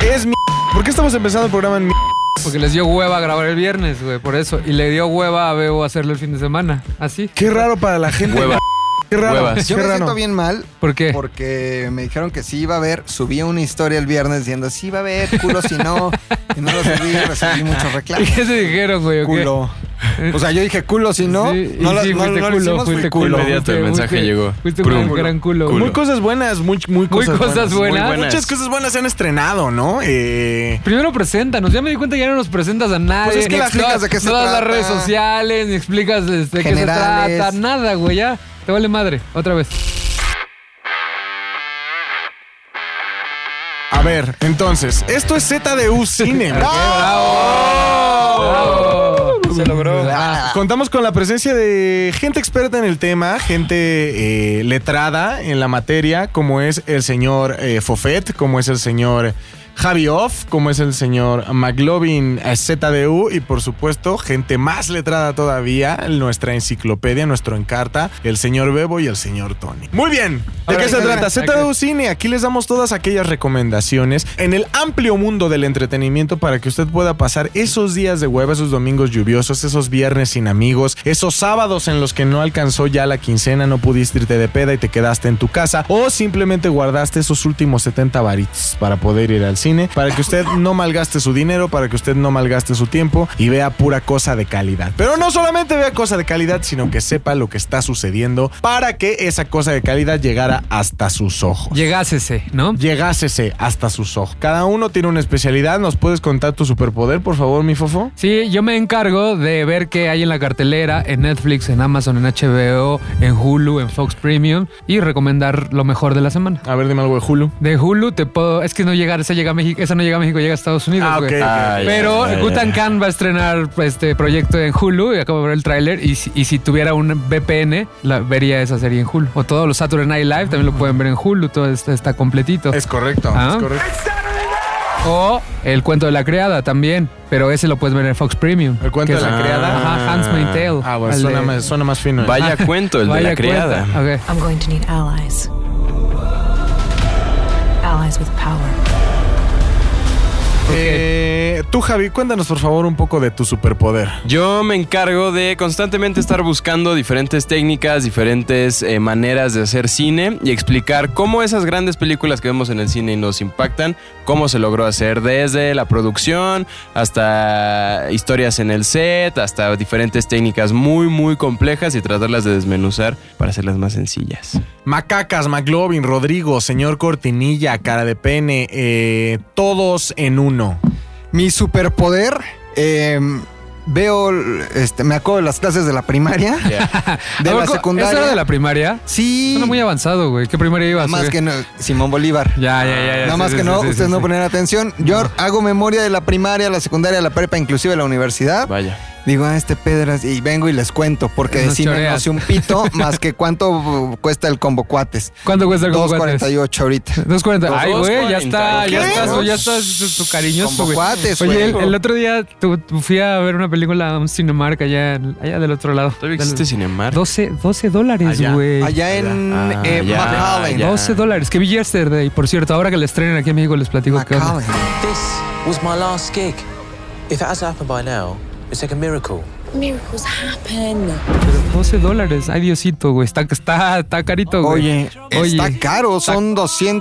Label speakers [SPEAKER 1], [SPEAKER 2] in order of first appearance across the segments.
[SPEAKER 1] ¿Qué es mi? ¿Por qué estamos empezando el programa en mi?
[SPEAKER 2] Porque les dio hueva grabar el viernes, güey, por eso. Y le dio hueva a Bebo hacerlo el fin de semana. ¿Ah, Así.
[SPEAKER 1] Qué raro para la gente.
[SPEAKER 3] Hueva.
[SPEAKER 1] Qué raro.
[SPEAKER 3] Huevas.
[SPEAKER 1] Qué
[SPEAKER 4] Yo me siento
[SPEAKER 1] raro.
[SPEAKER 4] bien mal
[SPEAKER 2] ¿Por qué?
[SPEAKER 4] porque me dijeron que sí iba a haber, subí una historia el viernes diciendo sí iba a haber, culo si no, y no lo subí, recibí muchos
[SPEAKER 2] ¿Y
[SPEAKER 4] reclamos.
[SPEAKER 2] qué se dijeron, güey? o qué?
[SPEAKER 4] Culo. O sea, yo dije culo si no,
[SPEAKER 2] Sí, y
[SPEAKER 4] no, lo-
[SPEAKER 2] sí,
[SPEAKER 4] no-
[SPEAKER 2] fuiste
[SPEAKER 4] no lo
[SPEAKER 2] culo,
[SPEAKER 4] hicimos, fui
[SPEAKER 2] fuiste
[SPEAKER 4] culo.
[SPEAKER 2] culo.
[SPEAKER 3] Inmediato el
[SPEAKER 2] Fuiste-
[SPEAKER 3] mensaje
[SPEAKER 2] fuiste-
[SPEAKER 3] llegó.
[SPEAKER 2] Fuiste un gran,
[SPEAKER 3] Prum.
[SPEAKER 2] gran culo. güey.
[SPEAKER 3] Culo.
[SPEAKER 1] Muy cosas buenas, muy, muy
[SPEAKER 2] Muy
[SPEAKER 1] cosas,
[SPEAKER 2] cosas buenas.
[SPEAKER 3] buenas.
[SPEAKER 1] Muchas cosas buenas se han estrenado, ¿no? Eh,
[SPEAKER 2] Primero preséntanos, ya me di cuenta que ya no nos presentas a nadie.
[SPEAKER 4] Pues es que
[SPEAKER 2] ni
[SPEAKER 4] la explicas de qué se
[SPEAKER 2] todas
[SPEAKER 4] trata.
[SPEAKER 2] las redes sociales, ni explicas este, de qué se
[SPEAKER 4] Generales.
[SPEAKER 2] trata, nada, güey, ya. Te vale madre, otra vez.
[SPEAKER 1] a ver, entonces, esto es ZDU Cine.
[SPEAKER 2] ¡Bravo!
[SPEAKER 3] Se logró.
[SPEAKER 4] Oh. Ah,
[SPEAKER 1] Contamos con la presencia de gente experta en el tema, gente eh, letrada en la materia, como es el señor eh, Fofet, como es el señor Javi Off, como es el señor McLovin eh, ZDU y por supuesto gente más letrada todavía, nuestra enciclopedia, nuestro encarta, el señor Bebo y el señor Tony. Muy bien, ¿de
[SPEAKER 2] Ahora
[SPEAKER 1] qué
[SPEAKER 2] sí,
[SPEAKER 1] se
[SPEAKER 2] ahora
[SPEAKER 1] trata?
[SPEAKER 2] sí.
[SPEAKER 1] ZDU Cine, aquí les damos todas aquellas recomendaciones en el amplio mundo del entretenimiento para que usted pueda pasar esos días de hueva, esos domingos lluviosos, esos viernes sin amigos, esos sábados en los que no alcanzó ya la quincena, no pudiste irte de peda y te quedaste en tu casa o simplemente guardaste esos últimos 70 varitos para poder ir al cine, para que usted no malgaste su dinero, para que usted no malgaste su tiempo y vea pura cosa de calidad. Pero no solamente vea cosa de calidad, sino que sepa lo que está sucediendo para que esa cosa de calidad llegara hasta sus ojos
[SPEAKER 2] Llegásese, ¿no?
[SPEAKER 1] llegásese hasta sus ojos. Cada uno tiene una especialidad. ¿Nos puedes contar tu superpoder, por favor, mi fofo?
[SPEAKER 2] Sí, yo me encargo de ver qué hay en la cartelera, en Netflix, en Amazon, en HBO, en Hulu, en Fox Premium y recomendar lo mejor de la semana.
[SPEAKER 1] A ver, dime algo de Hulu.
[SPEAKER 2] De Hulu te puedo. Es que no llega, esa llega a México, esa no llega a México, llega a Estados Unidos,
[SPEAKER 1] Ah,
[SPEAKER 2] güey.
[SPEAKER 1] ok.
[SPEAKER 3] Ay,
[SPEAKER 2] Pero
[SPEAKER 3] ay, ay.
[SPEAKER 2] Gutan Khan va a estrenar este proyecto en Hulu y acabo de ver el tráiler y, si- y si tuviera un VPN la, vería esa serie en Hulu. O todos los Saturday Night Live también lo pueden ver en Hulu, todo está, está completito.
[SPEAKER 1] Es correcto,
[SPEAKER 2] Ah.
[SPEAKER 1] es correcto.
[SPEAKER 2] O El cuento de la criada también, pero ese lo puedes ver en Fox Premium.
[SPEAKER 1] El cuento
[SPEAKER 2] que
[SPEAKER 1] de la
[SPEAKER 2] es-
[SPEAKER 1] criada.
[SPEAKER 2] Ajá, Hans Tale.
[SPEAKER 1] Ah, bueno,
[SPEAKER 2] al
[SPEAKER 1] suena,
[SPEAKER 2] de-
[SPEAKER 1] más, suena más fino. ¿eh?
[SPEAKER 3] Vaya cuento el de
[SPEAKER 2] Vaya
[SPEAKER 3] la criada.
[SPEAKER 2] cuenta. Ok.
[SPEAKER 5] I'm going to need allies. Allies with power.
[SPEAKER 1] Eh, tú, Javi, cuéntanos, por favor, un poco de tu superpoder.
[SPEAKER 3] Yo me encargo de constantemente estar buscando diferentes técnicas, diferentes eh, maneras de hacer cine y explicar cómo esas grandes películas que vemos en el cine nos impactan, cómo se logró hacer desde la producción hasta historias en el set, hasta diferentes técnicas muy muy complejas y tratarlas de desmenuzar para hacerlas más sencillas.
[SPEAKER 1] Macacas, McLovin, Rodrigo, señor Cortinilla, cara de pene, eh, todos en uno.
[SPEAKER 4] Mi superpoder, eh, veo, este, me acuerdo de las clases de la primaria, de
[SPEAKER 2] A ver,
[SPEAKER 4] la
[SPEAKER 2] co-
[SPEAKER 4] secundaria.
[SPEAKER 2] ¿Eso era de la primaria?
[SPEAKER 4] Sí,
[SPEAKER 2] Suena muy avanzado, güey. ¿Qué primaria ibas?
[SPEAKER 4] más
[SPEAKER 2] güey?
[SPEAKER 4] que no, Simón Bolívar.
[SPEAKER 2] Ya, ya, ya. ya,
[SPEAKER 4] Nada
[SPEAKER 2] sí,
[SPEAKER 4] más
[SPEAKER 2] sí,
[SPEAKER 4] que
[SPEAKER 2] sí,
[SPEAKER 4] no,
[SPEAKER 2] sí,
[SPEAKER 4] ustedes
[SPEAKER 2] sí,
[SPEAKER 4] no
[SPEAKER 2] sí.
[SPEAKER 4] ponen atención. Yo hago memoria de la primaria, la secundaria, la prepa, inclusive la universidad.
[SPEAKER 3] Vaya.
[SPEAKER 4] Digo, ah, este pedras. Y vengo y les cuento, porque de
[SPEAKER 2] Nos
[SPEAKER 4] cine
[SPEAKER 2] choreas.
[SPEAKER 4] no sé un pito más que cuánto uh, cuesta el combo cuates.
[SPEAKER 2] ¿Cuánto cuesta el combo cuates?
[SPEAKER 4] 2.48 ahorita.
[SPEAKER 2] 240. Ay, güey, ya
[SPEAKER 3] 2.40.
[SPEAKER 2] está, ya
[SPEAKER 4] ¿Qué?
[SPEAKER 2] estás, ya estás tu, tu cariñoso,
[SPEAKER 4] Combo
[SPEAKER 2] güey.
[SPEAKER 4] cuates,
[SPEAKER 2] Oye, el,
[SPEAKER 4] güey.
[SPEAKER 2] el otro día tu- tu fui a ver una película, un Cinemark allá, en- allá del otro lado.
[SPEAKER 3] ¿Todavía existe Cinemark?
[SPEAKER 2] 12, 12 dólares,
[SPEAKER 1] Allá.
[SPEAKER 2] güey.
[SPEAKER 4] Allá en
[SPEAKER 3] Ah,
[SPEAKER 4] eh,
[SPEAKER 3] ya,
[SPEAKER 4] McAllen.
[SPEAKER 3] ya.
[SPEAKER 2] 12 dólares, que vi yesterday. Por cierto, ahora que la estrenen aquí en México les platico qué onda.
[SPEAKER 4] McAllen.
[SPEAKER 6] This was my last gig. If it hasn't happened by now, it's like a miracle.
[SPEAKER 7] Miracles happen.
[SPEAKER 2] 12 dólares, ay Diosito, güey. Está, está, está carito, güey.
[SPEAKER 4] Oye, está caro, son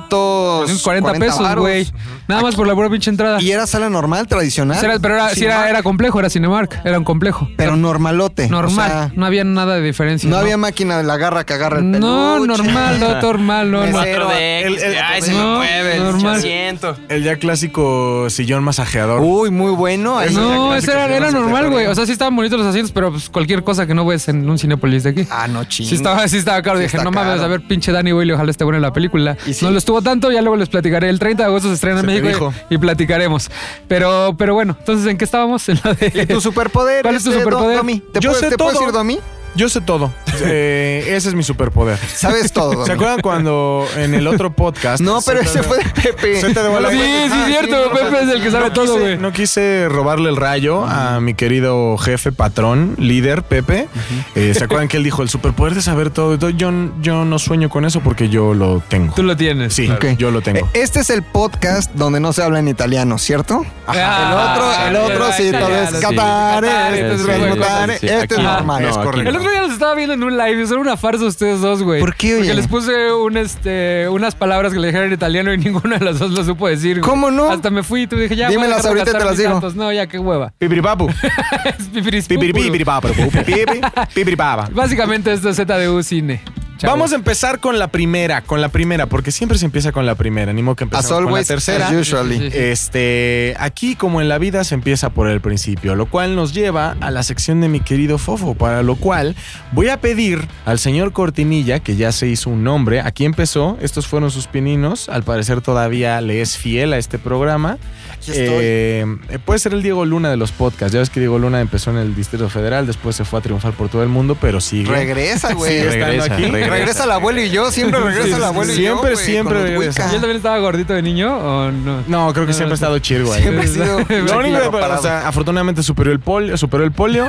[SPEAKER 4] 240
[SPEAKER 2] 40 pesos,
[SPEAKER 4] varos.
[SPEAKER 2] güey. Nada más por la pura pinche entrada.
[SPEAKER 4] Y era sala normal, tradicional.
[SPEAKER 2] Era- pero era, sí era,
[SPEAKER 4] Cinemark,
[SPEAKER 2] era complejo, era Cinemark, era un complejo.
[SPEAKER 4] pero normalote.
[SPEAKER 2] normal,
[SPEAKER 4] o sea,
[SPEAKER 2] no había nada de diferencia.
[SPEAKER 4] no había máquina de la garra que agarra el peluche.
[SPEAKER 2] No, normal, no, normal, no, no.
[SPEAKER 4] Mesero. Pero
[SPEAKER 3] el,
[SPEAKER 1] el- el-
[SPEAKER 3] ay, se
[SPEAKER 2] no,
[SPEAKER 3] me mueve el
[SPEAKER 2] normal.
[SPEAKER 3] asiento.
[SPEAKER 1] El ya clásico sillón masajeador.
[SPEAKER 4] Uy, muy bueno. ahí
[SPEAKER 1] Eso
[SPEAKER 2] No,
[SPEAKER 1] ya
[SPEAKER 2] ese
[SPEAKER 1] clásico,
[SPEAKER 2] era,
[SPEAKER 1] ya
[SPEAKER 2] era
[SPEAKER 1] no se
[SPEAKER 2] normal,
[SPEAKER 1] te
[SPEAKER 2] güey.
[SPEAKER 1] acuerda.
[SPEAKER 2] O sea, sí estaban bonitos los asientos, pero pues cualquier cosa que no ves en un Cinépolis de aquí.
[SPEAKER 4] Ah, no, chingo.
[SPEAKER 2] Sí estaba, sí estaba caro.
[SPEAKER 4] Sí
[SPEAKER 2] Dije,
[SPEAKER 4] está
[SPEAKER 2] no mames,
[SPEAKER 4] caro.
[SPEAKER 2] a ver, pinche Danny Boyle, ojalá esté buena la película.
[SPEAKER 4] Y sí.
[SPEAKER 2] No lo estuvo tanto, ya luego les platicaré. El 30 de agosto se estrena en
[SPEAKER 1] Se te
[SPEAKER 2] México
[SPEAKER 1] dijo.
[SPEAKER 2] y, y platicaremos. Pero, pero bueno, entonces, ¿en qué estábamos? En la de...
[SPEAKER 4] ¿Y tu superpoder?
[SPEAKER 2] ¿Cuál es tu
[SPEAKER 4] este, Do-
[SPEAKER 2] superpoder?
[SPEAKER 4] Domi? ¿Te
[SPEAKER 1] Yo
[SPEAKER 4] puedes-
[SPEAKER 1] sé
[SPEAKER 4] ¿Te puedes
[SPEAKER 1] todo.
[SPEAKER 4] ir, Domi?
[SPEAKER 1] Yo sé todo. Eh, ese es mi superpoder.
[SPEAKER 4] Sabes todo.
[SPEAKER 1] ¿Se
[SPEAKER 4] Domingo.
[SPEAKER 1] acuerdan cuando en el otro podcast?
[SPEAKER 4] No, pero
[SPEAKER 1] Z-
[SPEAKER 4] ese fue de Pepe.
[SPEAKER 1] Z de Bola-
[SPEAKER 2] Sí, sí,
[SPEAKER 4] Ah,
[SPEAKER 2] cierto.
[SPEAKER 4] sí, no,
[SPEAKER 2] Pepe es el que sabe
[SPEAKER 1] no
[SPEAKER 2] todo,
[SPEAKER 1] quise-
[SPEAKER 2] güey.
[SPEAKER 1] No quise robarle el rayo a mi querido jefe, patrón, líder, Pepe. Eh, ¿Se acuerdan que él dijo el superpoder de saber todo? y todo? Yo, yo no sueño con eso porque yo lo tengo.
[SPEAKER 2] Tú lo tienes.
[SPEAKER 1] Sí,
[SPEAKER 4] Claro.
[SPEAKER 1] yo lo tengo.
[SPEAKER 4] Eh, Este es el podcast donde no se habla en italiano, ¿cierto?
[SPEAKER 2] Ah,
[SPEAKER 4] el otro, el otro
[SPEAKER 2] ah,
[SPEAKER 4] sí,
[SPEAKER 2] ah,
[SPEAKER 4] tal
[SPEAKER 2] ah,
[SPEAKER 4] vez
[SPEAKER 2] sí.
[SPEAKER 4] eh, Qatar, este es
[SPEAKER 2] Sí,
[SPEAKER 4] Rasmután,
[SPEAKER 3] sí, sí,
[SPEAKER 4] este es
[SPEAKER 3] aquí no.
[SPEAKER 4] normal.
[SPEAKER 3] No,
[SPEAKER 4] es
[SPEAKER 3] aquí
[SPEAKER 4] correcto.
[SPEAKER 3] no.
[SPEAKER 2] El otro día los estaba viendo en un live. Son una farsa ustedes dos, güey.
[SPEAKER 4] ¿Por qué, oye?
[SPEAKER 2] Porque les puse un, este, unas palabras que le dijeron en italiano y ninguna de las dos lo supo decir. güey.
[SPEAKER 4] ¿Cómo no?
[SPEAKER 2] Hasta me fui y tú dije, ya,
[SPEAKER 4] Dímelas
[SPEAKER 2] voy a
[SPEAKER 4] ahorita y te
[SPEAKER 2] gastar
[SPEAKER 4] las
[SPEAKER 2] mis
[SPEAKER 4] digo.
[SPEAKER 2] datos. No, ya, qué hueva.
[SPEAKER 1] Pipiripapu.
[SPEAKER 2] Es pipirispupulo.
[SPEAKER 1] Pipiripipiripapa. Pipi- Pipiripapa.
[SPEAKER 2] Básicamente esto es ZDU Cine. Chavos.
[SPEAKER 1] Vamos a empezar con la primera, con la primera, porque siempre se empieza con la primera. Ni modo que
[SPEAKER 4] As
[SPEAKER 1] empezamos con la
[SPEAKER 4] always,
[SPEAKER 1] tercera.
[SPEAKER 4] as usually.
[SPEAKER 2] Sí, sí.
[SPEAKER 1] Este, aquí como en la vida se empieza por el principio, lo cual nos lleva a la sección de mi querido Fofo, para lo cual voy a pedir al señor Cortinilla, que ya se hizo un nombre, aquí empezó, estos fueron sus pininos, al parecer todavía le es fiel a este programa.
[SPEAKER 4] Aquí estoy.
[SPEAKER 1] Eh, eh, puede ser el Diego Luna de los podcasts, ya ves que Diego Luna empezó en el Distrito Federal, después se fue a triunfar por todo el mundo, pero sigue.
[SPEAKER 4] Regresa, güey.
[SPEAKER 1] Sigue estando
[SPEAKER 3] regresa,
[SPEAKER 1] aquí.
[SPEAKER 3] regresa.
[SPEAKER 4] Regresa el abuelo y yo, siempre regresa el abuelo y
[SPEAKER 1] Siempre,
[SPEAKER 4] yo. güey,
[SPEAKER 1] siempre
[SPEAKER 4] con los
[SPEAKER 1] regresa.
[SPEAKER 2] ¿Y él
[SPEAKER 4] Wicca.
[SPEAKER 2] también estaba gordito de niño o no?
[SPEAKER 1] No, creo que
[SPEAKER 2] No,
[SPEAKER 1] siempre ha
[SPEAKER 2] no.
[SPEAKER 1] estado chill, güey.
[SPEAKER 4] Siempre ha sido.
[SPEAKER 1] Lo único que-
[SPEAKER 4] Claro,
[SPEAKER 1] o sea, afortunadamente superó el polio, superó el polio.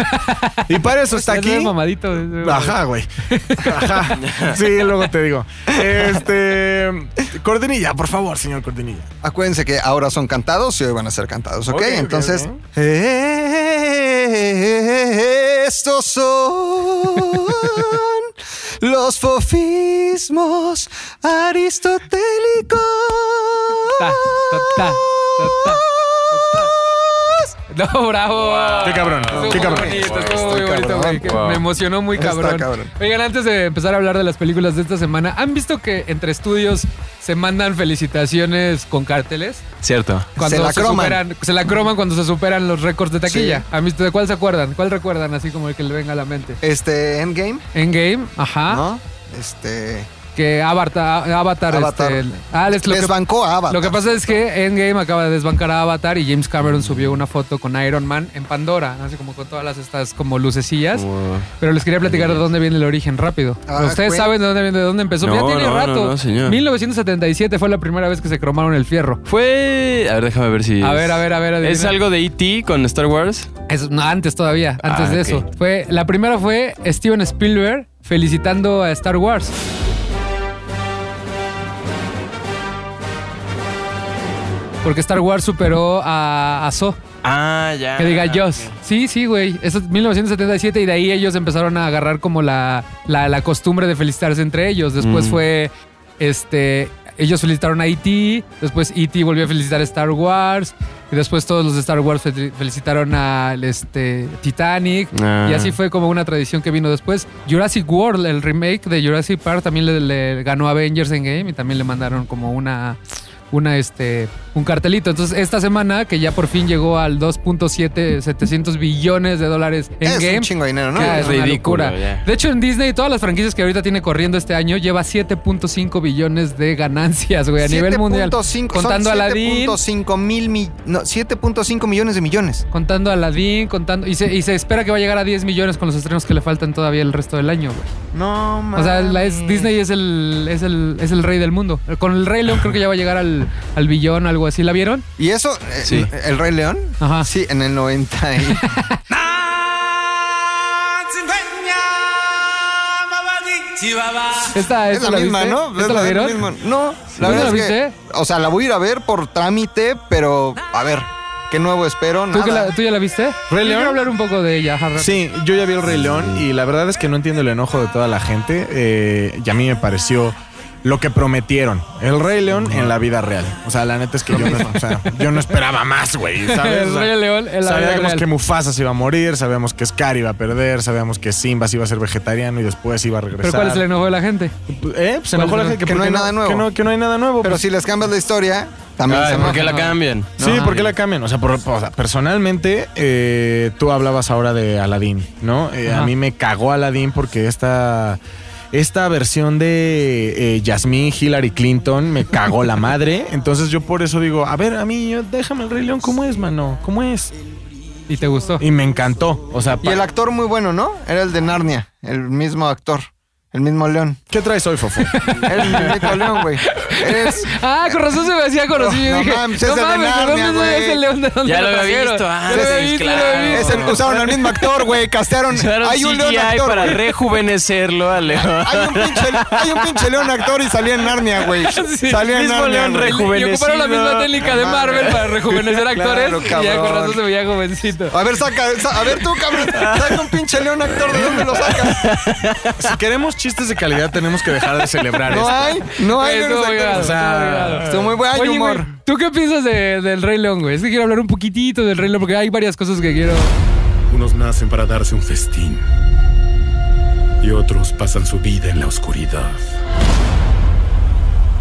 [SPEAKER 1] y para
[SPEAKER 4] Pues
[SPEAKER 1] eso está
[SPEAKER 2] Ya se ve
[SPEAKER 1] aquí.
[SPEAKER 2] mamadito. eh,
[SPEAKER 1] Ajá, güey. Ajá. Sí, luego te digo. Este. Cortinilla, por favor, señor Cortinilla.
[SPEAKER 4] Acuérdense que ahora son cantados y hoy van a ser cantados, ¿ok?
[SPEAKER 1] Ok, ok,
[SPEAKER 4] Entonces.
[SPEAKER 1] ok.
[SPEAKER 4] Estos son los
[SPEAKER 2] Ta,
[SPEAKER 4] fofismos
[SPEAKER 2] ta, ta, ta,
[SPEAKER 4] aristotélicos.
[SPEAKER 2] ta. No, bravo.
[SPEAKER 1] Qué cabrón,
[SPEAKER 2] Ah,
[SPEAKER 1] qué
[SPEAKER 2] Estuvo muy
[SPEAKER 1] cabrón.
[SPEAKER 2] bonito, estuvo muy
[SPEAKER 4] Está
[SPEAKER 2] bonito, güey, que
[SPEAKER 3] Wow.
[SPEAKER 2] Me emocionó muy
[SPEAKER 4] Está
[SPEAKER 2] cabrón.
[SPEAKER 4] cabrón.
[SPEAKER 2] Oigan, antes de empezar a hablar de las películas de esta semana, ¿han visto que entre estudios se mandan felicitaciones con carteles?
[SPEAKER 3] Cierto.
[SPEAKER 2] Cuando
[SPEAKER 4] Se la croman.
[SPEAKER 2] superan- se la croman cuando se superan los récords de taquilla.
[SPEAKER 4] Sí.
[SPEAKER 2] ¿Han visto? ¿De cuál se acuerdan? ¿Cuál recuerdan? Así como el que le venga a la mente.
[SPEAKER 4] Este, Endgame,
[SPEAKER 2] Endgame, ajá.
[SPEAKER 4] ¿no? Este.
[SPEAKER 2] Que Avatar. Avatar,
[SPEAKER 4] Avatar.
[SPEAKER 2] este, el- ah, les- lo que-
[SPEAKER 4] Desbancó a Avatar.
[SPEAKER 2] Lo que pasa es que Endgame acaba de desbancar a Avatar y James Cameron subió una foto con Iron Man en Pandora, así como con todas las estas como lucecillas.
[SPEAKER 3] Wow.
[SPEAKER 2] Pero les quería platicar de dónde viene el origen rápido.
[SPEAKER 4] Ah,
[SPEAKER 2] Ustedes
[SPEAKER 4] cuen-
[SPEAKER 2] saben de dónde, viene- de dónde empezó.
[SPEAKER 3] No,
[SPEAKER 2] ya tiene
[SPEAKER 3] no,
[SPEAKER 2] rato.
[SPEAKER 3] no, no, señor.
[SPEAKER 2] 1977 fue la primera vez que se cromaron el fierro.
[SPEAKER 3] Fue. A ver, déjame ver si.
[SPEAKER 2] A
[SPEAKER 3] es-
[SPEAKER 2] ver, a ver, a ver.
[SPEAKER 3] ¿Es
[SPEAKER 2] adivina.
[SPEAKER 3] algo de E.T. con Star Wars?
[SPEAKER 2] Es- no, antes todavía, antes
[SPEAKER 3] Ah,
[SPEAKER 2] de
[SPEAKER 3] ok.
[SPEAKER 2] eso. Fue, la primera fue Steven Spielberg felicitando a Star Wars. Porque Star Wars superó a, a Saw,
[SPEAKER 3] Ah, ya.
[SPEAKER 2] que diga Joss. Sí, sí, güey. Eso es 1977 y de ahí ellos empezaron a agarrar como la, la, la costumbre de felicitarse entre ellos. Después
[SPEAKER 3] Mm.
[SPEAKER 2] fue, este, ellos felicitaron a E.T., después E.T. volvió a felicitar a Star Wars, y después todos los de Star Wars fel- felicitaron al este, Titanic.
[SPEAKER 3] Ah.
[SPEAKER 2] Y así fue como una tradición que vino después. Jurassic World, el remake de Jurassic Park, también le, le ganó Avengers Endgame y también le mandaron como una, una este, un cartelito. Entonces, esta semana, que ya por fin llegó al 2.700 billones de dólares
[SPEAKER 4] es
[SPEAKER 2] Endgame.
[SPEAKER 4] un chingo de dinero, ¿no?
[SPEAKER 2] que
[SPEAKER 3] Qué
[SPEAKER 2] es una
[SPEAKER 3] ridículo,
[SPEAKER 2] locura.
[SPEAKER 3] ya.
[SPEAKER 2] De hecho, en Disney, todas las franquicias que ahorita tiene corriendo este año, lleva 7.5 billones de ganancias, güey, a nivel mundial.
[SPEAKER 4] 7.5, son
[SPEAKER 2] Contando a Aladdin.
[SPEAKER 4] 7.5 mil mi- no, 7.5 millones de millones.
[SPEAKER 2] Contando a Aladdin, contando. Y se, y se espera que va a llegar a 10 millones con los estrenos que le faltan todavía el resto del año, güey.
[SPEAKER 4] No
[SPEAKER 2] O
[SPEAKER 4] mames.
[SPEAKER 2] sea, la- es- Disney es el, es, el, es el rey del mundo. Con el Rey León creo que ya va a llegar al, al billón, algo así. ¿La vieron?
[SPEAKER 4] Y eso, eh,
[SPEAKER 3] Sí.
[SPEAKER 4] el Rey León.
[SPEAKER 2] Ajá.
[SPEAKER 4] Sí, en el 90. y-
[SPEAKER 2] Esta,
[SPEAKER 4] es
[SPEAKER 2] esta
[SPEAKER 4] la, misma,
[SPEAKER 2] viste?
[SPEAKER 4] ¿no?
[SPEAKER 2] ¿Esta
[SPEAKER 4] Es
[SPEAKER 2] la
[SPEAKER 4] la
[SPEAKER 2] vieron?
[SPEAKER 4] misma. No,
[SPEAKER 2] ¿No
[SPEAKER 4] la verdad
[SPEAKER 2] la
[SPEAKER 4] es que-
[SPEAKER 2] viste?
[SPEAKER 4] o sea, la voy a ir a ver por trámite, pero a ver, ¿qué nuevo espero?
[SPEAKER 2] ¿Tú, que
[SPEAKER 4] Nada.
[SPEAKER 2] la- tú ya la viste?
[SPEAKER 1] Rey
[SPEAKER 2] Yo
[SPEAKER 1] León.
[SPEAKER 2] Quiero hablar un poco de ella. ajá, rápido.
[SPEAKER 1] Sí, yo ya vi el Rey León y la verdad es que no entiendo el enojo de toda la gente. eh, y a mí me pareció lo que prometieron. El Rey León en la vida real. O sea, la neta es que yo no, o sea, yo no esperaba más, güey. ¿sabes?
[SPEAKER 2] El
[SPEAKER 1] O sea,
[SPEAKER 2] Rey León en la vida
[SPEAKER 1] Sabíamos
[SPEAKER 2] real.
[SPEAKER 1] que Mufasa se iba a morir, sabíamos que Scar iba a perder, sabíamos que Simba se iba a ser vegetariano y después iba a regresar.
[SPEAKER 2] ¿Pero cuál es el enojo de la gente?
[SPEAKER 1] Eh, pues se
[SPEAKER 2] ¿Cuál
[SPEAKER 1] enojó la
[SPEAKER 2] es el-
[SPEAKER 1] gente que,
[SPEAKER 4] que no
[SPEAKER 1] porque
[SPEAKER 4] hay nada nuevo?
[SPEAKER 1] Que no, que no hay nada nuevo.
[SPEAKER 4] Pero
[SPEAKER 1] pues.
[SPEAKER 4] si les cambias la historia, también
[SPEAKER 3] Ay,
[SPEAKER 4] se
[SPEAKER 3] ¿por
[SPEAKER 4] enoja.
[SPEAKER 3] qué la cambian?
[SPEAKER 1] Sí, ¿por qué la cambian? O sea, por- o sea, personalmente, eh, tú hablabas ahora de Aladdin, ¿no? Eh, a
[SPEAKER 2] Ajá.
[SPEAKER 1] mí me cagó Aladdin porque esta, esta versión de eh, Yasmín, Hillary Clinton, me cagó la madre. Entonces yo por eso digo, a ver, a mí, yo- déjame el Rey León, ¿cómo es, mano? ¿Cómo es?
[SPEAKER 2] Y te gustó.
[SPEAKER 1] Y me encantó. O sea,
[SPEAKER 4] Y
[SPEAKER 1] pa-
[SPEAKER 4] el actor muy bueno, ¿no? Era el de Narnia, el mismo actor, el mismo león.
[SPEAKER 1] ¿qué traes hoy, Fofo?
[SPEAKER 4] Era el mismo león, güey. Es...
[SPEAKER 2] Ah, con razón se me hacía conocido.
[SPEAKER 4] No,
[SPEAKER 2] Yo
[SPEAKER 4] no
[SPEAKER 2] dije,
[SPEAKER 4] mames, es el de
[SPEAKER 2] ¿de
[SPEAKER 4] Narnia,
[SPEAKER 2] dónde
[SPEAKER 4] güey.
[SPEAKER 2] es el león? ¿De dónde
[SPEAKER 3] Ya lo había
[SPEAKER 2] trajeron?
[SPEAKER 3] visto
[SPEAKER 2] Ya lo
[SPEAKER 3] antes,
[SPEAKER 2] había visto, ya lo
[SPEAKER 3] claro.
[SPEAKER 2] había
[SPEAKER 4] es
[SPEAKER 2] visto.
[SPEAKER 4] el- usaron al mismo actor, güey. Castearon.
[SPEAKER 3] Usaron
[SPEAKER 4] Hay un
[SPEAKER 3] CGI
[SPEAKER 4] león actor.
[SPEAKER 3] para
[SPEAKER 4] güey.
[SPEAKER 3] rejuvenecerlo a León.
[SPEAKER 4] Hay un, pinche, hay un pinche león actor y salía en Narnia, güey.
[SPEAKER 3] Sí,
[SPEAKER 4] salía en
[SPEAKER 3] mismo
[SPEAKER 4] Narnia.
[SPEAKER 3] león
[SPEAKER 4] güey.
[SPEAKER 3] rejuvenecido.
[SPEAKER 2] Y ocuparon la misma técnica de
[SPEAKER 4] No
[SPEAKER 2] Marvel
[SPEAKER 4] mames.
[SPEAKER 2] para rejuvenecer actores.
[SPEAKER 4] Claro,
[SPEAKER 2] y ya con
[SPEAKER 4] cabrón.
[SPEAKER 2] razón se veía jovencito.
[SPEAKER 4] A ver, saca, sa- a ver tú, cabrón, saca un pinche león actor, ¿de dónde lo sacas?
[SPEAKER 1] si queremos chistes de calidad, tenemos que dejar de celebrar
[SPEAKER 4] No
[SPEAKER 1] esto.
[SPEAKER 4] hay, no hay
[SPEAKER 2] Güey, estuvo
[SPEAKER 4] leones
[SPEAKER 2] muy
[SPEAKER 4] actores.
[SPEAKER 2] cagado,
[SPEAKER 1] o sea,
[SPEAKER 2] estuvo muy cagado.
[SPEAKER 4] Estuvo muy buen hay
[SPEAKER 2] Oye,
[SPEAKER 4] humor.
[SPEAKER 2] güey, ¿tú qué piensas de- del Rey León, güey? Es que quiero hablar un poquitito del Rey León porque hay varias cosas que quiero.
[SPEAKER 8] Unos nacen para darse un festín y otros pasan su vida en la oscuridad,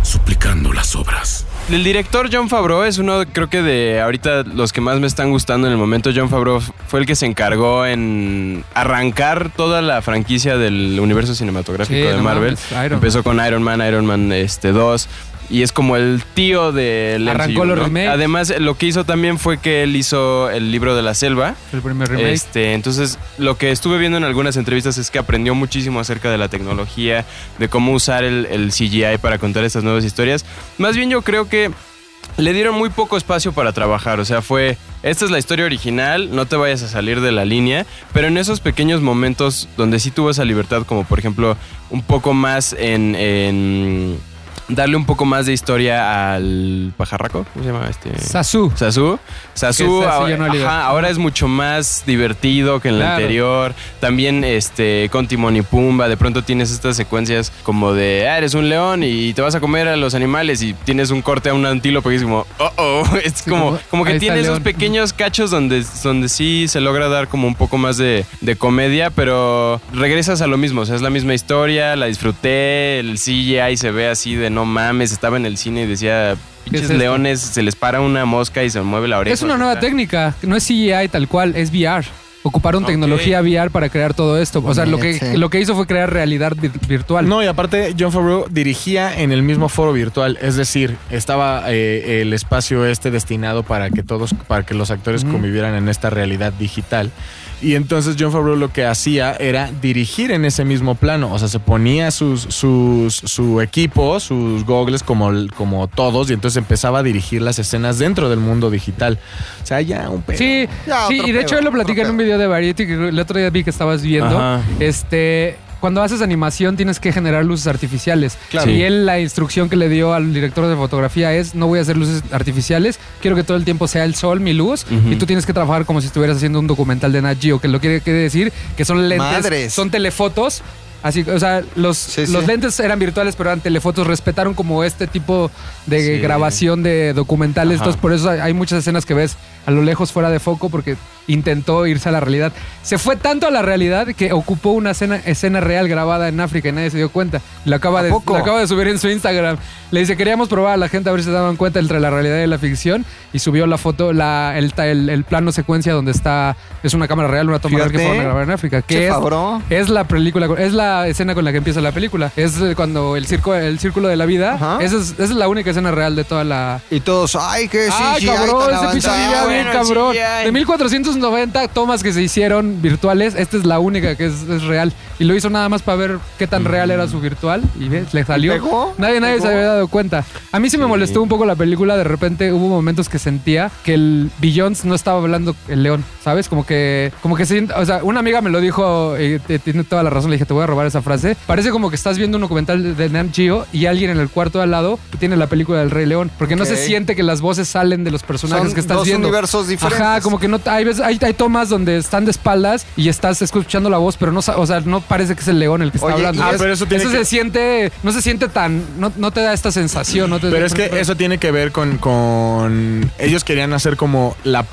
[SPEAKER 8] suplicando las obras.
[SPEAKER 3] El director John Favreau es uno, creo que de ahorita los que más me están gustando en el momento. John Favreau f- fue el que se encargó en arrancar toda la franquicia del universo cinematográfico
[SPEAKER 2] Sí,
[SPEAKER 3] de
[SPEAKER 2] no
[SPEAKER 3] Marvel.
[SPEAKER 2] mames, Iron Man.
[SPEAKER 3] Empezó con Iron Man, Iron Man este, 2. Y es como el tío del
[SPEAKER 2] Arrancó
[SPEAKER 3] MCU,
[SPEAKER 2] los
[SPEAKER 3] ¿no?
[SPEAKER 2] remakes.
[SPEAKER 3] Además, lo que hizo también fue que él hizo el libro de la selva.
[SPEAKER 2] El primer remake.
[SPEAKER 3] Este, entonces, lo que estuve viendo en algunas entrevistas es que aprendió muchísimo acerca de la tecnología, de cómo usar el, el CGI para contar estas nuevas historias. Más bien yo creo que le dieron muy poco espacio para trabajar, o sea, fue, esta es la historia original, no te vayas a salir de la línea, pero en esos pequeños momentos donde sí tuvo esa libertad, como por ejemplo un poco más en... en darle un poco más de historia al pajarraco, ¿cómo se llama este?
[SPEAKER 2] Sasu.
[SPEAKER 3] Sasu. Sasu
[SPEAKER 2] Que Sasu
[SPEAKER 3] ahora,
[SPEAKER 2] ya no liga.
[SPEAKER 3] ajá, ahora es mucho más divertido que en la
[SPEAKER 2] Claro.
[SPEAKER 3] anterior. También este, con Timón y Pumba, de pronto tienes estas secuencias como de, ah, eres un león y te vas a comer a los animales y tienes un corte a un antílope y es como, oh, oh. Es como,
[SPEAKER 2] como,
[SPEAKER 3] como que
[SPEAKER 2] ahí está
[SPEAKER 3] tiene
[SPEAKER 2] el
[SPEAKER 3] esos
[SPEAKER 2] león.
[SPEAKER 3] pequeños cachos donde, donde sí se logra dar como un poco más de, de comedia, pero regresas a lo mismo. O sea, es la misma historia, la disfruté, el CGI se ve así de no mames, estaba en el cine y
[SPEAKER 2] ¿Qué
[SPEAKER 3] decía...
[SPEAKER 2] es
[SPEAKER 3] Pinches
[SPEAKER 2] esto?
[SPEAKER 3] leones, se les para una mosca y se mueve la oreja.
[SPEAKER 2] Es una nueva
[SPEAKER 3] O sea,
[SPEAKER 2] técnica, no es CGI tal cual, es VR. Ocuparon
[SPEAKER 3] Ok.
[SPEAKER 2] tecnología VR para crear todo esto. O sea, lo que,
[SPEAKER 4] Bonito.
[SPEAKER 2] lo que hizo fue crear realidad vir- virtual.
[SPEAKER 1] No, y aparte John Favreau dirigía en el mismo foro virtual, es decir, estaba eh, el espacio este destinado para que todos, para que los actores convivieran en esta realidad digital. Y entonces John Favreau lo que hacía era dirigir en ese mismo plano, o sea, se ponía sus, sus, su equipo, sus goggles como, el- como todos, y entonces empezaba a dirigir las escenas dentro del mundo digital. O sea, ya un pedo.
[SPEAKER 2] Sí,
[SPEAKER 4] Ya,
[SPEAKER 2] sí,
[SPEAKER 4] otro
[SPEAKER 2] y de
[SPEAKER 4] pedo,
[SPEAKER 2] hecho él lo
[SPEAKER 4] otro
[SPEAKER 2] platica en
[SPEAKER 4] pedo.
[SPEAKER 2] un video de Variety que el otro día vi que estabas viendo.
[SPEAKER 3] Ajá.
[SPEAKER 2] Este, cuando haces animación tienes que generar luces artificiales.
[SPEAKER 3] Claro.
[SPEAKER 2] Y
[SPEAKER 3] Sí.
[SPEAKER 2] él la instrucción que le dio al director de fotografía es no voy a hacer luces artificiales, quiero que todo el tiempo sea el sol mi luz
[SPEAKER 3] Ujú.
[SPEAKER 2] y tú tienes que trabajar como si estuvieras haciendo un documental de Nat Geo, que lo que quiere decir que son lentes,
[SPEAKER 4] Madres.
[SPEAKER 2] son telefotos. Así, o sea, los,
[SPEAKER 4] Sí,
[SPEAKER 2] los
[SPEAKER 4] sí.
[SPEAKER 2] lentes eran virtuales, pero eran telefotos. Respetaron como este tipo de
[SPEAKER 3] Sí.
[SPEAKER 2] grabación de documentales.
[SPEAKER 3] Ajá.
[SPEAKER 2] Entonces, por eso hay- hay muchas escenas que ves a lo lejos fuera de foco porque intentó irse a la realidad. Se fue tanto a la realidad que ocupó una escena, escena real grabada en África y nadie se dio cuenta. Lo acaba,
[SPEAKER 4] ¿A
[SPEAKER 2] de,
[SPEAKER 4] poco?
[SPEAKER 2] lo acaba de subir en su Instagram. Le dice, queríamos probar a la gente a ver si se daban cuenta entre la realidad y la ficción. Y subió la foto, la, el, ta- el- el plano secuencia donde está... Es una cámara real, una toma real que
[SPEAKER 4] Fíjate.
[SPEAKER 2] fueron a grabar en África.
[SPEAKER 4] Che,
[SPEAKER 2] Que es,
[SPEAKER 4] Favreau.
[SPEAKER 2] es la película, es la escena con la que empieza la película. Es eh, cuando el, circo, el círculo de la vida.
[SPEAKER 4] Ajá.
[SPEAKER 2] Esa es, esa es la única escena real de toda la,
[SPEAKER 4] Y todos, ay, qué
[SPEAKER 2] Ah,
[SPEAKER 4] CGI
[SPEAKER 2] cabrón,
[SPEAKER 4] tan
[SPEAKER 2] ese pinche
[SPEAKER 4] avanzado".
[SPEAKER 2] CGI, bien
[SPEAKER 3] bueno,
[SPEAKER 2] cabrón.
[SPEAKER 3] CGI.
[SPEAKER 2] De 1490 tomas que se hicieron virtuales, esta es la única que es, es real. Y lo hizo nada más para ver qué tan real era su virtual. Y ves, le salió.
[SPEAKER 4] pegó?
[SPEAKER 2] Nadie, nadie
[SPEAKER 4] ¿Pegó?
[SPEAKER 2] se había dado cuenta. A mí sí me molestó un poco la película. De repente hubo momentos que sentía que el Billions no estaba hablando el león, ¿sabes? Como que, como que, se- o sea, una amiga me lo dijo, eh, te- tiene toda la razón. Le dije, te voy a robar esa frase. Parece como que estás viendo un documental de- de Nam Geo y alguien en el cuarto de al lado tiene la película del Rey León, porque no se
[SPEAKER 4] Ok.
[SPEAKER 2] siente que las voces salen de los personajes personajes
[SPEAKER 4] Son
[SPEAKER 2] que estás
[SPEAKER 4] dos
[SPEAKER 2] viendo.
[SPEAKER 4] universos diferentes.
[SPEAKER 2] Ajá, como que no hay, veces- hay, hay tomas donde están de espaldas y estás escuchando la voz, pero no, sa- o sea, no parece que es el león el que está
[SPEAKER 4] Oye,
[SPEAKER 2] hablando.
[SPEAKER 4] y Ah,
[SPEAKER 1] es- pero eso tiene que-
[SPEAKER 2] se siente, no se siente tan, no, no te da esta sensación, no te
[SPEAKER 1] Pero es que eso tiene que ver con, con- Ellos querían hacer como la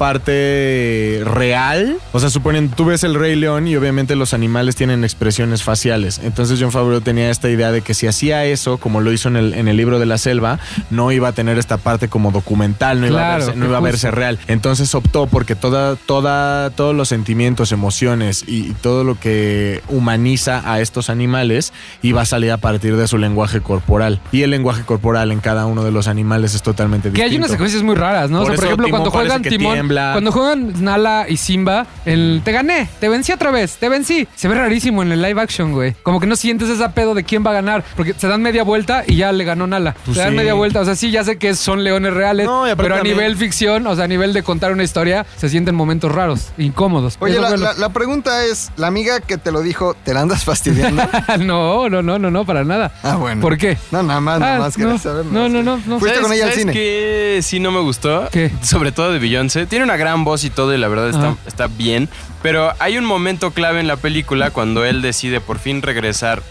[SPEAKER 1] parte real. O sea, suponen, tú ves el Rey León y obviamente los animales tienen expresiones faciales. Entonces John Favreau tenía esta idea de que si hacía eso, como lo hizo en el, en el libro de la selva, no iba a tener esta parte como documental, no iba, a,
[SPEAKER 2] Claro,
[SPEAKER 1] verse, no iba a
[SPEAKER 2] justo.
[SPEAKER 1] verse real. Entonces optó porque toda, toda toda, todos los sentimientos, emociones y, y todo lo que humaniza a estos animales y va a salir a partir de su lenguaje corporal. Y el lenguaje corporal en cada uno de los animales es totalmente
[SPEAKER 2] Que
[SPEAKER 1] distinto.
[SPEAKER 2] hay unas secuencias muy raras, ¿no?
[SPEAKER 1] Por
[SPEAKER 2] o sea, por
[SPEAKER 1] eso
[SPEAKER 2] ejemplo,
[SPEAKER 1] Timón
[SPEAKER 2] cuando
[SPEAKER 1] parece
[SPEAKER 2] juegan
[SPEAKER 1] que
[SPEAKER 2] Timón,
[SPEAKER 1] tiembla.
[SPEAKER 2] cuando juegan Nala y Simba, el te gané, te vencí otra vez, te vencí. Se ve rarísimo en el live action, güey. Como que no sientes esa pedo de quién va a ganar, porque se dan media vuelta y ya le ganó Nala.
[SPEAKER 1] Pues
[SPEAKER 2] se dan
[SPEAKER 1] sí.
[SPEAKER 2] media vuelta, o sea, sí, ya sé que son leones reales,
[SPEAKER 1] No, y aparte
[SPEAKER 2] pero a
[SPEAKER 1] también-
[SPEAKER 2] nivel ficción, o sea, a nivel de contar una historia, se sienten momentos raros, incómodos.
[SPEAKER 4] Oye,
[SPEAKER 2] Eso
[SPEAKER 4] la,
[SPEAKER 2] fue lo-
[SPEAKER 4] la- la pregunta es, la amiga que te lo dijo, ¿te la andas fastidiando?
[SPEAKER 2] no, no, no, no, no, para nada.
[SPEAKER 4] Ah, bueno.
[SPEAKER 2] ¿Por qué?
[SPEAKER 4] No, nada más,
[SPEAKER 2] Ah,
[SPEAKER 4] nada más
[SPEAKER 2] no,
[SPEAKER 4] quería saber.
[SPEAKER 2] no, no, no, no.
[SPEAKER 4] Fuiste con ella al cine.
[SPEAKER 3] que sí no me gustó?
[SPEAKER 2] ¿Qué?
[SPEAKER 3] Sobre todo de Beyoncé. Tiene una gran voz y todo y la verdad está,
[SPEAKER 2] Ajá.
[SPEAKER 3] está bien. Pero hay un momento clave en la película cuando él decide por fin regresar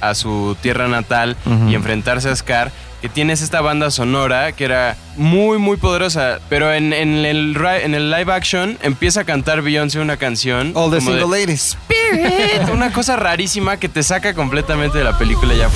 [SPEAKER 3] a su tierra natal y enfrentarse a Scar. Que tienes esta banda sonora que era muy, muy poderosa. Pero en, en el, ri- en el live action empieza a cantar Beyoncé una canción.
[SPEAKER 4] All the
[SPEAKER 3] como de-
[SPEAKER 4] single ladies.
[SPEAKER 3] una cosa rarísima que te saca completamente de la película ya.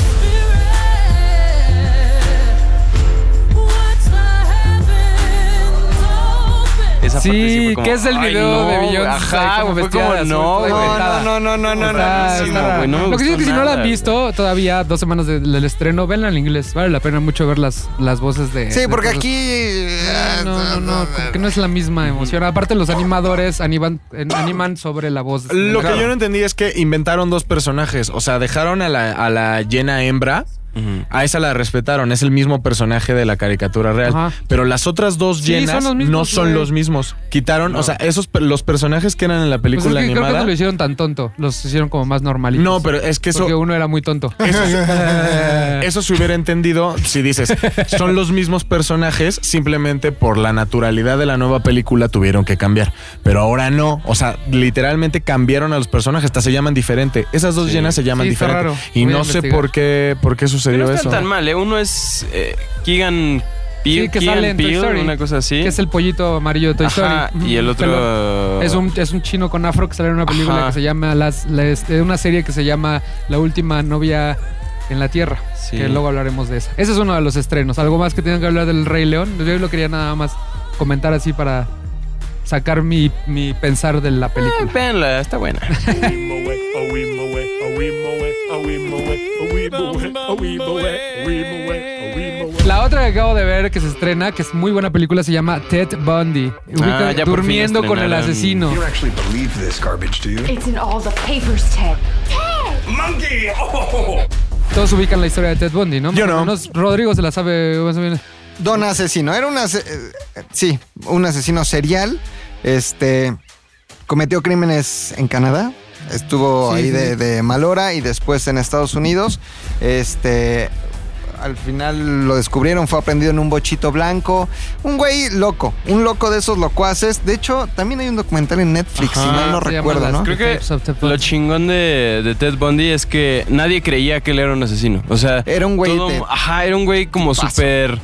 [SPEAKER 3] Esa
[SPEAKER 2] Sí,
[SPEAKER 3] parte fue como,
[SPEAKER 2] que es el
[SPEAKER 3] "Ay,
[SPEAKER 2] video de
[SPEAKER 3] no, güey".
[SPEAKER 2] Beyoncé,
[SPEAKER 3] Ajá,
[SPEAKER 2] como
[SPEAKER 3] güey, fue
[SPEAKER 2] vestida
[SPEAKER 3] como
[SPEAKER 2] de azul,
[SPEAKER 3] no,
[SPEAKER 2] toda
[SPEAKER 3] güey.
[SPEAKER 2] inventada.
[SPEAKER 3] No, no, no, no, no.
[SPEAKER 2] Está-
[SPEAKER 3] rarísimo,
[SPEAKER 2] está-
[SPEAKER 3] güey, no me
[SPEAKER 2] lo que sí es
[SPEAKER 3] gustó
[SPEAKER 2] que si no la han
[SPEAKER 3] nada,
[SPEAKER 2] visto todavía dos semanas de- del estreno, venla en inglés. Vale la pena mucho ver las, las voces de.
[SPEAKER 4] Sí,
[SPEAKER 2] de
[SPEAKER 4] porque
[SPEAKER 2] todos.
[SPEAKER 4] aquí... eh,
[SPEAKER 2] No, no, no, como que no es la misma emoción. Aparte, los animadores animan, en- animan sobre la voz. del-
[SPEAKER 1] Lo que yo no entendí es que inventaron dos personajes. O sea, dejaron a la, a la llena hembra.
[SPEAKER 3] Ujú.
[SPEAKER 1] A esa la respetaron, es el mismo personaje de la caricatura real.
[SPEAKER 2] Ajá.
[SPEAKER 1] Pero las otras dos
[SPEAKER 2] Sí, son
[SPEAKER 1] llenas
[SPEAKER 2] los mismos,
[SPEAKER 1] no son
[SPEAKER 2] güey.
[SPEAKER 1] los mismos. Quitaron, o sea, esos per- los personajes que eran en la
[SPEAKER 2] Pues es
[SPEAKER 1] película
[SPEAKER 2] que creo que
[SPEAKER 1] animada.
[SPEAKER 2] no lo hicieron tan tonto. Los hicieron como más normalitos.
[SPEAKER 1] No, pero es que eso.
[SPEAKER 2] Porque uno era muy tonto.
[SPEAKER 1] Eso, se- eso se hubiera entendido si dices, son los mismos personajes, simplemente por la naturalidad de la nueva película tuvieron que cambiar. Pero ahora no, o sea, literalmente cambiaron a los personajes, hasta se llaman diferente. Esas dos llenas se llaman
[SPEAKER 2] Sí, está
[SPEAKER 1] diferente.
[SPEAKER 2] raro.
[SPEAKER 1] Y
[SPEAKER 2] Voy a
[SPEAKER 1] no sé
[SPEAKER 2] investigar.
[SPEAKER 1] por qué, por qué
[SPEAKER 3] Pero
[SPEAKER 1] sucedió
[SPEAKER 3] no
[SPEAKER 1] eso.
[SPEAKER 3] están tan mal, ¿eh? Uno es eh, Keegan Peele,
[SPEAKER 2] Sí, que
[SPEAKER 3] Keegan
[SPEAKER 2] sale en Toy
[SPEAKER 3] Peele,
[SPEAKER 2] Story.
[SPEAKER 3] una cosa así.
[SPEAKER 2] Que es el pollito amarillo de Toy
[SPEAKER 3] Ajá,
[SPEAKER 2] Story.
[SPEAKER 3] y el
[SPEAKER 2] Pelo.
[SPEAKER 3] otro...
[SPEAKER 2] Es un, es un chino con afro que sale en una película
[SPEAKER 3] Ajá.
[SPEAKER 2] que se llama las, la- este, una serie que se llama La última novia en la tierra.
[SPEAKER 3] Sí.
[SPEAKER 2] Que luego hablaremos de esa. Ese es uno de los estrenos. Algo más que tengan que hablar del Rey León. Yo lo quería nada más comentar así para sacar mi, mi pensar de la
[SPEAKER 3] Eh,
[SPEAKER 2] película.
[SPEAKER 3] Venla, está buena.
[SPEAKER 2] La otra que acabo de ver que se estrena, que es muy buena película, se llama Ted Bundy. Ubica-
[SPEAKER 3] Ah, ya por fin
[SPEAKER 2] durmiendo con el
[SPEAKER 3] estrenaron.
[SPEAKER 2] asesino.
[SPEAKER 9] It's in all the papers, Ted.
[SPEAKER 2] Todos ubican la historia de Ted Bundy, ¿no?
[SPEAKER 1] Yo
[SPEAKER 2] Más o
[SPEAKER 1] no.
[SPEAKER 2] menos. Rodrigo se la sabe más o menos.
[SPEAKER 4] Don asesino. Era un ase- eh, sí, un asesino serial. Este cometió crímenes en Canadá. Estuvo
[SPEAKER 2] Sí,
[SPEAKER 4] ahí
[SPEAKER 2] sí,
[SPEAKER 4] de,
[SPEAKER 2] sí.
[SPEAKER 4] de malora y después en Estados Unidos. Este al final lo descubrieron, fue aprendido en un bochito blanco. Un güey loco, un loco de esos locuaces. De hecho, también hay un documental en Netflix, si
[SPEAKER 3] Ajá.
[SPEAKER 4] mal no
[SPEAKER 2] Ah, Se llama
[SPEAKER 4] recuerdo,
[SPEAKER 2] Las
[SPEAKER 4] ¿no?
[SPEAKER 3] Creo que
[SPEAKER 2] Tapes of the Bundy.
[SPEAKER 3] lo chingón de, de Ted Bundy es que nadie creía que él era un asesino. O sea,
[SPEAKER 4] Era un güey
[SPEAKER 3] todo-
[SPEAKER 4] de-
[SPEAKER 3] ajá, era un güey como
[SPEAKER 4] Paso.
[SPEAKER 3] súper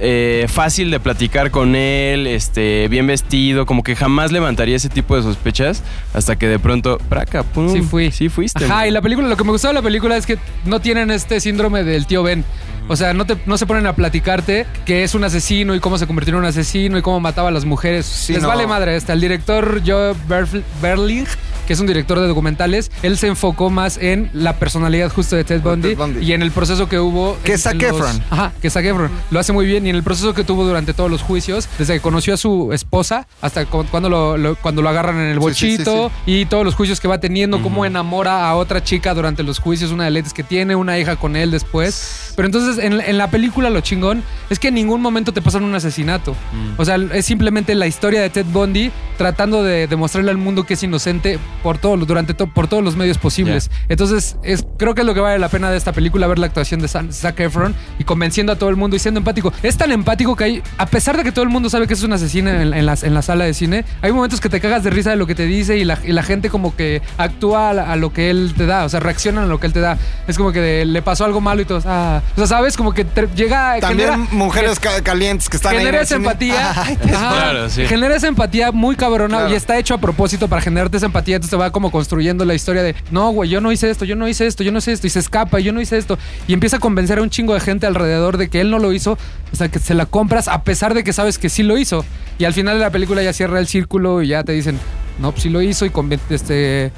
[SPEAKER 3] eh, fácil de platicar con él, este, bien vestido, como que jamás levantaría ese tipo de sospechas hasta que de pronto, praca, pum,
[SPEAKER 2] Sí fui.
[SPEAKER 3] sí fuiste.
[SPEAKER 2] Ajá,
[SPEAKER 3] man.
[SPEAKER 2] y la película, lo que me gustó de la película es que no tienen este síndrome del tío Ben. O sea, no, te, no se ponen a platicarte que es un asesino y cómo se convirtió en un asesino y cómo mataba a las mujeres. Les
[SPEAKER 4] no.
[SPEAKER 2] vale madre hasta El director Joe Berf- Berling, que es un director de documentales, él se enfocó más en la personalidad justo de Ted Bundy,
[SPEAKER 4] Bundy.
[SPEAKER 2] y en el proceso que hubo.
[SPEAKER 4] Que
[SPEAKER 2] en-
[SPEAKER 4] Zac
[SPEAKER 2] en los-
[SPEAKER 4] Efron.
[SPEAKER 2] Ajá, que Zac Efron. Lo hace muy bien y en el proceso que tuvo durante todos los juicios, desde que conoció a su esposa hasta cu- cuando lo, lo- cuando lo agarran en el
[SPEAKER 4] Sí, sí, sí,
[SPEAKER 2] bochito
[SPEAKER 4] sí.
[SPEAKER 2] y todos los juicios que va teniendo, cómo enamora a otra chica durante los juicios, una de las que tiene, una hija con él después. Pero entonces en, en la película lo chingón es que en ningún momento te pasan un asesinato. O sea, es simplemente la historia de Ted Bundy tratando de demostrarle al mundo que es inocente por todo, lo- durante to- por todos los medios posibles. Entonces es, creo que es lo que vale la pena de esta película, ver la actuación de San- Zac Efron y convenciendo a todo el mundo y siendo empático. Es tan empático que hay, a pesar de que todo el mundo sabe que es un asesino en, en la, en la sala de cine, hay momentos que te cagas de risa de lo que te dice y la, y la gente como que actúa a, la- a lo que él te da, o sea, reaccionan a lo que él te da. Es como que de- le pasó algo malo y todos, ah, o sea, sabes, como que te- llega,
[SPEAKER 4] También
[SPEAKER 2] genera,
[SPEAKER 4] mujeres ca- calientes que están ahí en
[SPEAKER 2] genera
[SPEAKER 4] el
[SPEAKER 2] esa
[SPEAKER 4] cine.
[SPEAKER 2] empatía.
[SPEAKER 4] Ay,
[SPEAKER 2] Ajá.
[SPEAKER 3] Claro, sí.
[SPEAKER 2] Genera esa empatía muy cabrona
[SPEAKER 4] Claro.
[SPEAKER 2] y está hecho a propósito para generarte esa empatía. Entonces te va como construyendo la historia de, no, güey, yo no hice esto, yo no hice esto, yo no hice esto, y se escapa, y yo no hice esto. Y empieza a convencer a un chingo de gente alrededor de que él no lo hizo. O sea, que se la compras a pesar de que sabes que sí lo hizo. Y al final de la película ya cierra el círculo y ya te dicen, no, pues sí lo hizo y conven- este...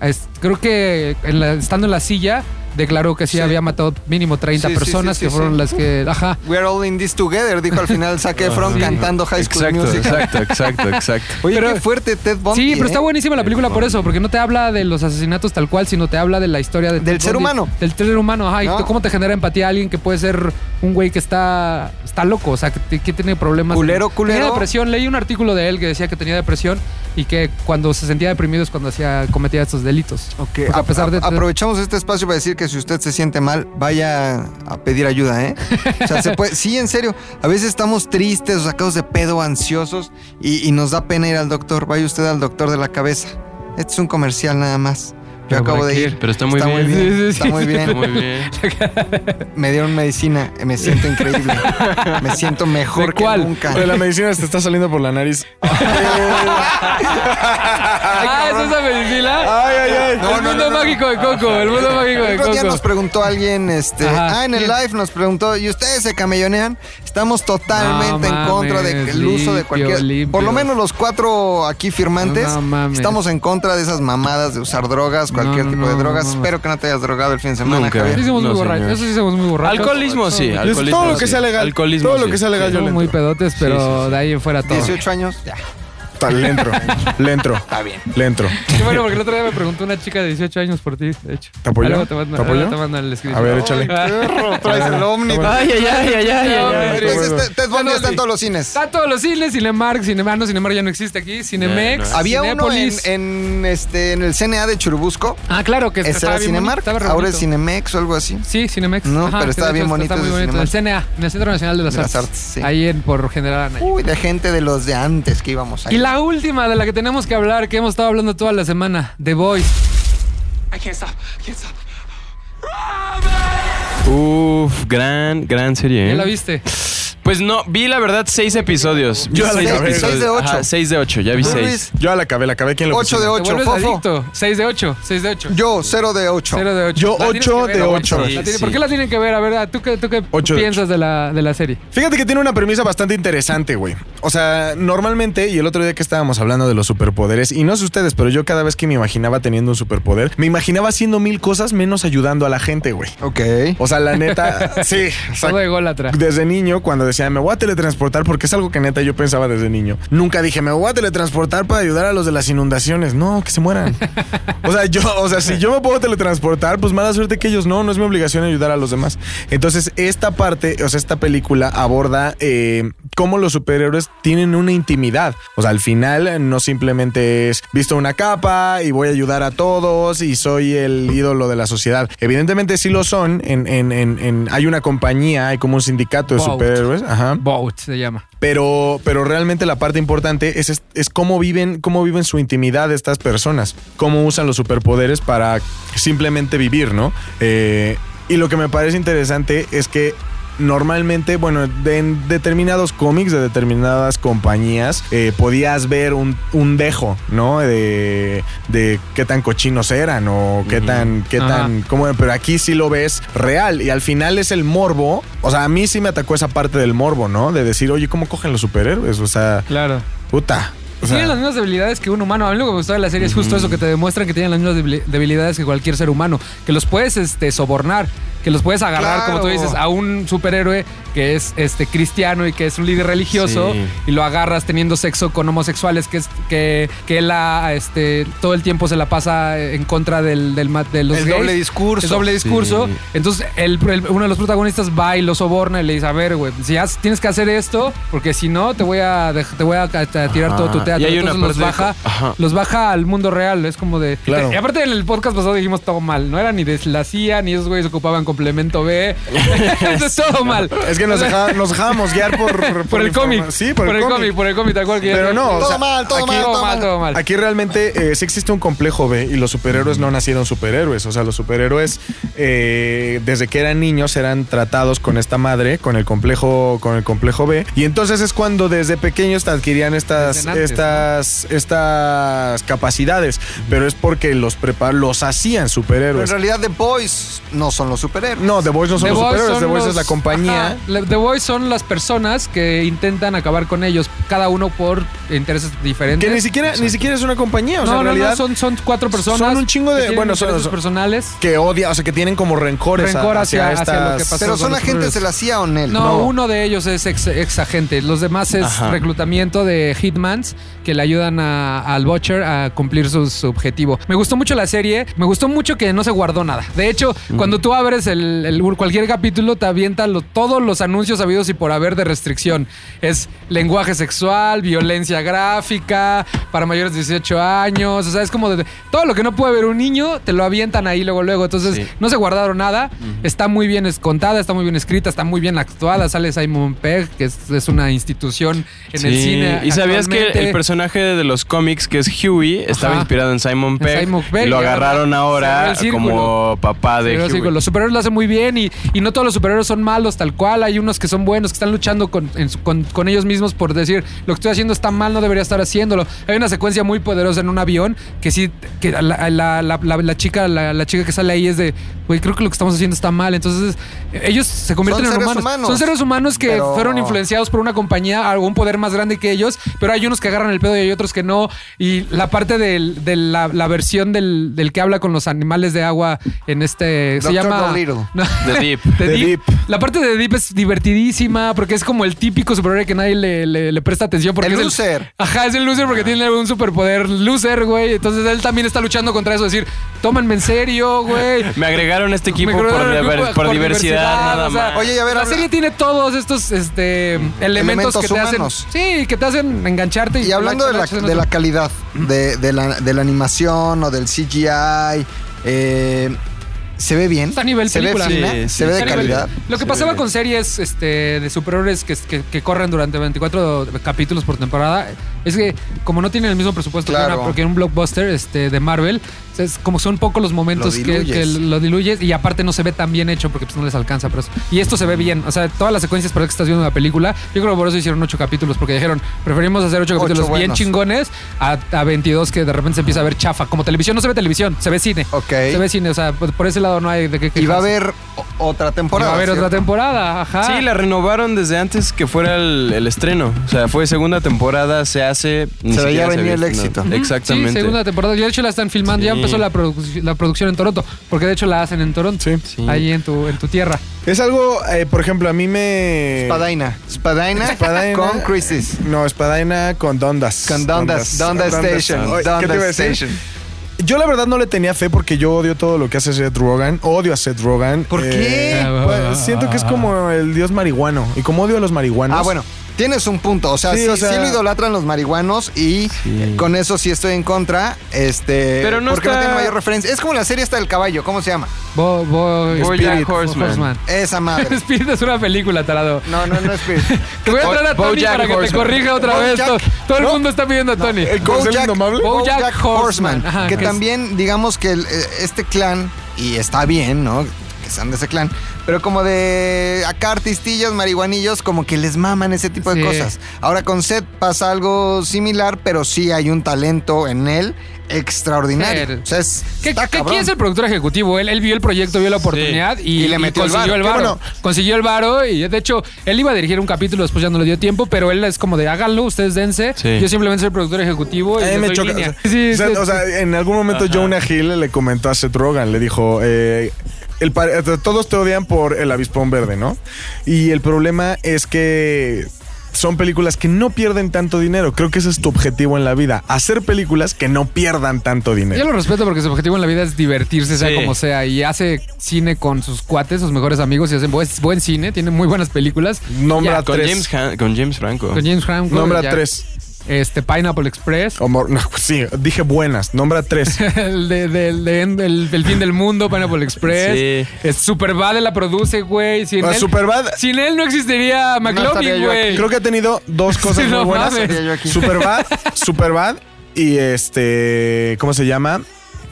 [SPEAKER 2] es- creo que en la- estando en la silla declaró que sí,
[SPEAKER 4] Sí.
[SPEAKER 2] había matado mínimo 30
[SPEAKER 4] Sí, sí, sí,
[SPEAKER 2] personas
[SPEAKER 4] sí,
[SPEAKER 2] que
[SPEAKER 4] sí.
[SPEAKER 2] fueron las que... Ajá.
[SPEAKER 4] We're all in this together, dijo al final Zac Efron
[SPEAKER 3] Sí.
[SPEAKER 4] cantando High School
[SPEAKER 3] exacto,
[SPEAKER 4] Music.
[SPEAKER 3] Exacto, exacto, exacto.
[SPEAKER 4] Oye,
[SPEAKER 2] Pero-
[SPEAKER 4] qué fuerte Ted Bundy.
[SPEAKER 2] Sí, pero
[SPEAKER 4] ¿eh?
[SPEAKER 2] está buenísima la
[SPEAKER 3] Ted
[SPEAKER 2] película por
[SPEAKER 3] Bundy.
[SPEAKER 2] eso, porque no te habla de los asesinatos tal cual, sino te habla de la historia de
[SPEAKER 4] Del
[SPEAKER 2] Ted
[SPEAKER 4] ser
[SPEAKER 2] Bundy.
[SPEAKER 4] humano.
[SPEAKER 2] Del ser humano, ajá.
[SPEAKER 4] ¿No?
[SPEAKER 2] Y tú cómo te genera empatía a alguien que puede ser un güey que está, está loco, o sea, que, te- que tiene problemas.
[SPEAKER 4] Culero, culero.
[SPEAKER 2] Tenía depresión. Leí un artículo de él que decía que tenía depresión y que cuando se sentía deprimido es cuando hacía, cometía estos delitos.
[SPEAKER 4] Ok,
[SPEAKER 2] Porque a pesar de
[SPEAKER 4] a- aprovechamos este espacio para decir que si usted se siente mal, vaya a pedir ayuda, ¿eh? O sea, se puede, sí, en serio. A veces estamos tristes, o sacados de pedo, ansiosos y, y nos da pena ir al doctor. Vaya usted al doctor de la cabeza. Este es un comercial nada más. Yo
[SPEAKER 2] Pero
[SPEAKER 4] acabo
[SPEAKER 2] ¿para
[SPEAKER 4] de
[SPEAKER 2] qué?
[SPEAKER 4] ir.
[SPEAKER 3] Pero está muy bien.
[SPEAKER 2] Sí, sí,
[SPEAKER 4] está
[SPEAKER 2] sí,
[SPEAKER 4] muy
[SPEAKER 2] sí.
[SPEAKER 4] bien.
[SPEAKER 3] Está muy bien.
[SPEAKER 4] Me dieron medicina, me siento increíble. Me siento mejor
[SPEAKER 2] ¿De cuál?
[SPEAKER 4] que nunca.
[SPEAKER 1] De la medicina se está saliendo por la nariz.
[SPEAKER 2] ah, ¿es esa medicina?
[SPEAKER 1] Ay, ay, ay.
[SPEAKER 2] el mundo mágico de Coco, el mundo mágico de
[SPEAKER 4] El otro día nos
[SPEAKER 2] Coco.
[SPEAKER 4] preguntó alguien, este,
[SPEAKER 2] Ajá.
[SPEAKER 4] ah, en el
[SPEAKER 2] ¿Quién?
[SPEAKER 4] live nos preguntó, ¿y ustedes se camellonean? Estamos totalmente
[SPEAKER 2] No
[SPEAKER 4] en contra del
[SPEAKER 2] mames,
[SPEAKER 4] uso de
[SPEAKER 2] limpio,
[SPEAKER 4] cualquier,
[SPEAKER 2] limpio.
[SPEAKER 4] por lo menos los cuatro aquí firmantes,
[SPEAKER 2] No mames.
[SPEAKER 4] estamos en contra de esas mamadas de usar drogas, cualquier
[SPEAKER 2] No,
[SPEAKER 4] tipo
[SPEAKER 2] no,
[SPEAKER 4] de
[SPEAKER 2] no,
[SPEAKER 4] drogas.
[SPEAKER 2] no mames.
[SPEAKER 4] Espero que no te hayas drogado el fin de semana,
[SPEAKER 3] Nunca.
[SPEAKER 2] Eso
[SPEAKER 4] Javier.
[SPEAKER 2] hicimos muy
[SPEAKER 3] No,
[SPEAKER 2] borrachos.
[SPEAKER 3] señor.
[SPEAKER 2] Eso hicimos muy borrachos.
[SPEAKER 3] Alcoholismo, sí.
[SPEAKER 1] Es
[SPEAKER 3] Alcoholismo,
[SPEAKER 1] todo lo que
[SPEAKER 3] sí.
[SPEAKER 1] sea legal.
[SPEAKER 3] Alcoholismo,
[SPEAKER 1] todo lo
[SPEAKER 3] sí.
[SPEAKER 1] que sea legal yo le
[SPEAKER 2] Muy
[SPEAKER 1] entro.
[SPEAKER 2] pedotes, pero
[SPEAKER 3] sí, sí.
[SPEAKER 2] de ahí en fuera todo.
[SPEAKER 4] 18 años, ya.
[SPEAKER 1] Ta- Le entro. Le entro. Está bien. Le entro.
[SPEAKER 2] Qué bueno, porque el otro día me preguntó una chica de 18 años por ti, de hecho.
[SPEAKER 1] ¿Te apoyó?
[SPEAKER 2] Luego te mando,
[SPEAKER 1] ¿Te apoyó?
[SPEAKER 2] luego te mando el
[SPEAKER 1] A
[SPEAKER 2] screenshot.
[SPEAKER 1] ver, échale.
[SPEAKER 4] Perro, traes el Omni.
[SPEAKER 2] Ay, ay, ay, ay, ay, ay.
[SPEAKER 4] Entonces, Ted- Ted Bundy
[SPEAKER 2] Ted
[SPEAKER 4] está en
[SPEAKER 2] Bundy.
[SPEAKER 4] todos los cines.
[SPEAKER 2] Está todos los cines, Cinemark, Cinemark, no, Cinemark ya no existe aquí, Cinemex,
[SPEAKER 3] Ya,
[SPEAKER 4] Había uno en,
[SPEAKER 2] Cinépolis.
[SPEAKER 4] en, este, en el CNA de Churubusco.
[SPEAKER 2] Ah, claro, que
[SPEAKER 4] Ese
[SPEAKER 2] estaba
[SPEAKER 4] era
[SPEAKER 2] bien bonito,
[SPEAKER 4] Cinemark,
[SPEAKER 2] estaba re
[SPEAKER 4] ahora
[SPEAKER 2] bonito.
[SPEAKER 4] es Cinemex o algo así.
[SPEAKER 2] Sí, Cinemex.
[SPEAKER 4] No, pero
[SPEAKER 2] que de
[SPEAKER 4] estaba
[SPEAKER 2] hecho
[SPEAKER 4] bien bonito
[SPEAKER 2] Está muy
[SPEAKER 4] ese
[SPEAKER 2] bonito. En el CNA, en el Centro Nacional de las,
[SPEAKER 4] De las
[SPEAKER 2] Artes.
[SPEAKER 4] Artes, sí.
[SPEAKER 2] Ahí en, por general Anaya.
[SPEAKER 4] Uy, de gente de los de antes que íbamos ahí.
[SPEAKER 2] Y la última de la que tenemos que hablar, que hemos estado hablando toda la semana, The Voice.
[SPEAKER 3] Uf, gran, gran serie.
[SPEAKER 2] ¿Ya
[SPEAKER 3] ¿eh?
[SPEAKER 2] la viste?
[SPEAKER 3] Pues no, vi la verdad seis episodios.
[SPEAKER 1] Yo la
[SPEAKER 3] Seis
[SPEAKER 1] acabé.
[SPEAKER 3] episodios.
[SPEAKER 4] Seis de ocho.
[SPEAKER 3] Ajá, seis de ocho, ya vi
[SPEAKER 4] Tú,
[SPEAKER 3] seis.
[SPEAKER 4] Luis,
[SPEAKER 1] Yo la acabé, la acabé. ¿Quién lo
[SPEAKER 4] Ocho de
[SPEAKER 2] Te
[SPEAKER 4] ocho,
[SPEAKER 2] vuelves
[SPEAKER 4] fofo.
[SPEAKER 2] adicto. 6 de 8, 6 de 8.
[SPEAKER 4] Yo, 0 de 8.
[SPEAKER 2] 0 de 8.
[SPEAKER 1] Yo
[SPEAKER 2] La tienes que
[SPEAKER 1] ocho
[SPEAKER 2] ver,
[SPEAKER 1] de
[SPEAKER 2] güey.
[SPEAKER 1] ocho.
[SPEAKER 2] La
[SPEAKER 3] Sí,
[SPEAKER 2] tiene-
[SPEAKER 3] sí.
[SPEAKER 2] ¿Por qué la tienen que ver? A ver, ¿tú qué, tú qué
[SPEAKER 1] Ocho de
[SPEAKER 2] piensas de, la, de la serie?
[SPEAKER 1] Fíjate que tiene una premisa bastante interesante, güey. O sea, normalmente, y el otro día que estábamos hablando de los superpoderes, y no sé ustedes, pero yo cada vez que me imaginaba teniendo un superpoder, me imaginaba haciendo mil cosas menos ayudando a la gente, güey.
[SPEAKER 4] Ok.
[SPEAKER 1] O sea, la neta, sí. o sea,
[SPEAKER 2] Todo de gol atrás.
[SPEAKER 1] desde niño, cuando decía me voy a teletransportar, porque es algo que neta yo pensaba desde niño, nunca dije me voy a teletransportar para ayudar a los de las inundaciones. No, que se mueran. o sea, yo, o sea, si yo me puedo teletransportar, pues mala suerte que ellos no, no es mi obligación ayudar a los demás. Entonces, esta parte, o sea, esta película aborda eh, cómo los superhéroes tienen una intimidad. O sea, al final eh, no simplemente es visto una capa y voy a ayudar a todos y soy el ídolo de la sociedad. Evidentemente sí lo son. En, en- en- en- hay una compañía, hay como un sindicato de
[SPEAKER 2] Vault.
[SPEAKER 1] superhéroes. Ajá.
[SPEAKER 2] Boat se llama.
[SPEAKER 1] Pero, pero realmente la parte importante es, es, es cómo viven, cómo viven su intimidad estas personas, cómo usan los superpoderes para simplemente vivir, ¿no? Eh, y lo que me parece interesante es que normalmente, bueno, de- en determinados cómics de determinadas compañías, eh, podías ver un, un dejo, ¿no? De, de qué tan cochinos eran o qué tan, qué
[SPEAKER 2] Ajá.
[SPEAKER 1] tan, cómo, pero aquí sí lo ves real y al final es el morbo. O sea, a mí sí me atacó esa parte del morbo, ¿no? De decir, oye, ¿cómo cogen los superhéroes? O sea,
[SPEAKER 2] Claro.
[SPEAKER 1] puta. O sea,
[SPEAKER 2] tienen las mismas debilidades que un humano. A mí lo que me gustó de la serie es justo eso, que te demuestran que tienen las mismas debili- debilidades que cualquier ser humano. Que los puedes este, sobornar, que los puedes agarrar, como tú
[SPEAKER 4] Claro.
[SPEAKER 2] dices, a un superhéroe que es este, cristiano y que es un líder religioso
[SPEAKER 3] Sí.
[SPEAKER 2] y lo agarras teniendo sexo con homosexuales que, es, que, que él ah, este, todo el tiempo se la pasa en contra del, del, ma- de los
[SPEAKER 4] El
[SPEAKER 2] gays.
[SPEAKER 4] doble discurso.
[SPEAKER 2] El doble discurso.
[SPEAKER 3] Sí.
[SPEAKER 2] Entonces, el- el- uno de los protagonistas va y lo soborna y le dice, a ver, güey, si has- tienes que hacer esto, porque si no, te voy a, dej- te voy a, ca- a tirar
[SPEAKER 3] Ajá.
[SPEAKER 1] Ah,
[SPEAKER 2] todo tu teatro.
[SPEAKER 3] Y hay una
[SPEAKER 2] Entonces los
[SPEAKER 3] parte de-
[SPEAKER 2] baja,
[SPEAKER 3] Ajá.
[SPEAKER 2] los baja al mundo real. Es como de...
[SPEAKER 1] Claro.
[SPEAKER 2] Y aparte en el podcast pasado dijimos todo mal. No era ni de la CIA, ni esos güeyes ocupaban complemento B. es todo mal.
[SPEAKER 1] Es que nos, dejaba- nos dejábamos guiar por, por
[SPEAKER 2] Por el
[SPEAKER 1] informa-
[SPEAKER 2] cómic.
[SPEAKER 1] Sí, por, el cómic.
[SPEAKER 2] Por el cómic, tal cual. que-
[SPEAKER 1] Pero no, o
[SPEAKER 4] Todo
[SPEAKER 1] sea,
[SPEAKER 4] mal, todo
[SPEAKER 1] aquí-
[SPEAKER 4] mal,
[SPEAKER 2] todo mal, todo mal.
[SPEAKER 1] Aquí realmente eh, sí existe un complejo B y los superhéroes no nacieron superhéroes. O sea, los superhéroes eh, desde que eran niños eran tratados con esta madre, con el complejo, con el complejo B. Y entonces es cuando desde pequeños adquirían estas,
[SPEAKER 2] Desde antes,
[SPEAKER 1] estas, estas capacidades. Pero es porque los prepar los hacían
[SPEAKER 4] Pero en
[SPEAKER 1] superhéroes.
[SPEAKER 4] realidad The Boys no son los superhéroes.
[SPEAKER 1] No, The Boys no son
[SPEAKER 2] The
[SPEAKER 1] los
[SPEAKER 2] Boys
[SPEAKER 1] superhéroes,
[SPEAKER 2] son
[SPEAKER 1] The Boys es
[SPEAKER 2] los-
[SPEAKER 1] la compañía.
[SPEAKER 2] Ajá. Le- The Boys son las personas que intentan acabar con ellos, cada uno por intereses diferentes.
[SPEAKER 1] Que ni siquiera, ni siquiera es una compañía, o sea,
[SPEAKER 2] no,
[SPEAKER 1] en
[SPEAKER 2] no,
[SPEAKER 1] realidad
[SPEAKER 2] no, son, son cuatro personas.
[SPEAKER 1] son un chingo de-
[SPEAKER 2] que tienen
[SPEAKER 1] bueno, son-
[SPEAKER 2] intereses
[SPEAKER 1] son-
[SPEAKER 2] personales.
[SPEAKER 1] que odia, o sea, que tienen como rencores
[SPEAKER 2] Rencor
[SPEAKER 1] hacia,
[SPEAKER 2] hacia- hacia lo que
[SPEAKER 1] estas-
[SPEAKER 2] pasó.
[SPEAKER 4] Pero
[SPEAKER 2] son
[SPEAKER 4] son
[SPEAKER 2] los superhéroes.
[SPEAKER 4] agentes de la CIA o NEL.
[SPEAKER 2] No, uno de ellos es ex, ex agente. Los demás es
[SPEAKER 3] Ajá.
[SPEAKER 2] reclutamiento de hitmans que le ayudan a- al Butcher a cumplir su, su objetivo. Me gustó mucho la serie. Me gustó mucho que no se guardó nada. De hecho, cuando tú abres el, el- cualquier capítulo, te avienta lo- todos los anuncios habidos y por haber de restricción. Es lenguaje sexual, violencia gráfica, para mayores de 18 años. O sea, es como de- todo lo que no puede ver un niño, te lo avientan ahí luego, luego. Entonces,
[SPEAKER 3] Sí.
[SPEAKER 2] no se guardaron nada. Está muy bien es- contada, está muy bien escrita, está muy bien actuada. Sale Simon Pegg, que es, es una institución en el
[SPEAKER 3] Sí,
[SPEAKER 2] cine.
[SPEAKER 3] ¿Y sabías que
[SPEAKER 2] actualmente.
[SPEAKER 3] el personaje de los cómics, que es Huey, estaba
[SPEAKER 2] Ajá.
[SPEAKER 3] inspirado en Simon Pegg?
[SPEAKER 2] Simon
[SPEAKER 3] y
[SPEAKER 2] Pegg,
[SPEAKER 3] lo
[SPEAKER 2] y ahora
[SPEAKER 3] agarraron ahora
[SPEAKER 2] cerró el círculo.
[SPEAKER 3] como papá de
[SPEAKER 2] Pero sí,
[SPEAKER 3] Huey.
[SPEAKER 2] los superhéroes lo hacen muy bien y, y no todos los superhéroes son malos, tal cual. Hay unos que son buenos, que están luchando con, en su- con- con ellos mismos por decir lo que estoy haciendo está mal, no debería estar haciéndolo. Hay una secuencia muy poderosa en un avión que sí, que la, la- la- la- la chica, la, la chica que sale ahí es de, güey, creo que lo que estamos haciendo está mal. Entonces, ellos se convierten
[SPEAKER 4] Son
[SPEAKER 2] en
[SPEAKER 4] seres
[SPEAKER 2] humanos.
[SPEAKER 4] humanos.
[SPEAKER 2] Son seres humanos que
[SPEAKER 4] Pero-
[SPEAKER 2] fueron influenciados por una compañía, algún poder más grande que ellos, pero hay unos que agarran el pedo y hay otros que no. Y la parte del- de la, la versión del, del que habla con los animales de agua en este. se
[SPEAKER 4] Dr.
[SPEAKER 2] llama.
[SPEAKER 4] Dolittle.
[SPEAKER 2] No,
[SPEAKER 3] The Deep.
[SPEAKER 2] The
[SPEAKER 1] The
[SPEAKER 2] Deep.
[SPEAKER 1] Deep.
[SPEAKER 2] La parte de Deep es divertidísima porque es como el típico superhéroe que nadie le, le- le presta atención. Porque
[SPEAKER 4] El
[SPEAKER 2] es
[SPEAKER 4] loser.
[SPEAKER 2] Ajá, es el loser porque tiene un superpoder loser, güey. Entonces él también está luchando contra eso. Decir, tómenme en serio, güey.
[SPEAKER 3] Me agregaron este equipo
[SPEAKER 2] Me
[SPEAKER 3] por,
[SPEAKER 2] acordaron del
[SPEAKER 3] diver-
[SPEAKER 2] grupo-
[SPEAKER 3] por
[SPEAKER 2] por
[SPEAKER 3] diversidad, nada
[SPEAKER 2] o sea,
[SPEAKER 3] más.
[SPEAKER 4] Oye, y a ver,
[SPEAKER 2] la
[SPEAKER 4] habla-
[SPEAKER 2] serie tiene todos estos este, elementos,
[SPEAKER 4] Elementos
[SPEAKER 2] que te hacen.
[SPEAKER 4] humanos.
[SPEAKER 2] Sí, que te hacen engancharte.
[SPEAKER 4] Y hablando de la, de la calidad, de, de la, de la animación o del CGI, eh, ¿se ve bien?
[SPEAKER 2] Está a nivel
[SPEAKER 4] ¿Se
[SPEAKER 2] película.
[SPEAKER 4] ve fina?
[SPEAKER 3] Sí, sí,
[SPEAKER 4] ¿Se ve de
[SPEAKER 2] Está a nivel-
[SPEAKER 4] calidad?
[SPEAKER 2] Lo que
[SPEAKER 3] Se
[SPEAKER 2] pasaba
[SPEAKER 3] ve.
[SPEAKER 2] con series este, de superhéroes que, que, que corren durante 24 capítulos por temporada es que, como no tienen el mismo presupuesto que
[SPEAKER 4] Claro.
[SPEAKER 2] una- porque un blockbuster este, de Marvel, o sea, es como son pocos los momentos
[SPEAKER 4] Lo
[SPEAKER 2] que,
[SPEAKER 4] diluyes.
[SPEAKER 2] que lo diluyes y aparte no se ve tan bien hecho porque pues, no les alcanza. Pero eso. Y esto se ve bien. O sea, todas las secuencias para que estás viendo en la película, yo creo que por eso hicieron 8 capítulos porque dijeron, preferimos hacer 8
[SPEAKER 4] Ocho
[SPEAKER 2] capítulos bien
[SPEAKER 4] buenos.
[SPEAKER 2] chingones a, a 22 que de repente se empieza a ver chafa. Como televisión, no se ve televisión, se ve cine.
[SPEAKER 4] Ok.
[SPEAKER 2] Se ve cine, o sea, por por ese lado no hay de qué
[SPEAKER 4] Y va a
[SPEAKER 2] quejarse.
[SPEAKER 4] haber o- otra
[SPEAKER 2] Y
[SPEAKER 4] temporada.
[SPEAKER 2] Va a haber otra
[SPEAKER 4] ¿cierto?
[SPEAKER 2] temporada, ajá.
[SPEAKER 3] Sí, la renovaron desde antes que fuera el, el estreno. O sea, fue segunda temporada, se hace. ni
[SPEAKER 4] Se veía
[SPEAKER 3] siquiera
[SPEAKER 4] venir
[SPEAKER 3] había
[SPEAKER 4] el
[SPEAKER 3] estrenado.
[SPEAKER 4] éxito. Ujú.
[SPEAKER 3] Exactamente.
[SPEAKER 2] Sí, segunda temporada. Y de hecho la están filmando, ya
[SPEAKER 3] Sí.
[SPEAKER 2] empezó la, produc- la producción en Toronto, porque de hecho la hacen en Toronto.
[SPEAKER 1] Sí.
[SPEAKER 3] Sí.
[SPEAKER 2] Ahí en tu, en tu tierra.
[SPEAKER 1] Es algo, eh, por ejemplo, a mí me.
[SPEAKER 4] Spadaina. Spadaina,
[SPEAKER 1] Spadaina.
[SPEAKER 4] con Crisis.
[SPEAKER 1] No, Espadaina con Dondas.
[SPEAKER 4] Con Dondas. Donda Station.
[SPEAKER 1] Oye, ¿Qué te
[SPEAKER 4] Donda
[SPEAKER 1] iba a decir?
[SPEAKER 4] Station.
[SPEAKER 1] Yo la verdad no le tenía fe porque yo odio todo lo que hace Seth Rogen. Odio a Seth Rogen.
[SPEAKER 4] ¿Por
[SPEAKER 2] Ah,
[SPEAKER 4] qué?
[SPEAKER 1] pues, siento que es como el dios marihuano. Y como odio a los marihuanos.
[SPEAKER 4] Ah, bueno. Tienes un punto, o sea,
[SPEAKER 1] Sí,
[SPEAKER 4] sí,
[SPEAKER 1] o sea-
[SPEAKER 4] sí lo idolatran los marihuanos y eh, con eso sí estoy en contra, este,
[SPEAKER 3] Pero no
[SPEAKER 4] porque no
[SPEAKER 3] está-
[SPEAKER 4] tiene mayor referencia. Es como la serie esta del caballo, ¿cómo se llama?
[SPEAKER 2] Bo, bo,
[SPEAKER 3] Bojack
[SPEAKER 2] Spirit,
[SPEAKER 3] Horseman.
[SPEAKER 4] Esa madre.
[SPEAKER 2] Spirit es una película, tarado.
[SPEAKER 4] No, no, no es Spirit.
[SPEAKER 2] Te voy a
[SPEAKER 3] Bo-
[SPEAKER 2] traer a Tony
[SPEAKER 3] Bojack
[SPEAKER 2] para que te
[SPEAKER 3] Horseman.
[SPEAKER 2] corrija otra
[SPEAKER 4] Bojack-
[SPEAKER 2] vez. Todo, todo el
[SPEAKER 4] No. eh,
[SPEAKER 2] mundo está pidiendo a Tony.
[SPEAKER 1] El corcel
[SPEAKER 4] Bojack-
[SPEAKER 1] indomable.
[SPEAKER 2] Bojack
[SPEAKER 4] Bojack
[SPEAKER 2] Horseman.
[SPEAKER 4] Horseman,
[SPEAKER 2] Ajá,
[SPEAKER 4] que
[SPEAKER 2] que es-
[SPEAKER 4] también, digamos que el, eh, este clan, y está bien, ¿no? Que sean de ese clan, pero como de acá artistillas, marihuanillos, como que les maman ese tipo de
[SPEAKER 2] Sí.
[SPEAKER 4] cosas. Ahora con Seth pasa algo similar, pero sí hay un talento en él extraordinario.
[SPEAKER 2] Pero-
[SPEAKER 4] o sea, es,
[SPEAKER 2] ¿Qué,
[SPEAKER 4] está
[SPEAKER 2] qué-
[SPEAKER 4] cabrón.
[SPEAKER 2] quién es el productor ejecutivo? Él, él vio el proyecto, vio la oportunidad y,
[SPEAKER 4] Y le metió el
[SPEAKER 2] consiguió
[SPEAKER 4] varo.
[SPEAKER 2] el
[SPEAKER 4] Qué
[SPEAKER 2] varo.
[SPEAKER 4] bueno.
[SPEAKER 2] Consiguió el varo y de hecho él iba a dirigir un capítulo, después ya no le dio tiempo, pero él es como de háganlo, ustedes dense.
[SPEAKER 3] Sí.
[SPEAKER 2] Yo simplemente soy el productor ejecutivo y
[SPEAKER 1] A mí
[SPEAKER 2] les
[SPEAKER 1] me
[SPEAKER 2] doy
[SPEAKER 1] choca.
[SPEAKER 2] línea.
[SPEAKER 1] O sea,
[SPEAKER 2] Sí,
[SPEAKER 1] o sea,
[SPEAKER 2] sí,
[SPEAKER 1] o sea, en algún momento Jonah Hill le comentó a Seth Rogen, le dijo, eh, el pa- eh, todos te odian por el avispón verde, ¿no? Y el problema es que son películas que no pierden tanto dinero. Creo que ese es tu objetivo en la vida, hacer películas que no pierdan tanto
[SPEAKER 2] Yo
[SPEAKER 1] dinero.
[SPEAKER 2] lo respeto porque su objetivo en la vida es divertirse, sea
[SPEAKER 3] Sí.
[SPEAKER 2] como sea, y hace cine con sus cuates, sus mejores amigos, y hacen buen, buen cine, tiene muy buenas películas.
[SPEAKER 1] Nombra
[SPEAKER 2] Ya,
[SPEAKER 3] Con
[SPEAKER 1] tres.
[SPEAKER 3] James, Han- con James Franco.
[SPEAKER 2] Con James Franco.
[SPEAKER 1] Nombra
[SPEAKER 2] ya.
[SPEAKER 1] tres.
[SPEAKER 2] este Pineapple Express,
[SPEAKER 1] O mor- no, pues sí, dije buenas. Nombra tres.
[SPEAKER 2] el de, del- de- el- el fin del mundo, Pineapple Express.
[SPEAKER 3] Sí.
[SPEAKER 2] Es Superbad la produce, güey. Sin,
[SPEAKER 1] Ah,
[SPEAKER 2] él-
[SPEAKER 1] Superbad.
[SPEAKER 2] sin él no existiría
[SPEAKER 4] estaría
[SPEAKER 2] McLovin,
[SPEAKER 4] yo
[SPEAKER 2] güey.
[SPEAKER 1] Creo que ha tenido dos cosas
[SPEAKER 2] Sí,
[SPEAKER 1] muy
[SPEAKER 2] no
[SPEAKER 1] buenas.
[SPEAKER 2] mames.
[SPEAKER 4] Estaría yo aquí.
[SPEAKER 1] Superbad, Superbad y este, ¿cómo se llama?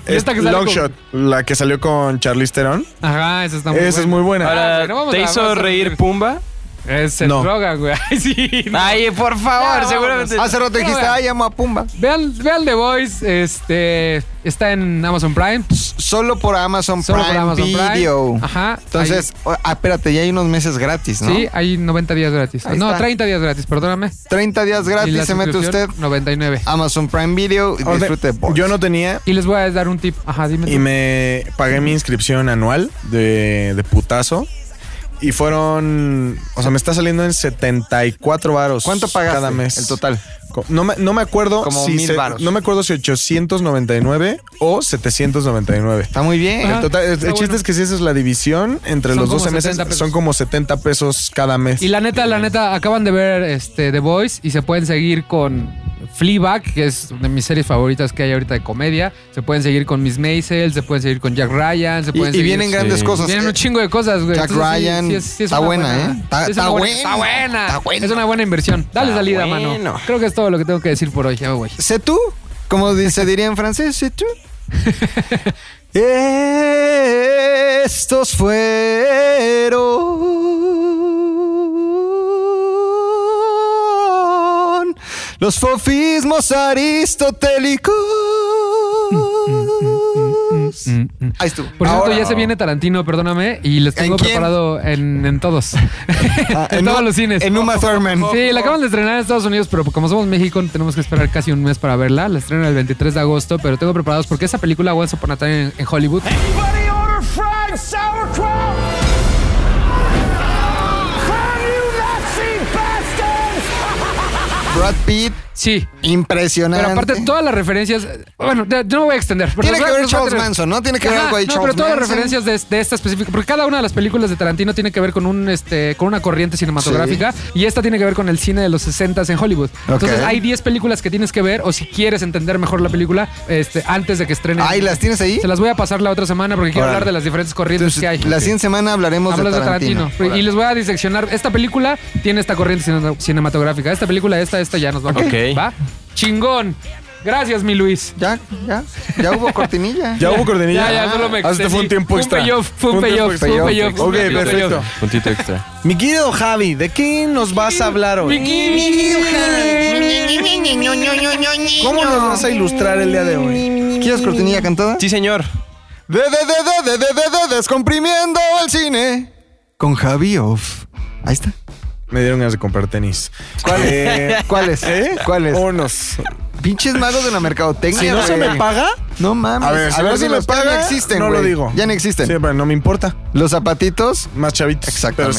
[SPEAKER 2] Y esta que sale con-
[SPEAKER 1] Longshot, la que salió con Charlize Theron.
[SPEAKER 2] Ajá, esa está muy
[SPEAKER 1] Esa es muy buena.
[SPEAKER 2] Ah,
[SPEAKER 3] Ahora,
[SPEAKER 2] bueno, vamos
[SPEAKER 3] ¿te
[SPEAKER 2] a-
[SPEAKER 3] hizo
[SPEAKER 2] vamos a-
[SPEAKER 3] reír Pumba?
[SPEAKER 2] Es el
[SPEAKER 1] No.
[SPEAKER 2] droga, güey. Ay, sí. no.
[SPEAKER 3] Ay, por favor,
[SPEAKER 2] Ya,
[SPEAKER 3] seguramente.
[SPEAKER 4] Hace rato
[SPEAKER 2] Pero
[SPEAKER 4] dijiste,
[SPEAKER 2] bueno.
[SPEAKER 4] ay, amo a Pumba.
[SPEAKER 2] Vean, vean The Voice, este está en Amazon Prime.
[SPEAKER 4] Solo por Amazon
[SPEAKER 2] Solo
[SPEAKER 4] Prime
[SPEAKER 2] por Amazon
[SPEAKER 4] Video.
[SPEAKER 2] Prime. Ajá.
[SPEAKER 4] Entonces, o- ah, espérate, ya hay unos meses gratis,
[SPEAKER 2] hay-
[SPEAKER 4] ¿no?
[SPEAKER 2] sí, hay 90 días gratis.
[SPEAKER 4] Ahí
[SPEAKER 2] no,
[SPEAKER 4] está.
[SPEAKER 2] 30 días gratis, perdóname.
[SPEAKER 4] 30 días
[SPEAKER 2] Y la
[SPEAKER 4] gratis se mete usted.
[SPEAKER 2] suscripción, 99.
[SPEAKER 4] Amazon Prime Video y
[SPEAKER 1] Orden-
[SPEAKER 4] disfrute. Boys.
[SPEAKER 1] yo no tenía
[SPEAKER 2] Y les voy a dar un tip. Ajá, dime. tú.
[SPEAKER 1] y me pagué mi inscripción anual de, de putazo. Y fueron, o sea, me está saliendo en 74 varos.
[SPEAKER 4] ¿Cuánto pagaste
[SPEAKER 1] cada mes?
[SPEAKER 4] el total?
[SPEAKER 1] Co- No me, no me acuerdo
[SPEAKER 4] Como
[SPEAKER 1] si
[SPEAKER 4] mil
[SPEAKER 1] se-
[SPEAKER 4] varos.
[SPEAKER 1] no me acuerdo si 899 o 799.
[SPEAKER 4] Está muy bien.
[SPEAKER 2] Ajá.
[SPEAKER 1] El, total- el
[SPEAKER 2] está
[SPEAKER 1] chiste
[SPEAKER 2] bueno.
[SPEAKER 1] es que si esa es la división entre
[SPEAKER 2] Son
[SPEAKER 1] los
[SPEAKER 2] como
[SPEAKER 1] 12 meses,
[SPEAKER 2] 70 pesos.
[SPEAKER 1] son como 70 pesos cada mes.
[SPEAKER 2] Y la neta, la neta, acaban de ver este The Voice y se pueden seguir con Fleabag, que es de mis series favoritas que hay ahorita de comedia. Se pueden seguir con Miss Maisel, se pueden seguir con Jack Ryan, se
[SPEAKER 4] Y,
[SPEAKER 2] pueden
[SPEAKER 4] y
[SPEAKER 2] seguir-
[SPEAKER 4] vienen grandes
[SPEAKER 3] Sí.
[SPEAKER 4] cosas. Eh,
[SPEAKER 2] Vienen un chingo de cosas, güey.
[SPEAKER 4] Jack
[SPEAKER 2] Entonces, sí,
[SPEAKER 4] Ryan.
[SPEAKER 2] sí es- sí es
[SPEAKER 4] Está
[SPEAKER 2] una
[SPEAKER 4] buena, ¿eh? Está-
[SPEAKER 2] sí es
[SPEAKER 4] está
[SPEAKER 2] una
[SPEAKER 4] buena.
[SPEAKER 2] Está buena.
[SPEAKER 4] Está buena.
[SPEAKER 2] Es una buena inversión. Dale
[SPEAKER 3] Está
[SPEAKER 2] salida,
[SPEAKER 3] bueno.
[SPEAKER 2] mano. Creo que es todo lo que tengo que decir por hoy. Ya, güey.
[SPEAKER 4] ¿Sé tú? Como di- se diría en francés, ¿sé tú? Estos fueron los sofismos aristotélicos.
[SPEAKER 2] Mm, mm.
[SPEAKER 4] Ahí estuvo.
[SPEAKER 2] Por cierto,
[SPEAKER 4] Ahora-
[SPEAKER 2] ya se viene Tarantino, perdóname, y les tengo
[SPEAKER 4] ¿En quién?
[SPEAKER 2] preparado en, en todos.
[SPEAKER 4] Ah,
[SPEAKER 2] en,
[SPEAKER 4] en
[SPEAKER 2] todos
[SPEAKER 4] U-
[SPEAKER 2] los cines.
[SPEAKER 4] En Uma Thurman.
[SPEAKER 2] Sí, la acaban de estrenar en Estados Unidos, pero como somos México, tenemos que esperar casi un mes para verla. La estrenan el 23 de agosto, pero tengo preparados porque esa película Once Upon a Time en, en Hollywood.
[SPEAKER 4] Brad Pitt,
[SPEAKER 2] Sí,
[SPEAKER 4] impresionante.
[SPEAKER 2] pero aparte todas las referencias... Bueno, ya- yo no voy a extender. pero
[SPEAKER 4] Tiene
[SPEAKER 2] les voy a-
[SPEAKER 4] que ver
[SPEAKER 2] les voy a
[SPEAKER 4] Charles
[SPEAKER 2] tener-
[SPEAKER 4] Manson, ¿no? Tiene que ver
[SPEAKER 2] Ajá,
[SPEAKER 4] algo ahí
[SPEAKER 2] no,
[SPEAKER 4] Charles
[SPEAKER 2] pero todas las
[SPEAKER 4] Manson.
[SPEAKER 2] referencias de, de esta específica, porque cada una de las películas de Tarantino tiene que ver con un este con una corriente cinematográfica y esta tiene que ver con el cine de los 60 en Hollywood. Entonces
[SPEAKER 4] Ok.
[SPEAKER 2] hay 10 películas que tienes que ver o si quieres entender mejor la película este antes de que estrene.
[SPEAKER 4] Ay, ¿las tienes ahí?
[SPEAKER 2] Se las voy a pasar la otra semana porque quiero
[SPEAKER 4] Órale.
[SPEAKER 2] hablar de las diferentes corrientes que hay.
[SPEAKER 4] La siguiente semana hablaremos
[SPEAKER 2] Hablas
[SPEAKER 4] de Tarantino.
[SPEAKER 2] Y les voy a diseccionar. Esta película tiene esta corriente cine- cinematográfica. Esta película, esta, esta, ya nos vamos.
[SPEAKER 3] Ok.
[SPEAKER 2] ¿Va? Chingón. Gracias, mi Luis.
[SPEAKER 4] Ya, ya, ya hubo cortinilla.
[SPEAKER 1] ya hubo coordinilla.
[SPEAKER 2] Ya, ya, solo me
[SPEAKER 1] Ah, este fue
[SPEAKER 2] extendí.
[SPEAKER 1] un tiempo extra.
[SPEAKER 2] Fue un payoff, fue un
[SPEAKER 1] tiempo
[SPEAKER 2] payoff,
[SPEAKER 1] extra.
[SPEAKER 2] fue un payoff.
[SPEAKER 3] Payoff, extra,
[SPEAKER 1] Ok,
[SPEAKER 2] fue un payoff.
[SPEAKER 1] perfecto.
[SPEAKER 3] Puntito extra.
[SPEAKER 1] Mi querido Javi, ¿de qué nos vas a hablar hoy?
[SPEAKER 2] Mi querido
[SPEAKER 1] ¿Cómo nos vas a ilustrar el día de hoy?
[SPEAKER 4] ¿Quieres cortinilla cantada?
[SPEAKER 3] Sí, señor.
[SPEAKER 4] De, de, de, de, de, de, de, descomprimiendo el cine. Con Javi Off. Ahí está.
[SPEAKER 1] Me dieron ganas de comprar tenis.
[SPEAKER 4] ¿Cuál es?
[SPEAKER 1] Eh,
[SPEAKER 4] ¿Cuál es?
[SPEAKER 1] ¿Eh?
[SPEAKER 4] ¿Cuál es?
[SPEAKER 1] Unos.
[SPEAKER 4] Pinches magos de la mercadotecnia.
[SPEAKER 1] Si no se
[SPEAKER 4] güey.
[SPEAKER 1] me paga,
[SPEAKER 4] No mames.
[SPEAKER 1] A ver, si no se me
[SPEAKER 4] los- ya
[SPEAKER 1] paga,
[SPEAKER 4] no existen.
[SPEAKER 1] no lo
[SPEAKER 4] güey.
[SPEAKER 1] digo.
[SPEAKER 4] Ya no existen.
[SPEAKER 1] sí, pero no me importa.
[SPEAKER 4] Los zapatitos.
[SPEAKER 1] Más chavitos.
[SPEAKER 4] Exactamente.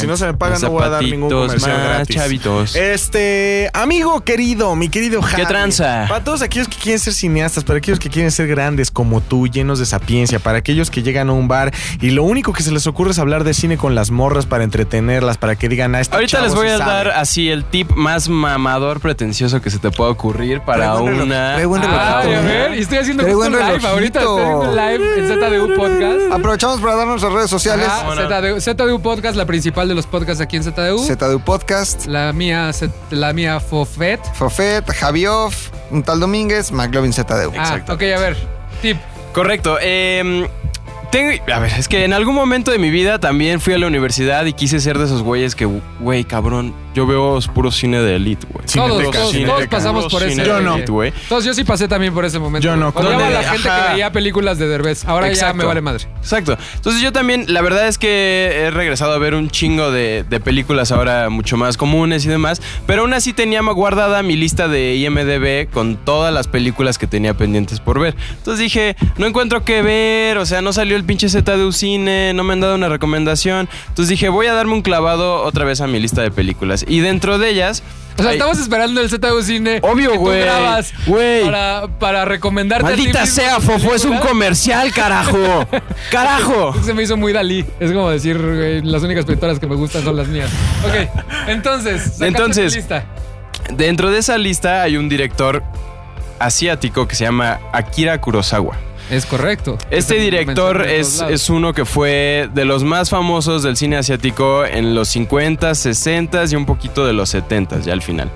[SPEAKER 1] Pero si no se me paga,
[SPEAKER 3] Los
[SPEAKER 1] no voy a dar ningún
[SPEAKER 3] zapatitos
[SPEAKER 1] comercial
[SPEAKER 3] más
[SPEAKER 1] gratis.
[SPEAKER 3] chavitos.
[SPEAKER 1] Este, amigo querido, mi querido Javi.
[SPEAKER 3] tranza?
[SPEAKER 1] Para todos aquellos que quieren ser cineastas, para aquellos que quieren ser grandes como tú, llenos de sapiencia, para aquellos que llegan a un bar y lo único que se les ocurre es hablar de cine con las morras para entretenerlas, para que digan a este
[SPEAKER 3] Ahorita
[SPEAKER 1] chavo
[SPEAKER 3] les voy
[SPEAKER 1] sí
[SPEAKER 3] a
[SPEAKER 1] sabe".
[SPEAKER 3] dar así el tip más mamador pretencioso que se te pueda ocurrir para
[SPEAKER 4] Trae buen reloj,
[SPEAKER 3] una.
[SPEAKER 4] trae buen reloj.
[SPEAKER 2] Ay, Ah, a ver, y estoy haciendo
[SPEAKER 4] Trae
[SPEAKER 2] justo un
[SPEAKER 4] buen
[SPEAKER 2] live
[SPEAKER 4] relojito. Ah,
[SPEAKER 2] ahorita. Estoy haciendo un live en ZDU Podcast.
[SPEAKER 4] Aprovechamos para darnos las redes sociales.
[SPEAKER 2] Ajá, ZDU, ZDU Podcast, la principal de los podcasts aquí en ZDU.
[SPEAKER 4] ZDU Podcast.
[SPEAKER 2] la mía, Z- la mía Fofet.
[SPEAKER 4] Fofet, Javi Off, un tal Domínguez, McLovin ZDU.
[SPEAKER 2] Ah,
[SPEAKER 3] Exacto.
[SPEAKER 2] ok, a ver. Tip.
[SPEAKER 3] Correcto. eh, tengo- a ver, es que en algún momento de mi vida también fui a la universidad y quise ser de esos güeyes que, güey, cabrón, yo veo puro cine de elite, güey.
[SPEAKER 2] Todos,
[SPEAKER 1] Cineteca,
[SPEAKER 2] todos,
[SPEAKER 1] Cineteca.
[SPEAKER 2] todos pasamos por
[SPEAKER 3] Cine
[SPEAKER 2] ese.
[SPEAKER 3] de
[SPEAKER 1] Yo no.
[SPEAKER 3] elite, güey.
[SPEAKER 2] Entonces yo sí pasé también por ese momento.
[SPEAKER 1] Yo no,
[SPEAKER 2] Odiaba a la
[SPEAKER 3] ¿dónde?
[SPEAKER 2] gente
[SPEAKER 3] Ajá.
[SPEAKER 2] que veía películas de Derbez. Ahora ya
[SPEAKER 3] Exacto.
[SPEAKER 2] me vale madre.
[SPEAKER 3] Exacto. Entonces yo también, la verdad es que he regresado a ver un chingo de, de películas ahora mucho más comunes y demás, pero aún así tenía guardada mi lista de IMDB con todas las películas que tenía pendientes por ver. Entonces dije, no encuentro qué ver, o sea, no salió el pinche Z de Ucine, no me han dado una recomendación. Entonces dije, voy a darme un clavado otra vez a mi lista de películas. Y dentro de ellas...
[SPEAKER 2] O sea,
[SPEAKER 3] hay-
[SPEAKER 2] estamos esperando el ZDU Cine.
[SPEAKER 3] Obvio,
[SPEAKER 2] que tú
[SPEAKER 3] güey.
[SPEAKER 2] grabas
[SPEAKER 3] Güey.
[SPEAKER 2] Para, para recomendarte. a ti
[SPEAKER 3] Maldita
[SPEAKER 2] mismo
[SPEAKER 3] sea,
[SPEAKER 2] tus
[SPEAKER 3] Fofo, es un
[SPEAKER 2] películas.
[SPEAKER 3] comercial, carajo. Carajo.
[SPEAKER 2] Se me hizo muy Dalí. Es como decir, güey, las únicas pintoras que me gustan son las mías. Ok, entonces. sacaste
[SPEAKER 3] Entonces,
[SPEAKER 2] tu lista.
[SPEAKER 3] Dentro de esa lista hay un director asiático que se llama Akira Kurosawa.
[SPEAKER 2] Es correcto.
[SPEAKER 3] Este
[SPEAKER 2] Eso lo
[SPEAKER 3] director
[SPEAKER 2] mencioné en
[SPEAKER 3] es,
[SPEAKER 2] todos lados.
[SPEAKER 3] es uno que fue de los más famosos del cine asiático en los 50, 60 y un poquito de los 70 ya al final.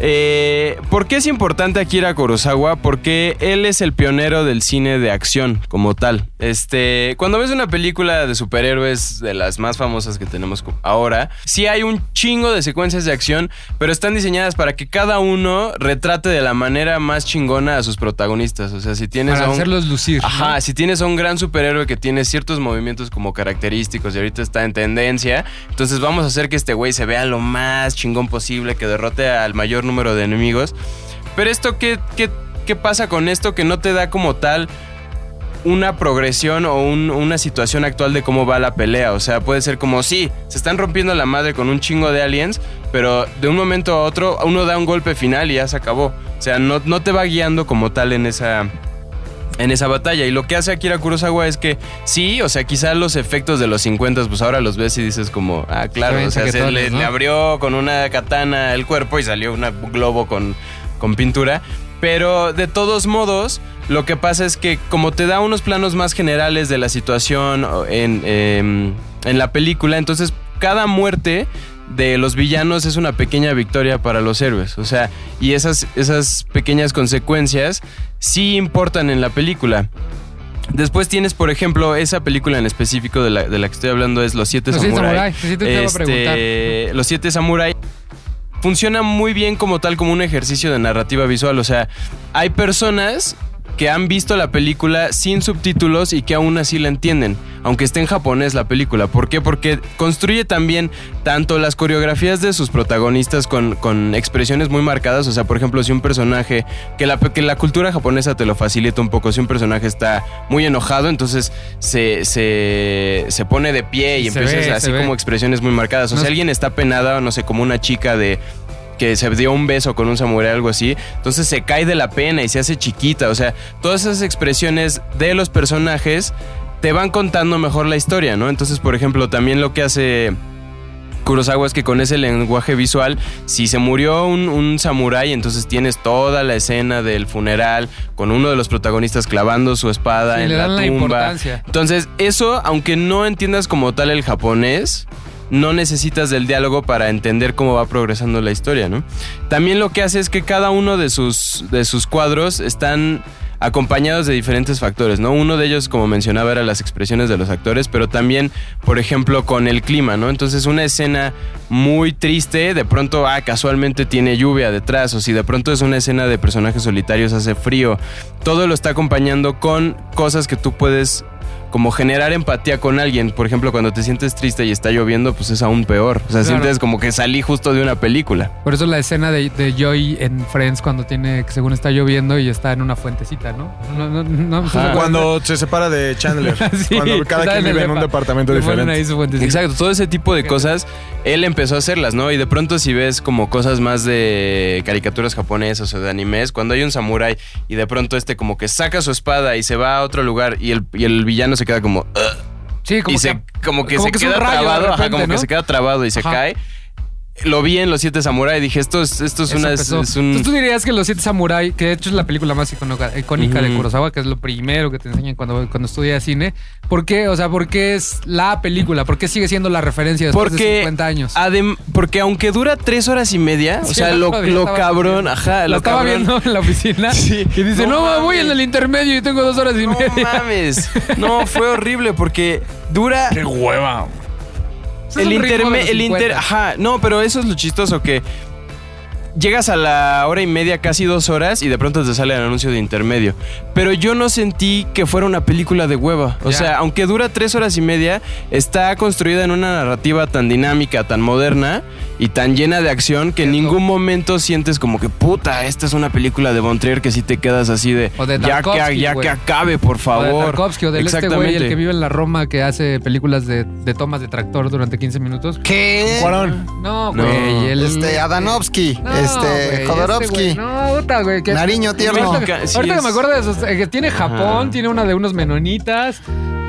[SPEAKER 3] Eh, ¿Por qué es importante Akira Kurosawa? Porque él es el pionero del cine de acción como tal. Este, cuando ves una película de superhéroes de las más famosas que tenemos co- ahora, sí hay un chingo de secuencias de acción, pero están diseñadas para que cada uno retrate de la manera más chingona a sus protagonistas. O sea, si tienes
[SPEAKER 2] Para
[SPEAKER 3] a un-
[SPEAKER 2] hacerlos lucir.
[SPEAKER 3] Ajá,
[SPEAKER 2] ¿no?
[SPEAKER 3] si tienes a un gran superhéroe que tiene ciertos movimientos como característicos y ahorita está en tendencia, entonces vamos a hacer que este güey se vea lo más chingón posible, que derrote al mayor número de enemigos. Pero esto, ¿qué, qué, qué pasa con esto? Que no te da como tal una progresión o un- una situación actual de cómo va la pelea. O sea, puede ser como, sí, se están rompiendo la madre con un chingo de aliens, pero de un momento a otro uno da un golpe final y ya se acabó. O sea, no, no te va guiando como tal en esa en esa batalla. Y lo que hace Akira Kurosawa es que sí, o sea, quizás los efectos de los 50, pues ahora los ves y dices como, ah, claro,
[SPEAKER 2] Saben
[SPEAKER 3] o sea, se
[SPEAKER 2] chaquetones,
[SPEAKER 3] le,
[SPEAKER 2] ¿no?
[SPEAKER 3] le abrió con una katana el cuerpo y salió una- un globo con, con pintura. Pero de todos modos, lo que pasa es que como te da unos planos más generales de la situación o en, em, en la película, entonces cada muerte de los villanos es una pequeña victoria para los héroes. O sea, y esas, esas pequeñas consecuencias sí importan en la película. Después tienes, por ejemplo, esa película en específico de la, de la que estoy hablando es Los Siete
[SPEAKER 2] Los Siete
[SPEAKER 3] Samurai.
[SPEAKER 2] Samurai,
[SPEAKER 3] Este,
[SPEAKER 2] sí, sí te iba a preguntar.
[SPEAKER 3] Los Siete Samurai funciona muy bien como tal, como un ejercicio de narrativa visual. O sea, hay personas que han visto la película sin subtítulos y que aún así la entienden, aunque esté en japonés la película. ¿Por qué? Porque construye también tanto las coreografías de sus protagonistas con, con expresiones muy marcadas, o sea, por ejemplo, si un personaje, que la, que la cultura japonesa te lo facilita un poco, si un personaje está muy enojado, entonces se, se, se pone de pie y,
[SPEAKER 2] Se
[SPEAKER 3] empiezas
[SPEAKER 2] ve,
[SPEAKER 3] así
[SPEAKER 2] se ve.
[SPEAKER 3] como expresiones muy marcadas. O
[SPEAKER 2] No
[SPEAKER 3] sea,
[SPEAKER 2] es-
[SPEAKER 3] alguien está penada, no sé, como una chica de que se dio un beso con un samurái algo así, entonces se cae de la pena y se hace chiquita, o sea, todas esas expresiones de los personajes te van contando mejor la historia, ¿no? Entonces, por ejemplo, también lo que hace Kurosawa es que con ese lenguaje visual, si se murió un, un samurái, entonces tienes toda la escena del funeral con uno de los protagonistas clavando su espada
[SPEAKER 2] Sí,
[SPEAKER 3] en
[SPEAKER 2] le dan
[SPEAKER 3] la
[SPEAKER 2] la
[SPEAKER 3] tumba.
[SPEAKER 2] importancia.
[SPEAKER 3] entonces, eso, aunque no entiendas como tal el japonés, no necesitas del diálogo para entender cómo va progresando la historia, ¿no? También lo que hace es que cada uno de sus, de sus cuadros están acompañados de diferentes factores, ¿no? Uno de ellos, como mencionaba, era las expresiones de los actores, pero también, por ejemplo, con el clima, ¿no? Entonces, una escena muy triste, de pronto, ah, casualmente tiene lluvia detrás, o si de pronto es una escena de personajes solitarios, hace frío, todo lo está acompañando con cosas que tú puedes como generar empatía con alguien. Por ejemplo, cuando te sientes triste y está lloviendo, pues es aún peor. O sea,
[SPEAKER 2] Claro.
[SPEAKER 3] sientes como que salí justo de una película.
[SPEAKER 2] Por eso la escena de, de Joy en Friends cuando tiene, que según está lloviendo y está en una fuentecita, ¿no? No, no, no. no
[SPEAKER 3] Ajá.
[SPEAKER 1] Cuando se separa de Chandler.
[SPEAKER 2] Sí,
[SPEAKER 1] cuando cada
[SPEAKER 2] está
[SPEAKER 1] quien
[SPEAKER 2] el
[SPEAKER 1] vive en un
[SPEAKER 2] depa.
[SPEAKER 1] departamento
[SPEAKER 2] Le ponen
[SPEAKER 1] diferente.
[SPEAKER 2] ahí su fuentecita.
[SPEAKER 3] Exacto, todo ese tipo de cosas él empezó a hacerlas, ¿no? Y de pronto si ves como cosas más de caricaturas japonesas o de animes, cuando hay un samurái y de pronto este como que saca su espada y se va a otro lugar y el, y el villano se queda como... "Ugh",
[SPEAKER 2] Sí, Ah, como que,
[SPEAKER 3] y se, como que
[SPEAKER 2] como
[SPEAKER 3] se
[SPEAKER 2] que es un
[SPEAKER 3] queda
[SPEAKER 2] rayo de
[SPEAKER 3] trabado, ajá,
[SPEAKER 2] repente,
[SPEAKER 3] como que
[SPEAKER 2] ¿no?
[SPEAKER 3] se queda trabado y se
[SPEAKER 2] Ajá.
[SPEAKER 3] cae. Lo vi en Los Siete Samuráis, dije, esto es, esto es
[SPEAKER 2] eso
[SPEAKER 3] pues, una... Es,
[SPEAKER 2] empezó.
[SPEAKER 3] es un...
[SPEAKER 2] Entonces tú dirías que Los Siete Samurai, que de hecho es la película más iconoca- icónica de
[SPEAKER 3] Ujú.
[SPEAKER 2] Kurosawa, que es lo primero que te enseñan cuando, cuando estudias cine. ¿Por qué? O sea, ¿por qué es la película? ¿Por qué sigue siendo la referencia después
[SPEAKER 3] Porque,
[SPEAKER 2] de 50 años?
[SPEAKER 3] adem- porque aunque dura tres horas y media, o
[SPEAKER 2] Sí,
[SPEAKER 3] sea,
[SPEAKER 2] el
[SPEAKER 3] lo,
[SPEAKER 2] otro día
[SPEAKER 3] lo
[SPEAKER 2] estaba
[SPEAKER 3] cabrón,
[SPEAKER 2] viendo.
[SPEAKER 3] ajá,
[SPEAKER 2] la
[SPEAKER 3] lo
[SPEAKER 2] estaba
[SPEAKER 3] cabrón-
[SPEAKER 2] viendo en la oficina
[SPEAKER 3] Sí.
[SPEAKER 2] y dice,
[SPEAKER 3] No
[SPEAKER 2] no, voy
[SPEAKER 3] mames.
[SPEAKER 2] en el intermedio y tengo dos horas y
[SPEAKER 3] No
[SPEAKER 2] media.
[SPEAKER 3] mames. No, fue horrible porque dura.
[SPEAKER 10] ¡Qué hueva!
[SPEAKER 2] Es
[SPEAKER 3] El
[SPEAKER 2] un ritmo de
[SPEAKER 3] interme.
[SPEAKER 2] los
[SPEAKER 3] El inter. Ah,
[SPEAKER 2] 50.
[SPEAKER 3] Ajá. No, pero eso es lo chistoso que. Llegas a la hora y media, casi dos horas, y de pronto te sale el anuncio de intermedio. Pero yo no sentí que fuera una película de hueva. O
[SPEAKER 2] Ya.
[SPEAKER 3] sea, aunque dura tres horas y media, está construida en una narrativa tan dinámica, tan moderna y tan llena de acción que en
[SPEAKER 2] Eso.
[SPEAKER 3] ningún momento sientes como que, puta, esta es una película de Von Trier que sí te quedas así de,
[SPEAKER 2] O de
[SPEAKER 3] ya, que,
[SPEAKER 2] Tarkovsky,
[SPEAKER 3] ya
[SPEAKER 2] güey".
[SPEAKER 3] que acabe, por
[SPEAKER 2] O de
[SPEAKER 3] favor.
[SPEAKER 2] Tarkovsky o del este güey, el
[SPEAKER 3] Exactamente.
[SPEAKER 2] que vive en la Roma, que hace películas de, de tomas de tractor durante 15 minutos.
[SPEAKER 4] ¿Qué?
[SPEAKER 1] Cuarón.
[SPEAKER 2] No,
[SPEAKER 3] No.
[SPEAKER 2] güey. el-
[SPEAKER 4] Este, Adanovsky.
[SPEAKER 2] No, güey,
[SPEAKER 4] este,
[SPEAKER 2] este
[SPEAKER 4] Jodorowsky.
[SPEAKER 2] güey, no, puta, güey. que-
[SPEAKER 4] Nariño tierno.
[SPEAKER 2] Ahorita, que-
[SPEAKER 3] Sí
[SPEAKER 2] ahorita que
[SPEAKER 3] es-
[SPEAKER 2] me acuerdo de esos, eh, que tiene Japón,
[SPEAKER 3] Ajá.
[SPEAKER 2] tiene una de unos menonitas.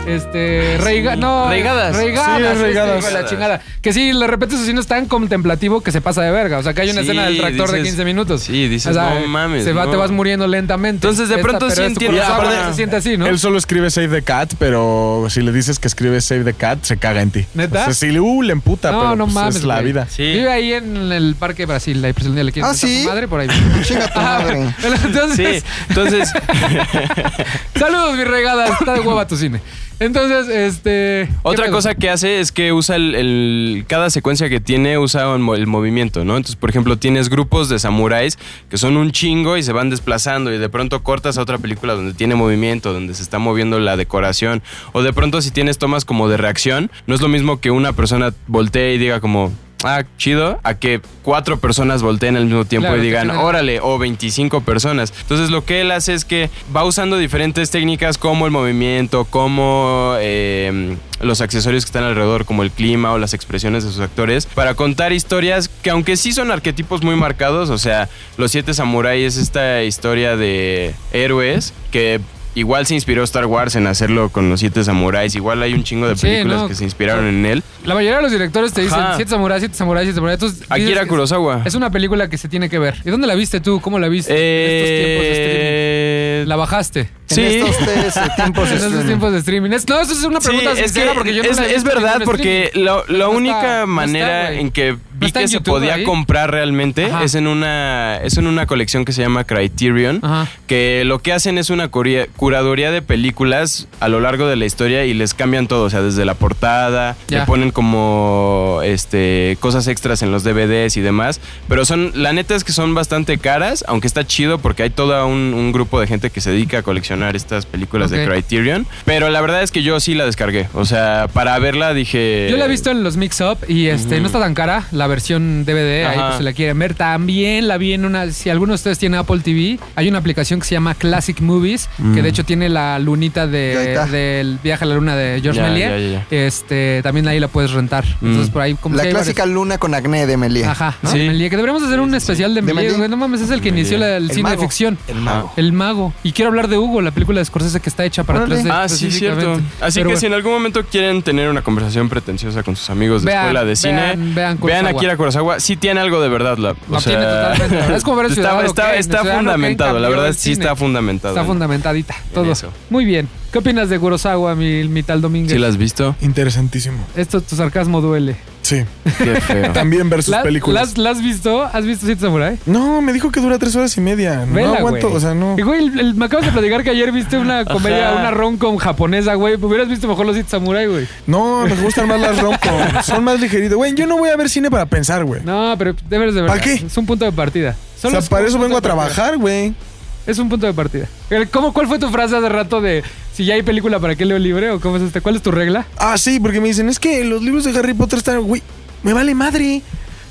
[SPEAKER 2] Este. reiga- no,
[SPEAKER 3] Reigadas.
[SPEAKER 2] Reigadas.
[SPEAKER 1] Sí, es
[SPEAKER 2] este,
[SPEAKER 1] reigadas.
[SPEAKER 2] hijo de la chingada. Que sí, de repente su cine es tan contemplativo que se pasa de verga. O sea, que hay una
[SPEAKER 3] Sí,
[SPEAKER 2] escena del tractor de
[SPEAKER 3] dices-
[SPEAKER 2] 15 minutos.
[SPEAKER 3] sí, dices, no mames,
[SPEAKER 2] Se va,
[SPEAKER 3] no.
[SPEAKER 2] te vas muriendo lentamente.
[SPEAKER 3] Entonces, de pronto
[SPEAKER 2] pero
[SPEAKER 3] sí
[SPEAKER 2] es tu
[SPEAKER 3] entiendo-
[SPEAKER 2] cruzada,
[SPEAKER 3] Aparte-
[SPEAKER 2] se siente así, ¿no?
[SPEAKER 1] Él solo escribe Save the Cat, pero si le dices que escribe Save the Cat, se caga en ti.
[SPEAKER 2] ¿Neta?
[SPEAKER 1] O sea, sí, uh, le emputa,
[SPEAKER 2] No,
[SPEAKER 1] pero
[SPEAKER 2] no
[SPEAKER 1] pues,
[SPEAKER 2] mames,
[SPEAKER 1] es la
[SPEAKER 2] güey.
[SPEAKER 1] vida.
[SPEAKER 3] Sí.
[SPEAKER 2] Vive ahí en el Parque Brasil, ahí presidente le quieren
[SPEAKER 4] Ah,
[SPEAKER 2] meter a
[SPEAKER 4] ¿sí?
[SPEAKER 2] su madre por ahí.
[SPEAKER 4] Chinga tu
[SPEAKER 2] Ah,
[SPEAKER 4] madre.
[SPEAKER 2] bueno, entonces,
[SPEAKER 3] Sí, entonces,
[SPEAKER 2] saludos, mi regada. Está de hueva tu cine. Entonces, este. ¿qué
[SPEAKER 3] otra
[SPEAKER 2] pedo?
[SPEAKER 3] cosa que hace es que usa el, el- cada secuencia que tiene usa un mo- el movimiento, ¿no? Entonces, por ejemplo, tienes grupos de samuráis que son un chingo y se van desplazando y de pronto cortas a otra película donde tiene movimiento, donde se está moviendo la decoración o de pronto si tienes tomas como de reacción, no es lo mismo que una persona voltee y diga como Ah, chido, a que cuatro personas volteen al mismo tiempo
[SPEAKER 2] Claro,
[SPEAKER 3] y
[SPEAKER 2] que
[SPEAKER 3] digan,
[SPEAKER 2] genera-
[SPEAKER 3] órale, o 25 personas. Entonces lo que él hace es que va usando diferentes técnicas como el movimiento, como eh, los accesorios que están alrededor, como el clima o las expresiones de sus actores, para contar historias que aunque sí son arquetipos muy marcados, o sea, Los Siete Samuráis es esta historia de héroes que... Igual se inspiró Star Wars en hacerlo con los siete samuráis. Igual hay un chingo de
[SPEAKER 2] Sí,
[SPEAKER 3] películas
[SPEAKER 2] no.
[SPEAKER 3] que se inspiraron en él.
[SPEAKER 2] La mayoría de los directores te dicen
[SPEAKER 3] Ajá.
[SPEAKER 2] siete samuráis, siete samuráis, siete samuráis. Entonces, dices
[SPEAKER 3] Akira
[SPEAKER 2] que es-
[SPEAKER 3] Kurosawa.
[SPEAKER 2] Es una película que se tiene que ver. ¿Y dónde la viste tú? ¿Cómo la viste? en estos tiempos de streaming.
[SPEAKER 3] Eh,
[SPEAKER 2] La bajaste.
[SPEAKER 3] Sí.
[SPEAKER 4] En estos tres, eh, tiempos
[SPEAKER 2] en estos
[SPEAKER 4] streaming.
[SPEAKER 2] tiempos de streaming. Es- no, eso es una
[SPEAKER 3] Sí,
[SPEAKER 2] pregunta
[SPEAKER 3] es
[SPEAKER 2] sincera
[SPEAKER 3] que
[SPEAKER 2] porque yo no
[SPEAKER 3] es,
[SPEAKER 2] la he
[SPEAKER 3] es
[SPEAKER 2] visto en
[SPEAKER 3] verdad
[SPEAKER 2] ningún
[SPEAKER 3] porque
[SPEAKER 2] streaming.
[SPEAKER 3] la, la
[SPEAKER 2] No
[SPEAKER 3] única
[SPEAKER 2] está- no
[SPEAKER 3] manera
[SPEAKER 2] está, güey.
[SPEAKER 3] en que vi
[SPEAKER 2] está
[SPEAKER 3] que
[SPEAKER 2] en
[SPEAKER 3] se
[SPEAKER 2] YouTube
[SPEAKER 3] podía
[SPEAKER 2] ahí.
[SPEAKER 3] comprar realmente
[SPEAKER 2] Ajá.
[SPEAKER 3] es en una es en una colección que se llama Criterion
[SPEAKER 2] Ajá.
[SPEAKER 3] que lo que hacen es una curia- curaduría de películas a lo largo de la historia y les cambian todo, o sea, desde la portada,
[SPEAKER 2] Ya.
[SPEAKER 3] le ponen como este cosas extras en los DVDs y demás, pero son la neta es que son bastante caras, aunque está chido porque hay todo un, un grupo de gente que se dedica a coleccionar estas películas de
[SPEAKER 2] Ok.
[SPEAKER 3] Criterion, pero la verdad es que yo sí la descargué, o sea, para verla dije
[SPEAKER 2] Yo la he visto en los mix-up y este no está tan cara la versión DVD, ahí
[SPEAKER 3] Ajá.
[SPEAKER 2] pues, se la quieren ver. También la vi en una, si alguno de ustedes tiene Apple TV, hay una aplicación que se llama Classic Movies, que de hecho tiene la lunita
[SPEAKER 4] Ya
[SPEAKER 2] de,
[SPEAKER 4] está.
[SPEAKER 2] del viaje a la luna de George
[SPEAKER 3] Ya,
[SPEAKER 2] Méliès.
[SPEAKER 3] ya, ya, También
[SPEAKER 2] Este, también ahí la puedes rentar. Entonces por ahí como
[SPEAKER 4] La
[SPEAKER 2] que hay
[SPEAKER 4] clásica luna con acné de
[SPEAKER 2] varios-
[SPEAKER 4] Melia.
[SPEAKER 2] Ajá, ¿no?
[SPEAKER 3] Sí.
[SPEAKER 2] Méliès, que deberíamos hacer un especial de
[SPEAKER 4] De
[SPEAKER 2] Méliès,
[SPEAKER 4] Méliès.
[SPEAKER 2] güey, No mames, es el que inició la- el,
[SPEAKER 4] El
[SPEAKER 2] cine
[SPEAKER 4] mago.
[SPEAKER 2] de ficción.
[SPEAKER 4] El mago.
[SPEAKER 2] El mago. Y quiero hablar de Hugo, la película de Scorsese que está hecha para
[SPEAKER 4] Órale.
[SPEAKER 2] 3D.
[SPEAKER 3] Ah, sí, cierto.
[SPEAKER 2] específicamente.
[SPEAKER 3] Así
[SPEAKER 2] Pero
[SPEAKER 3] que
[SPEAKER 2] bueno.
[SPEAKER 3] si en algún momento quieren tener una conversación pretenciosa con sus amigos de
[SPEAKER 2] Vean,
[SPEAKER 3] escuela de cine,
[SPEAKER 2] vean-
[SPEAKER 3] vean,
[SPEAKER 2] vean Kurosawa.
[SPEAKER 3] aquí a Kurosawa. Sí tiene algo de verdad. La,
[SPEAKER 2] No, tiene totalmente, la verdad es como ver el
[SPEAKER 3] está,
[SPEAKER 2] Ciudadano
[SPEAKER 3] está-
[SPEAKER 2] Kane, el
[SPEAKER 3] está
[SPEAKER 2] Ciudadano
[SPEAKER 3] fundamentado,
[SPEAKER 2] Kane
[SPEAKER 3] la
[SPEAKER 2] cambió
[SPEAKER 3] verdad
[SPEAKER 2] el
[SPEAKER 3] sí
[SPEAKER 2] cine.
[SPEAKER 3] está fundamentado.
[SPEAKER 2] Está fundamentadito, todo.
[SPEAKER 3] en eso.
[SPEAKER 2] Muy bien. ¿Qué opinas de Kurosawa, mi, mi tal Domínguez?
[SPEAKER 3] ¿Sí la has visto?
[SPEAKER 1] Interesantísimo.
[SPEAKER 2] Esto, tu sarcasmo duele.
[SPEAKER 1] Sí.
[SPEAKER 3] Qué feo.
[SPEAKER 1] También ver sus
[SPEAKER 2] ¿La,
[SPEAKER 1] películas.
[SPEAKER 2] ¿las, las has visto? ¿Has visto Siete Samurai?
[SPEAKER 1] No, me dijo que dura tres horas y media. No
[SPEAKER 2] Vela,
[SPEAKER 1] aguanto,
[SPEAKER 2] güey.
[SPEAKER 1] o sea, no.
[SPEAKER 2] Y, güey, el- el- me acabas de platicar que ayer viste una comedia,
[SPEAKER 3] Ajá.
[SPEAKER 2] una rom-com japonesa, güey. Hubieras visto mejor los Siete Samurai, güey.
[SPEAKER 1] No, me gustan más las rompo. Son más ligeritos. Güey, yo no voy a ver cine para pensar, güey.
[SPEAKER 2] No, pero debes de ver.
[SPEAKER 1] ¿Para qué?
[SPEAKER 2] Es un punto de partida.
[SPEAKER 1] o
[SPEAKER 2] Solo
[SPEAKER 1] sea,
[SPEAKER 2] es
[SPEAKER 1] para
[SPEAKER 2] un
[SPEAKER 1] eso
[SPEAKER 2] punto
[SPEAKER 1] vengo a
[SPEAKER 2] de partida.
[SPEAKER 1] trabajar, güey.
[SPEAKER 2] Es un punto de partida. El- ¿Cómo, ¿Cuál fue tu frase hace rato de si ya hay película para qué leo libre o cómo es este? ¿Cuál es tu regla?
[SPEAKER 1] Ah, sí, porque me dicen, es que los libros de Harry Potter están, güey, me vale madre.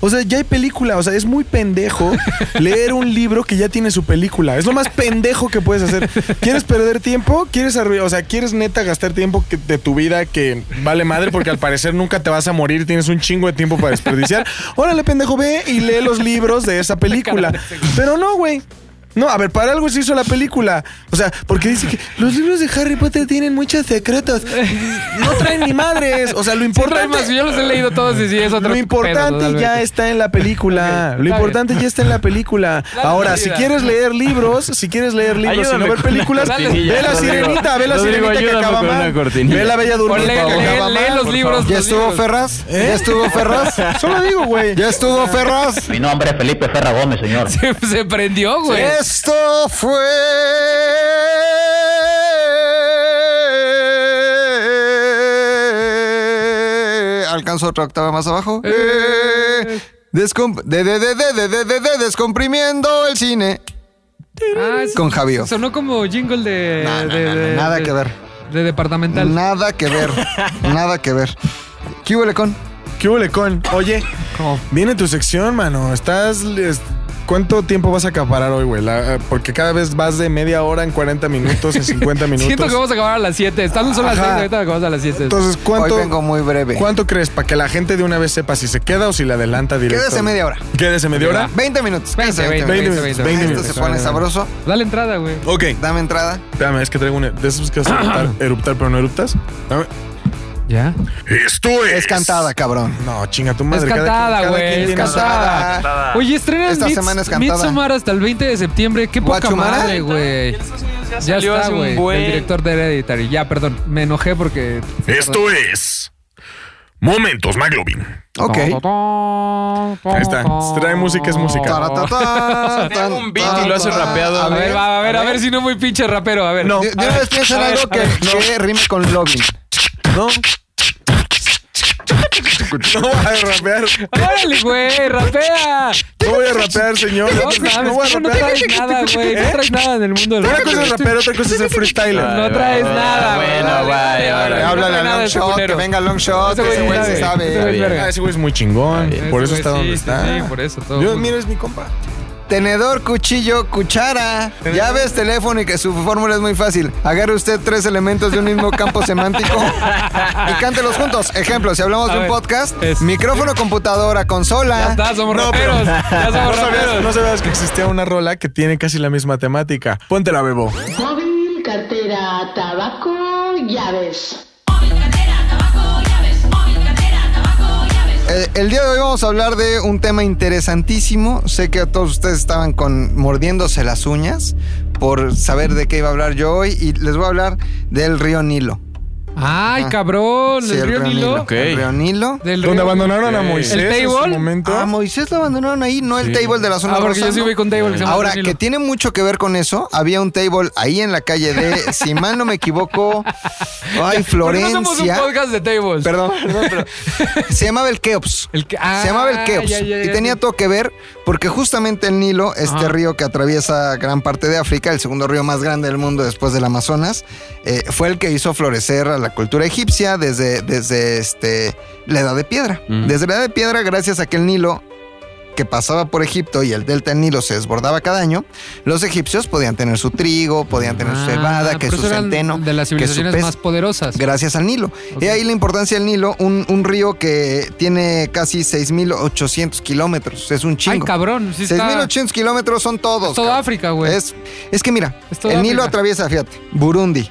[SPEAKER 1] O sea, ya hay película, o sea, es muy pendejo leer un libro que ya tiene su película. Es lo más pendejo que puedes hacer. ¿Quieres perder tiempo? ¿Quieres arruinar? O sea, ¿quieres neta gastar tiempo que- de tu vida que vale madre? Porque al parecer nunca te vas a morir, tienes un chingo de tiempo para desperdiciar. Órale, pendejo, ve y lee los libros de esa película. Pero no, güey. No, a ver, para algo se hizo la película. O sea, porque dice que los libros de Harry Potter tienen muchos secretos. No traen ni madres. O sea, lo
[SPEAKER 2] Importante.
[SPEAKER 1] importante.
[SPEAKER 2] yo los he leído todos y sí, es
[SPEAKER 1] Lo
[SPEAKER 2] otro pedo,
[SPEAKER 1] importante ya
[SPEAKER 2] totalmente.
[SPEAKER 1] está en la película.
[SPEAKER 2] Ok,
[SPEAKER 1] Lo
[SPEAKER 2] está
[SPEAKER 1] importante ya está en la película.
[SPEAKER 2] Dale
[SPEAKER 1] Ahora,
[SPEAKER 2] la
[SPEAKER 1] si
[SPEAKER 2] vida.
[SPEAKER 1] quieres leer libros, si quieres leer libros y
[SPEAKER 3] Ayúdame
[SPEAKER 1] no ver
[SPEAKER 3] con una
[SPEAKER 1] películas,
[SPEAKER 3] cortinilla,
[SPEAKER 1] ve la
[SPEAKER 3] Rodrigo.
[SPEAKER 1] sirenita, ve la
[SPEAKER 3] Rodrigo,
[SPEAKER 1] sirenita que
[SPEAKER 3] ayúdame
[SPEAKER 1] acaba
[SPEAKER 3] con una
[SPEAKER 1] mal.
[SPEAKER 3] cortinilla.
[SPEAKER 1] Ve la bella
[SPEAKER 2] O
[SPEAKER 1] durmiente.
[SPEAKER 2] lee,
[SPEAKER 1] que
[SPEAKER 2] lee-
[SPEAKER 1] acaba
[SPEAKER 2] lee
[SPEAKER 1] mal.
[SPEAKER 2] los libros.
[SPEAKER 4] ¿Ya
[SPEAKER 2] los
[SPEAKER 4] estuvo
[SPEAKER 2] libros.
[SPEAKER 4] Ferraz?
[SPEAKER 1] ¿Eh?
[SPEAKER 4] ¿Ya estuvo Ferraz?
[SPEAKER 1] Solo digo, güey.
[SPEAKER 4] ¿Ya estuvo Ferraz?
[SPEAKER 10] Mi nombre es Felipe Ferra Gómez, señor.
[SPEAKER 2] Se, se prendió, güey.
[SPEAKER 4] Esto Eh, fue. eh, Alcanzo otra octava más abajo. Eh, descom- de, de, de, de, de, de, de, de, descomprimiendo el cine.
[SPEAKER 2] Ah, eso-
[SPEAKER 4] Con Javier.
[SPEAKER 2] Sonó como jingle de.
[SPEAKER 4] No, no,
[SPEAKER 2] de-
[SPEAKER 4] no, no,
[SPEAKER 2] de-
[SPEAKER 4] nada
[SPEAKER 2] de-
[SPEAKER 4] que ver.
[SPEAKER 2] De departamental.
[SPEAKER 4] Nada que ver. Nada que ver. ¿Qué huele con?
[SPEAKER 1] ¿Qué hubo, Lecón? Oye,
[SPEAKER 2] Como-
[SPEAKER 1] viene tu sección, mano. Estás. es- ¿Cuánto tiempo vas a acaparar hoy, güey? La- eh, porque cada vez vas de media hora en 40 minutos, en 50 minutos.
[SPEAKER 2] Siento que vamos a acabar a las 7. Estamos son las
[SPEAKER 1] Ajá.
[SPEAKER 2] 6, ahorita acabamos a las 7.
[SPEAKER 1] Entonces, ¿cuánto,
[SPEAKER 4] Hoy vengo muy breve.
[SPEAKER 1] ¿cuánto crees? Para que la gente de una vez sepa si se queda o si la adelanta directo.
[SPEAKER 4] Quédese media hora.
[SPEAKER 1] Quédese media hora.
[SPEAKER 4] 20 minutos.
[SPEAKER 2] Veinte,
[SPEAKER 4] quédense,
[SPEAKER 2] veinte,
[SPEAKER 1] veinte,
[SPEAKER 2] veinte,
[SPEAKER 1] veinte
[SPEAKER 4] Esto
[SPEAKER 1] minutos.
[SPEAKER 4] se pone sabroso.
[SPEAKER 2] Dale entrada, güey.
[SPEAKER 1] Ok,
[SPEAKER 4] Dame entrada.
[SPEAKER 1] espérame, es que traigo una. De esos que vas a eruptar, eruptar, pero no eruptas. Dame.
[SPEAKER 2] ¿Ya?
[SPEAKER 1] Esto
[SPEAKER 4] Es cantada, cabrón.
[SPEAKER 1] No, chinga tu
[SPEAKER 2] Es
[SPEAKER 1] madre. cada quien-
[SPEAKER 2] cantada,
[SPEAKER 1] cada quien
[SPEAKER 2] güey. Es
[SPEAKER 1] tiene su-
[SPEAKER 2] cantada. Oye, estrenas
[SPEAKER 4] Esta
[SPEAKER 2] Mids-
[SPEAKER 4] semana es cantada.
[SPEAKER 2] Midsommar hasta el 20 de septiembre. Qué poca
[SPEAKER 4] ¿Guachumara?
[SPEAKER 2] madre, güey.
[SPEAKER 3] Ya,
[SPEAKER 2] Ya
[SPEAKER 3] salió
[SPEAKER 2] está,
[SPEAKER 3] hace un
[SPEAKER 2] güey.
[SPEAKER 3] buen-
[SPEAKER 2] El director de Hereditary. Ya, perdón. Me enojé porque...
[SPEAKER 1] Esto es. Momentos, McLovin.
[SPEAKER 4] Ok.
[SPEAKER 1] Ahí está. Si trae música, es música.
[SPEAKER 4] Taratatán,
[SPEAKER 3] Tengo un beat
[SPEAKER 4] tan,
[SPEAKER 3] y lo hace
[SPEAKER 4] tan.
[SPEAKER 3] rapeado.
[SPEAKER 2] A ver, va, a ver, a ver si no muy pinche rapero. A ver.
[SPEAKER 1] No.
[SPEAKER 4] De de una vez piensa en
[SPEAKER 2] A ver,
[SPEAKER 4] algo
[SPEAKER 2] a
[SPEAKER 4] que, que rime con login.
[SPEAKER 1] No. No voy a rapear.
[SPEAKER 2] ¡Órale, güey! ¡Rapea!
[SPEAKER 1] No voy a rapear, señor.
[SPEAKER 2] No sabes,
[SPEAKER 1] No voy a
[SPEAKER 2] ¿cómo no
[SPEAKER 1] rapear. ¿Eh?
[SPEAKER 2] traes nada, güey. No traes nada en el mundo del
[SPEAKER 1] Una
[SPEAKER 2] rap,
[SPEAKER 1] cosa es
[SPEAKER 2] güey.
[SPEAKER 1] rapear, otra cosa es ser freestyler.
[SPEAKER 2] No traes
[SPEAKER 3] Ah,
[SPEAKER 2] nada, güey.
[SPEAKER 3] bueno,
[SPEAKER 2] Dale,
[SPEAKER 3] vaya,
[SPEAKER 2] dale,
[SPEAKER 3] ahora.
[SPEAKER 2] dale.
[SPEAKER 1] Habla
[SPEAKER 2] No trae
[SPEAKER 1] la
[SPEAKER 2] nada
[SPEAKER 1] long
[SPEAKER 2] de
[SPEAKER 4] Long
[SPEAKER 2] ese
[SPEAKER 4] shot, que
[SPEAKER 2] culero.
[SPEAKER 4] venga long shot,
[SPEAKER 2] Ese
[SPEAKER 4] que ese
[SPEAKER 2] güey
[SPEAKER 4] güey se
[SPEAKER 2] sabe,
[SPEAKER 3] ese
[SPEAKER 4] sabe.
[SPEAKER 3] güey- verga.
[SPEAKER 1] Ah, ese güey es muy chingón.
[SPEAKER 3] Ese
[SPEAKER 1] Por eso
[SPEAKER 2] güey
[SPEAKER 1] está
[SPEAKER 2] sí,
[SPEAKER 1] donde
[SPEAKER 2] sí,
[SPEAKER 1] está.
[SPEAKER 2] sí, por eso, todo
[SPEAKER 1] Yo,
[SPEAKER 2] mundo.
[SPEAKER 1] mira, es mi compa.
[SPEAKER 4] Tenedor, cuchillo, cuchara, llaves, teléfono y que su fórmula es muy fácil. Agarre usted tres elementos de un mismo campo semántico y cántelos juntos. Ejemplo, si hablamos
[SPEAKER 2] A
[SPEAKER 4] de un
[SPEAKER 2] ver,
[SPEAKER 4] podcast,
[SPEAKER 2] es-
[SPEAKER 4] micrófono, computadora,
[SPEAKER 2] Ya
[SPEAKER 4] consola.
[SPEAKER 2] está, somos
[SPEAKER 1] No, pero-
[SPEAKER 2] raperos. Ya
[SPEAKER 1] No
[SPEAKER 2] somos
[SPEAKER 1] sabías,
[SPEAKER 2] raperos.
[SPEAKER 1] no sabías que existía una rola que tiene casi la misma temática. Póntela, bebo.
[SPEAKER 9] Móvil, cartera, tabaco, llaves.
[SPEAKER 4] Eh, el día de hoy vamos a hablar de un tema interesantísimo. Sé que a todos ustedes estaban con mordiéndose las uñas por saber de qué iba a hablar yo hoy y les voy a hablar del río Nilo.
[SPEAKER 2] Ay, cabrón.
[SPEAKER 4] Sí,
[SPEAKER 2] ¿El río Nilo?
[SPEAKER 3] Ok.
[SPEAKER 4] El río Nilo.
[SPEAKER 2] Del
[SPEAKER 1] Donde
[SPEAKER 2] río-
[SPEAKER 1] abandonaron a
[SPEAKER 3] Ok.
[SPEAKER 1] Moisés
[SPEAKER 2] ¿El
[SPEAKER 1] en su
[SPEAKER 2] table?
[SPEAKER 1] momento.
[SPEAKER 4] Ah, Moisés lo abandonaron ahí, no el table de la zona
[SPEAKER 2] Ah, porque
[SPEAKER 4] rosa,
[SPEAKER 2] yo sí
[SPEAKER 4] ¿no?
[SPEAKER 2] voy con Table. que se llama
[SPEAKER 4] Ahora,
[SPEAKER 2] Río
[SPEAKER 4] que
[SPEAKER 2] Nilo.
[SPEAKER 4] tiene mucho que ver con eso, había un table ahí en la calle de, si mal no me equivoco, ay,
[SPEAKER 2] ¿Por qué No somos un
[SPEAKER 4] Florencia.
[SPEAKER 2] podcast de Tables.
[SPEAKER 4] Perdón, perdón, pero se llamaba el Keops.
[SPEAKER 2] El que- ah,
[SPEAKER 4] se llamaba el Keops.
[SPEAKER 2] ya, ya, ya,
[SPEAKER 4] y tenía
[SPEAKER 2] ya.
[SPEAKER 4] todo que ver porque justamente el Nilo, este
[SPEAKER 2] Ajá.
[SPEAKER 4] río que atraviesa gran parte de África, el segundo río más grande del mundo después del Amazonas, eh, fue el que hizo florecer a la cultura egipcia desde, desde este, la Edad de Piedra.
[SPEAKER 3] Mm.
[SPEAKER 4] Desde la Edad de Piedra, gracias a que el Nilo que pasaba por Egipto y el delta del Nilo se desbordaba cada año, los egipcios podían tener su trigo, podían tener
[SPEAKER 2] Ah,
[SPEAKER 4] su cebada, que
[SPEAKER 2] por
[SPEAKER 4] su
[SPEAKER 2] eso eran
[SPEAKER 4] centeno,
[SPEAKER 2] De las
[SPEAKER 4] que su
[SPEAKER 2] civilizaciones
[SPEAKER 4] pez.
[SPEAKER 2] más poderosas.
[SPEAKER 4] Gracias al Nilo.
[SPEAKER 2] Ok.
[SPEAKER 4] Y ahí la importancia del Nilo, un, un río que tiene casi 6.800 kilómetros. Es un
[SPEAKER 2] Ay,
[SPEAKER 4] chingo.
[SPEAKER 2] cabrón. Sí está...
[SPEAKER 4] 6.800 kilómetros son todos.
[SPEAKER 2] Es toda
[SPEAKER 4] cabrón.
[SPEAKER 2] África, güey.
[SPEAKER 4] Es, es que mira,
[SPEAKER 2] Es toda
[SPEAKER 4] el Nilo
[SPEAKER 2] África.
[SPEAKER 4] atraviesa, fíjate, Burundi.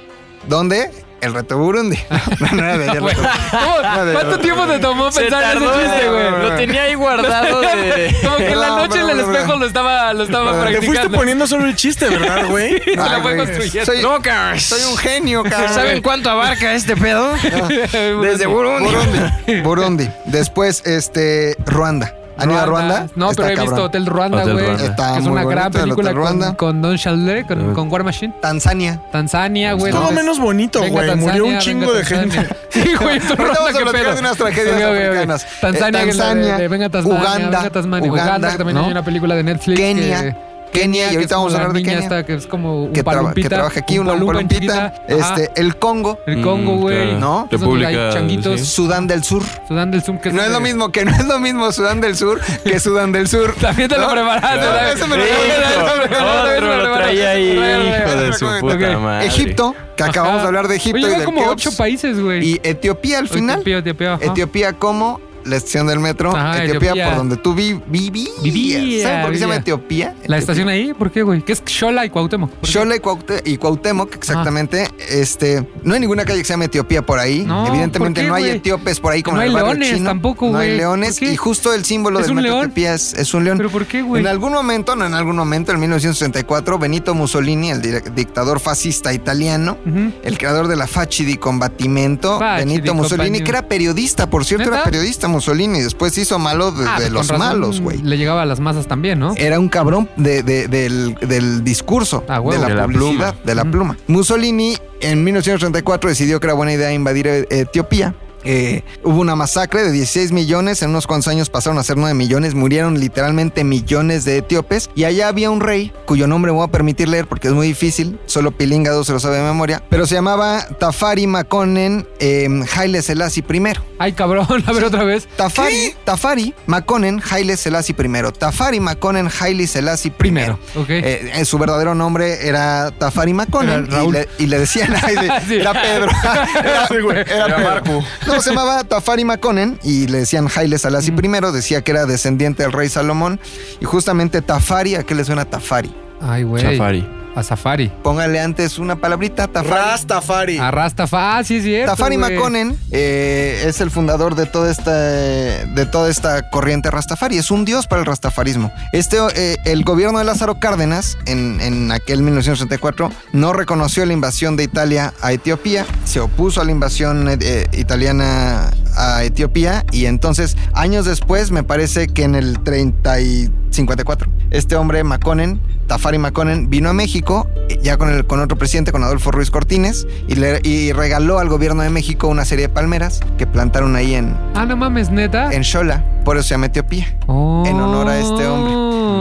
[SPEAKER 4] ¿Dónde? El reto Burundi. No, no era de ayer, el
[SPEAKER 2] Güey,
[SPEAKER 4] reto.
[SPEAKER 2] ¿cómo- ¿Cuánto tiempo te tomó
[SPEAKER 3] Se
[SPEAKER 2] pensar en
[SPEAKER 3] tardó,
[SPEAKER 2] ese chiste, güey?
[SPEAKER 3] Lo tenía ahí guardado de...
[SPEAKER 2] Como que en la
[SPEAKER 4] No,
[SPEAKER 2] noche en el
[SPEAKER 4] pero-
[SPEAKER 2] espejo lo estaba, lo estaba
[SPEAKER 1] Te fuiste
[SPEAKER 2] practicando.
[SPEAKER 1] poniendo solo el chiste, ¿verdad, güey?
[SPEAKER 2] Se
[SPEAKER 4] Ay,
[SPEAKER 2] lo fue
[SPEAKER 4] güey.
[SPEAKER 2] construyendo.
[SPEAKER 4] Soy-
[SPEAKER 3] Locas.
[SPEAKER 4] Soy un genio, cabrón.
[SPEAKER 3] ¿Saben cuánto abarca este pedo? Desde Burundi.
[SPEAKER 4] Burundi. Burundi. Después, este, Ruanda. ¿Han ido a Ruanda?
[SPEAKER 2] No,
[SPEAKER 4] Está
[SPEAKER 2] pero he visto
[SPEAKER 4] cabrón.
[SPEAKER 2] Hotel Ruanda,
[SPEAKER 3] Hotel
[SPEAKER 2] güey.
[SPEAKER 3] Ruanda.
[SPEAKER 4] Está
[SPEAKER 2] que Es
[SPEAKER 4] muy
[SPEAKER 2] una gran
[SPEAKER 4] bonito el
[SPEAKER 2] película
[SPEAKER 4] Hotel Ruanda.
[SPEAKER 2] con, con Don Chandler, con, con War Machine.
[SPEAKER 4] Tanzania.
[SPEAKER 2] Tanzania, güey.
[SPEAKER 1] Todo
[SPEAKER 2] donde-
[SPEAKER 1] menos bonito,
[SPEAKER 2] Venga,
[SPEAKER 1] güey.
[SPEAKER 2] Tanzania,
[SPEAKER 1] Murió un
[SPEAKER 2] venga,
[SPEAKER 1] chingo de
[SPEAKER 2] Tanzania.
[SPEAKER 1] gente.
[SPEAKER 2] Sí, güey, esto
[SPEAKER 4] Ahorita vamos
[SPEAKER 2] Ronda,
[SPEAKER 4] a
[SPEAKER 2] qué
[SPEAKER 4] platicar
[SPEAKER 2] pedo.
[SPEAKER 4] de unas tragedias
[SPEAKER 2] Ok, ok, ok.
[SPEAKER 4] africanas.
[SPEAKER 2] Tanzania,
[SPEAKER 4] Eh,
[SPEAKER 2] que es la
[SPEAKER 4] Tanzania,
[SPEAKER 2] de, de venga Tanzania,
[SPEAKER 4] Uganda,
[SPEAKER 2] venga Tanzania,
[SPEAKER 4] Uganda,
[SPEAKER 2] Uganda, que también
[SPEAKER 4] ¿no?
[SPEAKER 2] hay una película de Netflix
[SPEAKER 4] Kenia,
[SPEAKER 2] que...
[SPEAKER 4] Kenia, y
[SPEAKER 2] que es
[SPEAKER 4] ahorita
[SPEAKER 2] como
[SPEAKER 4] vamos a
[SPEAKER 2] la
[SPEAKER 4] hablar de
[SPEAKER 2] niña
[SPEAKER 4] Kenia.
[SPEAKER 2] esta que es como un
[SPEAKER 4] que, traba-
[SPEAKER 2] palumpita,
[SPEAKER 4] que trabaja aquí, una
[SPEAKER 2] palumpa en
[SPEAKER 4] palompita.
[SPEAKER 2] China. Ajá.
[SPEAKER 4] Este, el Congo,
[SPEAKER 2] El Congo,
[SPEAKER 3] Mm,
[SPEAKER 2] güey.
[SPEAKER 3] claro.
[SPEAKER 4] ¿No?
[SPEAKER 2] Es donde hay
[SPEAKER 3] República,
[SPEAKER 2] changuitos.
[SPEAKER 3] sí.
[SPEAKER 4] Sudán del Sur.
[SPEAKER 2] Sudán del Sur, que
[SPEAKER 4] No es lo
[SPEAKER 2] de-
[SPEAKER 4] mismo que no es lo mismo Sudán del Sur que Sudán del Sur.
[SPEAKER 2] También te lo
[SPEAKER 4] ¿No?
[SPEAKER 2] preparaste.
[SPEAKER 4] Claro.
[SPEAKER 2] ¿sabes?
[SPEAKER 4] Eso me lo
[SPEAKER 2] Sí,
[SPEAKER 4] preparé,
[SPEAKER 2] hijo.
[SPEAKER 4] eso me lo preparé,
[SPEAKER 3] Otro lo traía ahí, hijo de su puta
[SPEAKER 2] Ok.
[SPEAKER 3] madre.
[SPEAKER 4] Egipto, que acabamos
[SPEAKER 2] Ajá.
[SPEAKER 4] de hablar de Egipto
[SPEAKER 2] Oye,
[SPEAKER 4] y
[SPEAKER 2] llevan
[SPEAKER 4] del
[SPEAKER 2] como
[SPEAKER 4] Keops.
[SPEAKER 2] ocho países, güey.
[SPEAKER 4] Y Etiopía al final.
[SPEAKER 2] Etiopía, Etiopía, ajá.
[SPEAKER 4] Etiopía como la estación del metro.
[SPEAKER 2] Ajá,
[SPEAKER 4] Etiopía,
[SPEAKER 2] Etiopía.
[SPEAKER 4] por donde tú vi, vivías.
[SPEAKER 2] Vivía,
[SPEAKER 4] ¿Saben por qué se llama
[SPEAKER 2] vivía.
[SPEAKER 4] Etiopía?
[SPEAKER 2] La
[SPEAKER 4] Etiopía.
[SPEAKER 2] estación ahí, ¿por qué, güey? ¿Qué es Xola y Cuauhtémoc? ¿Por qué?
[SPEAKER 4] Xola y, Cuaute- y Cuauhtémoc, exactamente. Este, no hay ninguna calle que se llame Etiopía por ahí.
[SPEAKER 2] No,
[SPEAKER 4] Evidentemente
[SPEAKER 2] ¿por qué,
[SPEAKER 4] no hay
[SPEAKER 2] güey?
[SPEAKER 4] etíopes por ahí como
[SPEAKER 2] No
[SPEAKER 4] en
[SPEAKER 2] hay
[SPEAKER 4] el barrio
[SPEAKER 2] leones
[SPEAKER 4] chino.
[SPEAKER 2] tampoco,
[SPEAKER 4] No hay
[SPEAKER 2] güey.
[SPEAKER 4] leones
[SPEAKER 2] ¿Por qué?
[SPEAKER 4] y justo el símbolo
[SPEAKER 2] ¿Es
[SPEAKER 4] del
[SPEAKER 2] un
[SPEAKER 4] metro
[SPEAKER 2] león?
[SPEAKER 4] Etiopía es, es un león.
[SPEAKER 2] ¿Pero por qué, güey?
[SPEAKER 4] En algún momento, no en algún momento, en 1964, Benito Mussolini, el direc- dictador fascista italiano,
[SPEAKER 2] Ujú.
[SPEAKER 4] el creador de la Facci di Combattimento,
[SPEAKER 2] Facci di
[SPEAKER 4] Benito Mussolini,
[SPEAKER 2] Combattimento.
[SPEAKER 4] que era periodista, por cierto,
[SPEAKER 2] ¿Neta?
[SPEAKER 4] era periodista Mussolini, después se hizo malo de,
[SPEAKER 2] Ah,
[SPEAKER 4] de
[SPEAKER 2] pues,
[SPEAKER 4] los
[SPEAKER 2] con razón
[SPEAKER 4] malos, güey.
[SPEAKER 2] Le llegaba a las masas también, ¿no?
[SPEAKER 4] Era un cabrón de- de- del, del discurso,
[SPEAKER 2] Ah, huevo.
[SPEAKER 4] de la
[SPEAKER 3] De la
[SPEAKER 4] publicidad,
[SPEAKER 3] pluma.
[SPEAKER 4] de la
[SPEAKER 2] Ujú.
[SPEAKER 4] pluma. Mussolini en 1934 decidió que era buena idea invadir eh, Etiopía. eh, hubo una masacre de 16 millones, en unos cuantos años pasaron a ser 9 millones, murieron literalmente millones de etíopes y allá había un rey cuyo nombre me voy a permitir leer porque es muy difícil, solo Pilinga 2 se lo sabe de memoria, pero se llamaba Tafari Makonnen eh, Haile Selassie I.
[SPEAKER 2] Ay, cabrón, a ver otra vez.
[SPEAKER 4] Tafari, Tafari, Makonnen, Haile Selassie I. Tafari, Makonnen, Haile Selassie I.
[SPEAKER 2] Primero, ok.
[SPEAKER 4] Eh, eh, su verdadero nombre era Tafari Makonnen
[SPEAKER 2] Era Raúl.
[SPEAKER 4] y, le, y le decían, ay, sí,
[SPEAKER 2] Sí.
[SPEAKER 4] era Pedro. Era- era
[SPEAKER 3] Era
[SPEAKER 4] Pedro.
[SPEAKER 3] Marco.
[SPEAKER 4] No, se llamaba Tafari Makonnen y le decían Haile Selassie I. Decía que era descendiente del rey Salomón. Y justamente Tafari, ¿a qué le suena Tafari?
[SPEAKER 2] Ay, güey.
[SPEAKER 3] Safari.
[SPEAKER 2] A Safari.
[SPEAKER 4] Póngale antes una palabrita, Tafari.
[SPEAKER 1] Rastafari.
[SPEAKER 2] A Rastafa. Ah, sí, es cierto.
[SPEAKER 4] Tafari
[SPEAKER 2] güey.
[SPEAKER 4] Makonnen eh, es el fundador de toda esta de toda esta corriente rastafari. Es un dios para el rastafarismo. Este, eh, el gobierno de Lázaro Cárdenas, en, en aquel 1964, no reconoció la invasión de Italia a Etiopía, se opuso a la invasión eh, eh, italiana a Etiopía y entonces, años después, me parece que en el 30 y 54, este hombre, Makonnen, Tafari Makonnen, vino a México eh, ya con, el, con otro presidente, con Adolfo Ruiz Cortines, y, le- y regaló al gobierno de México una serie de palmeras que plantaron ahí en,
[SPEAKER 2] Ah, no mames, neta.
[SPEAKER 4] en Xola, por eso se llama Etiopía.
[SPEAKER 2] Oh.
[SPEAKER 4] en honor a este hombre.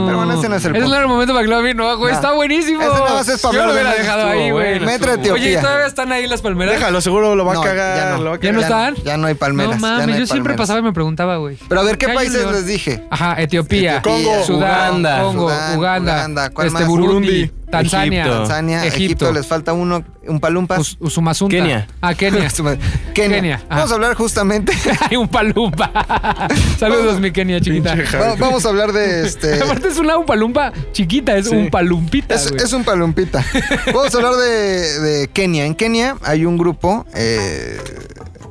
[SPEAKER 4] Pero bueno, ese no es el punto.
[SPEAKER 2] no era el momento para que lo vi, no, güey.
[SPEAKER 4] Nah.
[SPEAKER 2] Está buenísimo.
[SPEAKER 4] Ese nada más es para
[SPEAKER 2] Yo lo
[SPEAKER 4] hablar de
[SPEAKER 2] hubiera
[SPEAKER 4] Messi,
[SPEAKER 2] dejado
[SPEAKER 3] estuvo
[SPEAKER 2] ahí, güey.
[SPEAKER 3] bueno,
[SPEAKER 4] Metro
[SPEAKER 3] estuvo
[SPEAKER 4] Etiopía.
[SPEAKER 2] Oye, ¿y todavía están ahí las palmeras?
[SPEAKER 1] Déjalo, seguro lo va
[SPEAKER 4] No,
[SPEAKER 1] a
[SPEAKER 4] ya
[SPEAKER 1] cagar.
[SPEAKER 4] no.
[SPEAKER 1] lo va a
[SPEAKER 2] ¿Ya no
[SPEAKER 1] cagar.
[SPEAKER 2] están?
[SPEAKER 4] Ya no hay
[SPEAKER 2] no
[SPEAKER 4] palmeras. ya no
[SPEAKER 2] mames,
[SPEAKER 4] hay
[SPEAKER 2] yo siempre
[SPEAKER 4] palmeras.
[SPEAKER 2] pasaba y me preguntaba, güey.
[SPEAKER 4] Pero a ver, ¿qué
[SPEAKER 2] Calle
[SPEAKER 4] países
[SPEAKER 2] León.
[SPEAKER 4] les dije? eh,
[SPEAKER 2] Ajá, Etiopía,
[SPEAKER 1] Congo,
[SPEAKER 2] Sudán,
[SPEAKER 3] Uganda,
[SPEAKER 2] Congo,
[SPEAKER 4] Sudán,
[SPEAKER 2] Uganda,
[SPEAKER 4] Uganda, ¿cuál
[SPEAKER 2] este,
[SPEAKER 4] más?
[SPEAKER 2] Burundi,
[SPEAKER 3] Burundi,
[SPEAKER 2] Tanzania,
[SPEAKER 3] Egipto.
[SPEAKER 4] Tanzania, Egipto. les falta uno, un palumpas.
[SPEAKER 2] Us- Usumasunta.
[SPEAKER 3] Kenia.
[SPEAKER 2] Ah, Kenia.
[SPEAKER 4] Kenia.
[SPEAKER 2] Pues, Kenia, ajá.
[SPEAKER 4] Vamos a hablar justamente.
[SPEAKER 2] Hay un palumpa. Saludos, mi Kenia chiquita.
[SPEAKER 4] Va- Vamos a hablar de este.
[SPEAKER 2] Aparte es una un palumpa chiquita, es un palumpita,
[SPEAKER 4] Es,
[SPEAKER 2] güey.
[SPEAKER 4] es un palumpita. Vamos a hablar de, de Kenia. En Kenia hay un grupo, eh,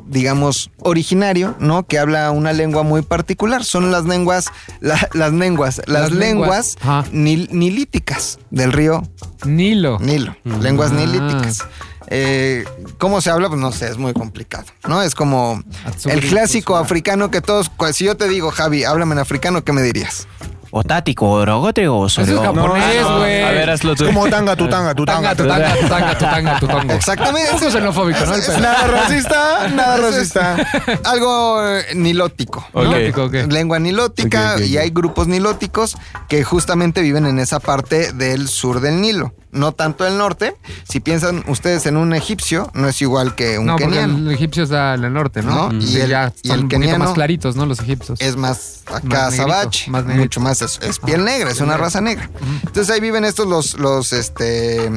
[SPEAKER 4] digamos, originario, ¿no? Que habla una lengua muy particular. Son las lenguas, la- las lenguas, las,
[SPEAKER 2] Las lenguas.
[SPEAKER 4] lenguas,
[SPEAKER 2] Ajá.
[SPEAKER 4] nil- nilíticas del río
[SPEAKER 2] Nilo.
[SPEAKER 4] Nilo. Lenguas
[SPEAKER 2] Ah.
[SPEAKER 4] nilíticas. Eh, ¿Cómo se habla? Pues no sé, es muy complicado, ¿no? Es como el
[SPEAKER 2] pues,
[SPEAKER 4] clásico africano que todos, pues, si yo te digo, Javi, háblame en africano, ¿qué me dirías?
[SPEAKER 10] Otático, rogotrego,
[SPEAKER 2] Eso es japonés,
[SPEAKER 3] Ah,
[SPEAKER 2] güey.
[SPEAKER 3] A ver, hazlo tú.
[SPEAKER 1] Como tanga, tu tanga, tu tanga.
[SPEAKER 2] Tanga, tu
[SPEAKER 1] tu tanga.
[SPEAKER 2] tanga, tu tanga, tu tanga, tu tongo.
[SPEAKER 4] Exactamente.
[SPEAKER 2] Un poco xenofóbico, ¿no? El pedo.
[SPEAKER 1] Nada racista, nada racista.
[SPEAKER 4] Algo eh, nilótico.
[SPEAKER 3] Ok.
[SPEAKER 2] Nórdico, ¿o qué?
[SPEAKER 4] Lengua nilótica
[SPEAKER 3] Ok, ok,
[SPEAKER 4] y
[SPEAKER 3] ok.
[SPEAKER 4] hay grupos nilóticos que justamente viven en esa parte del sur del Nilo, no tanto del norte. Si piensan ustedes en un egipcio, no es igual que un
[SPEAKER 2] No, porque
[SPEAKER 4] keniano.
[SPEAKER 2] el egipcio está en el norte, ¿no?
[SPEAKER 4] No, y
[SPEAKER 2] Sí,
[SPEAKER 4] el-
[SPEAKER 2] ya
[SPEAKER 4] y
[SPEAKER 2] están
[SPEAKER 4] el
[SPEAKER 2] un poquito
[SPEAKER 4] keniano
[SPEAKER 2] más claritos, ¿no? Los egipcios.
[SPEAKER 4] es más acá
[SPEAKER 2] Más negrito,
[SPEAKER 4] azabache,
[SPEAKER 2] más negrito.
[SPEAKER 4] mucho más es, es piel negra, es una raza negra. Entonces ahí viven estos los, los este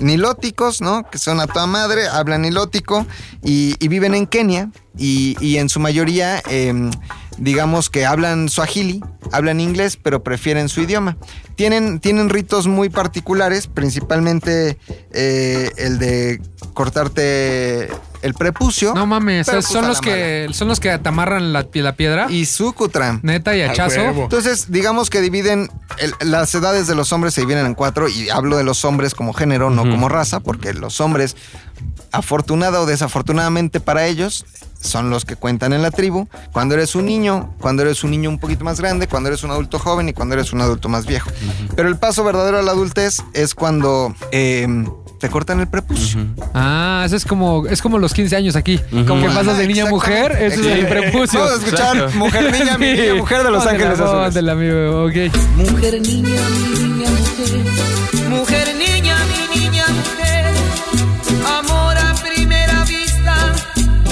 [SPEAKER 4] nilóticos, ¿no? Que son a toda madre, hablan nilótico y, y viven en Kenia y, y en su mayoría, eh, digamos que hablan swahili, hablan inglés, pero prefieren su idioma. Tienen, tienen ritos muy particulares, principalmente eh, el de cortarte el prepucio.
[SPEAKER 2] No mames,
[SPEAKER 4] Pero,
[SPEAKER 2] o sea,
[SPEAKER 4] pues,
[SPEAKER 2] son
[SPEAKER 4] a
[SPEAKER 2] los
[SPEAKER 4] la
[SPEAKER 2] que son los que atamarran la, pi- la piedra,
[SPEAKER 4] Y sucutram.
[SPEAKER 2] neta y hachazo.
[SPEAKER 1] huevo.
[SPEAKER 4] Entonces, digamos que dividen el- las edades de los hombres se dividen en cuatro y hablo de los hombres como género, no como raza, porque los hombres, afortunada o desafortunadamente para ellos, son los que cuentan en la tribu. Cuando eres un niño, cuando eres un niño un poquito más grande, cuando eres un adulto joven y cuando eres un adulto más viejo. Pero el paso verdadero a la adultez es cuando eh, te cortan el prepucio.
[SPEAKER 2] Ah, eso es como es como los 15 años aquí.
[SPEAKER 3] Ujú.
[SPEAKER 2] Como que pasas de niña a
[SPEAKER 4] Ah, Exactamente.
[SPEAKER 2] mujer, eso es el
[SPEAKER 4] Exactamente.
[SPEAKER 2] prepucio.
[SPEAKER 4] Vamos a escuchar
[SPEAKER 3] Exacto.
[SPEAKER 4] Mujer Niña, mi niña, Mujer de Los
[SPEAKER 2] Póndela,
[SPEAKER 4] Ángeles Azules.
[SPEAKER 2] póndela, mi bebé, ok.
[SPEAKER 7] Mujer, niña, mi niña, mujer. Mujer, niña, mi niña, mujer. Amor a primera vista.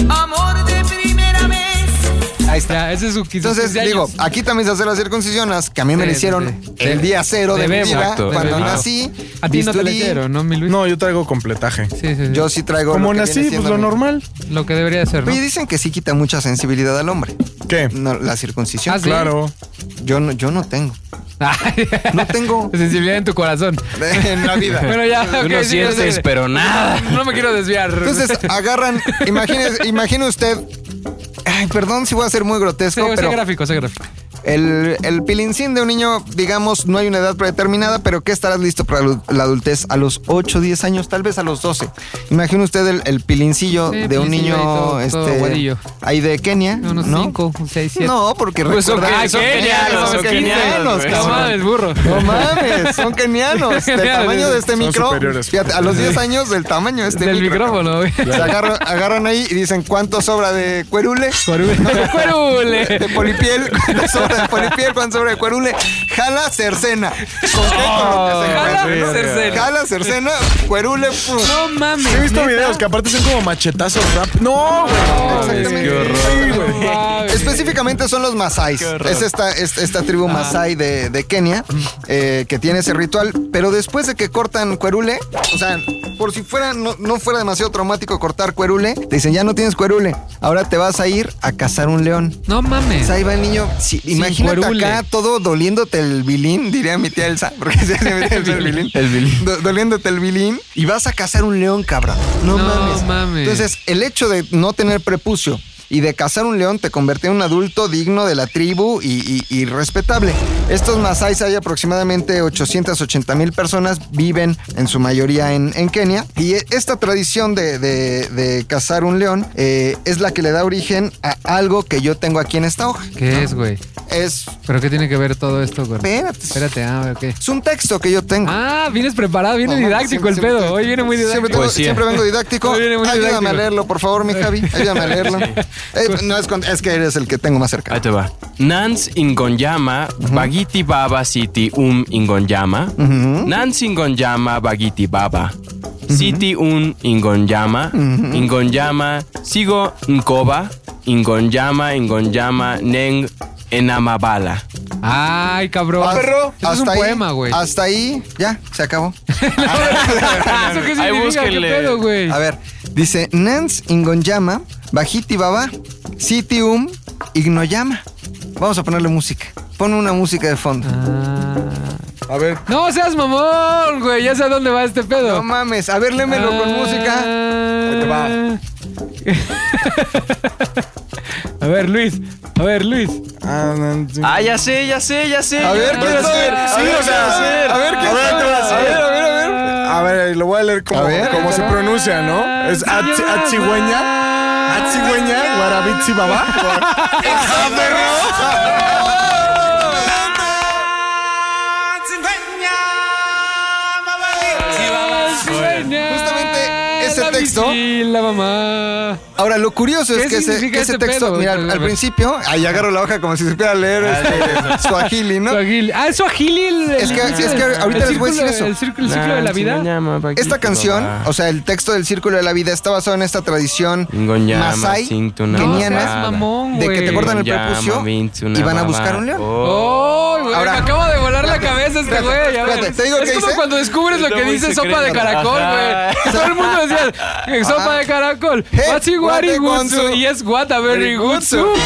[SPEAKER 7] Amor de primera vez.
[SPEAKER 4] Ahí está.
[SPEAKER 2] Ya, ese es su 15
[SPEAKER 4] Entonces,
[SPEAKER 2] 15
[SPEAKER 4] digo,
[SPEAKER 2] años.
[SPEAKER 4] aquí también se hace la circuncisión, las que a mí me
[SPEAKER 2] Sí,
[SPEAKER 4] la
[SPEAKER 2] sí,
[SPEAKER 4] hicieron
[SPEAKER 2] sí.
[SPEAKER 4] el
[SPEAKER 2] Sí.
[SPEAKER 4] día cero de mi
[SPEAKER 2] Debemos.
[SPEAKER 4] vida,
[SPEAKER 3] Exacto.
[SPEAKER 4] cuando
[SPEAKER 2] Debemos.
[SPEAKER 4] nací.
[SPEAKER 2] a ti no te
[SPEAKER 4] bisturí,
[SPEAKER 2] le dieron, ¿no, mi Luis?
[SPEAKER 1] No, yo traigo completaje.
[SPEAKER 2] Sí, sí, sí.
[SPEAKER 4] Yo sí traigo.
[SPEAKER 1] Como
[SPEAKER 4] lo que
[SPEAKER 1] nací,
[SPEAKER 4] viene
[SPEAKER 1] pues
[SPEAKER 4] siendo
[SPEAKER 1] lo
[SPEAKER 4] mi-
[SPEAKER 1] normal.
[SPEAKER 2] Lo que debería de ser, ¿no?
[SPEAKER 4] Oye, dicen que sí quita mucha sensibilidad al hombre.
[SPEAKER 1] ¿Qué?
[SPEAKER 4] No, la circuncisión.
[SPEAKER 2] Ah, sí.
[SPEAKER 1] Claro.
[SPEAKER 4] Yo no, yo no tengo.
[SPEAKER 2] Ay,
[SPEAKER 4] No tengo
[SPEAKER 2] Sensibilidad en tu corazón.
[SPEAKER 4] en la vida.
[SPEAKER 2] Pero ya, ok,
[SPEAKER 3] Uno
[SPEAKER 2] sí, ya
[SPEAKER 3] sientes,
[SPEAKER 2] sé.
[SPEAKER 3] pero nada.
[SPEAKER 2] No me quiero desviar.
[SPEAKER 4] Entonces ah, agarran, imagínese, imagine usted. Ay, perdón si voy a ser muy
[SPEAKER 2] Sí,
[SPEAKER 4] grotesco,
[SPEAKER 2] ese
[SPEAKER 4] pero
[SPEAKER 2] gráfico, ese gráfico.
[SPEAKER 4] El, el pilincín de un niño, digamos, no hay una edad predeterminada, pero que estarás listo para la la adultez a los 8, 10 años, tal vez a los 12. Imagina usted el, el pilincillo
[SPEAKER 2] Sí,
[SPEAKER 4] de un
[SPEAKER 2] pilincillo
[SPEAKER 4] niño
[SPEAKER 2] ahí todo- todo
[SPEAKER 4] este,
[SPEAKER 2] guarillo.
[SPEAKER 4] ahí de Kenia,
[SPEAKER 2] Unos
[SPEAKER 4] ¿no?
[SPEAKER 2] 5, 6, 7.
[SPEAKER 4] No, porque
[SPEAKER 3] Pues son
[SPEAKER 4] recuerda-
[SPEAKER 3] que- son
[SPEAKER 4] Ay,
[SPEAKER 3] kenianos, son
[SPEAKER 4] son
[SPEAKER 3] kenianos,
[SPEAKER 4] kenianos,
[SPEAKER 3] güey.
[SPEAKER 2] No
[SPEAKER 4] cabrón.
[SPEAKER 2] mames, burro.
[SPEAKER 4] No mames, son kenianos. Del tamaño de este
[SPEAKER 1] Son
[SPEAKER 4] micro.
[SPEAKER 1] superiores.
[SPEAKER 4] Fíjate, a los 10 años del tamaño de este
[SPEAKER 2] Del
[SPEAKER 4] micro.
[SPEAKER 2] micrófono, güey.
[SPEAKER 4] Se agarra- agarran, ahí y dicen cuánto sobra de cuerule.
[SPEAKER 2] ¡Cuerule!
[SPEAKER 4] De polipiel, cuánto sobra de polipiel, cuánto sobra de cuerule. Jala cercena. ¿Con qué? Con lo que se
[SPEAKER 2] Jala
[SPEAKER 4] encuentre, ¿no?
[SPEAKER 2] cercena.
[SPEAKER 4] Jala cercena, cuerule. pum.
[SPEAKER 2] No mames.
[SPEAKER 1] Sí, He visto
[SPEAKER 2] neta.
[SPEAKER 1] videos que aparte son como machetazos rap. No,
[SPEAKER 4] No,
[SPEAKER 1] güey.
[SPEAKER 4] exactamente.
[SPEAKER 1] Qué horror. Sí, güey.
[SPEAKER 2] No mames.
[SPEAKER 4] Específicamente son los Masáis. Es esta, es- esta tribu Masái de, de Kenia eh, que tiene ese ritual. Pero después de que cortan cuerule, o sea, por si fuera, no, no fuera demasiado traumático cortar cuerule, te dicen ya no tienes cuerule. Ahora te vas a ir a cazar un león.
[SPEAKER 2] No
[SPEAKER 4] O
[SPEAKER 2] mames.
[SPEAKER 4] sea, Pues ahí va el niño. Sí, imagínate
[SPEAKER 2] cuerule.
[SPEAKER 4] acá todo doliéndote el bilín, diría mi tía Elsa, porque se hace mi tía Elsa el bilín.
[SPEAKER 3] El bilín.
[SPEAKER 4] Do- doliéndote el bilín y vas a cazar un león, cabrón. No,
[SPEAKER 2] No
[SPEAKER 4] mames.
[SPEAKER 2] mames.
[SPEAKER 4] Entonces, el hecho de no tener prepucio y de cazar un león te convirtió en un adulto digno de la tribu y, y- y respetable. Estos masáis hay aproximadamente 880 mil personas, viven en su mayoría en, en Kenia. Y e- esta tradición de, de- de cazar un león eh, es la que le da origen a algo que yo tengo aquí en esta hoja.
[SPEAKER 2] ¿Qué es, güey?
[SPEAKER 4] Es.
[SPEAKER 2] ¿Pero qué tiene que ver todo esto, güey?
[SPEAKER 4] Espérate.
[SPEAKER 2] Espérate, ah, ok.
[SPEAKER 4] Es un texto que yo tengo.
[SPEAKER 2] Ah, vienes preparado, viene
[SPEAKER 4] No, mames,
[SPEAKER 2] didáctico el
[SPEAKER 4] siempre-
[SPEAKER 2] pedo.
[SPEAKER 4] siempre-
[SPEAKER 2] Hoy viene muy
[SPEAKER 4] Siempre,
[SPEAKER 2] didáctico.
[SPEAKER 4] tengo-
[SPEAKER 3] Poesía.
[SPEAKER 4] siempre vengo didáctico.
[SPEAKER 2] Hoy viene muy
[SPEAKER 4] Ayúdame a
[SPEAKER 2] didáctico.
[SPEAKER 4] leerlo, por favor, mi Javi. Ayúdame a leerlo. Eh, no es, con- es que eres el que tengo más cerca.
[SPEAKER 3] Ahí te va. Nans Ingonyama, Bagiti Baba City Um Ingonyama. Nans Ingonyama, Bagiti Baba. City Un Ingonyama. Ingonyama, Sigo Nkoba. Ingonyama, Ingonyama, Neng Enamabala.
[SPEAKER 2] Ay, cabrón.
[SPEAKER 4] Ah,
[SPEAKER 2] Ah,
[SPEAKER 4] Hasta-
[SPEAKER 2] Eso es un
[SPEAKER 4] ahí,
[SPEAKER 2] poema, güey.
[SPEAKER 4] Hasta ahí, ya, se acabó.
[SPEAKER 2] Ah, ¿Eso qué
[SPEAKER 3] Ahí
[SPEAKER 2] significa? ¿Qué
[SPEAKER 3] búsquenle.
[SPEAKER 2] pedo, güey?
[SPEAKER 4] A ver, dice Nans Ingonyama, Bajiti Baba, Sitium Ignoyama. Vamos a ponerle música. Pon una música de fondo.
[SPEAKER 2] Ah.
[SPEAKER 1] A ver,
[SPEAKER 2] No seas mamón, güey. Ya sé a dónde va este pedo.
[SPEAKER 4] No mames, a ver, lémelo con
[SPEAKER 2] Ah.
[SPEAKER 4] música.
[SPEAKER 2] Ahí
[SPEAKER 1] te
[SPEAKER 2] a ver, Luis. A ver, Luis.
[SPEAKER 1] Ah, no, sí.
[SPEAKER 3] Ah, ya sé, ya sé, ya sé.
[SPEAKER 4] A ver,
[SPEAKER 3] ya
[SPEAKER 4] ¿qué
[SPEAKER 3] sé.
[SPEAKER 4] vas a hacer?
[SPEAKER 3] A
[SPEAKER 1] Sí, o
[SPEAKER 3] ver, ¿qué vas a hacer?
[SPEAKER 1] sea, a ver, ¿qué
[SPEAKER 3] A ver, ¿qué vas a
[SPEAKER 1] a
[SPEAKER 3] hacer?
[SPEAKER 1] ver, a ver, a ver. A ver, lo voy a leer como,
[SPEAKER 4] A ver.
[SPEAKER 1] como se pronuncia, ¿no? Es atzi- atzigüeña, atzigüeña, guarabitzi babá.
[SPEAKER 4] Justamente ese texto-
[SPEAKER 2] Y la mamá.
[SPEAKER 4] Ahora, lo curioso es
[SPEAKER 2] ¿Qué
[SPEAKER 4] que ese,
[SPEAKER 2] significa
[SPEAKER 4] que ese
[SPEAKER 2] este
[SPEAKER 4] texto,
[SPEAKER 2] pedo?
[SPEAKER 4] mira, al, al principio, ahí agarro la hoja como si supiera leer
[SPEAKER 2] Ah,
[SPEAKER 4] este, Swahili, ¿no?
[SPEAKER 2] Swahili. Ah, es Swahili. el-
[SPEAKER 4] Es que-
[SPEAKER 2] el-
[SPEAKER 4] es que ahorita
[SPEAKER 2] el
[SPEAKER 4] les voy
[SPEAKER 2] círculo-
[SPEAKER 4] a decir eso.
[SPEAKER 2] El círculo, el ciclo de la vida.
[SPEAKER 3] Ingonyama, Bagiti
[SPEAKER 4] Esta canción,
[SPEAKER 3] Baba.
[SPEAKER 4] o sea, el texto del Círculo de la Vida está basado en esta tradición
[SPEAKER 3] Ingonyama,
[SPEAKER 4] masai,
[SPEAKER 3] Sintuna,
[SPEAKER 2] seas
[SPEAKER 4] keniana,
[SPEAKER 3] Babada.
[SPEAKER 2] mamón,
[SPEAKER 4] de que te
[SPEAKER 2] güey.
[SPEAKER 4] cortan el
[SPEAKER 3] Ingonyama,
[SPEAKER 4] prepucio
[SPEAKER 3] Bintuna,
[SPEAKER 4] y van a buscar
[SPEAKER 3] Baba.
[SPEAKER 4] un león.
[SPEAKER 3] Oh.
[SPEAKER 2] ¡Oh, güey!
[SPEAKER 4] Ahora-
[SPEAKER 2] me acabo de volar la
[SPEAKER 4] Espérate,
[SPEAKER 2] cabeza este
[SPEAKER 4] espérate,
[SPEAKER 2] güey. a ver.
[SPEAKER 4] espérate, ¿te digo
[SPEAKER 2] es
[SPEAKER 4] qué
[SPEAKER 2] como
[SPEAKER 4] hice?
[SPEAKER 2] cuando descubres lo
[SPEAKER 3] Está
[SPEAKER 2] que
[SPEAKER 3] muy
[SPEAKER 2] dice
[SPEAKER 3] secreto.
[SPEAKER 2] sopa de caracol,
[SPEAKER 3] Ajá.
[SPEAKER 2] güey. Todo el mundo decía, "Eh, sopa de caracol.
[SPEAKER 4] Hey,
[SPEAKER 2] What's it, what
[SPEAKER 4] what
[SPEAKER 2] it
[SPEAKER 4] a
[SPEAKER 2] wants to-
[SPEAKER 4] gonzo.
[SPEAKER 2] Y es what a very good
[SPEAKER 4] gonzo.
[SPEAKER 2] soup.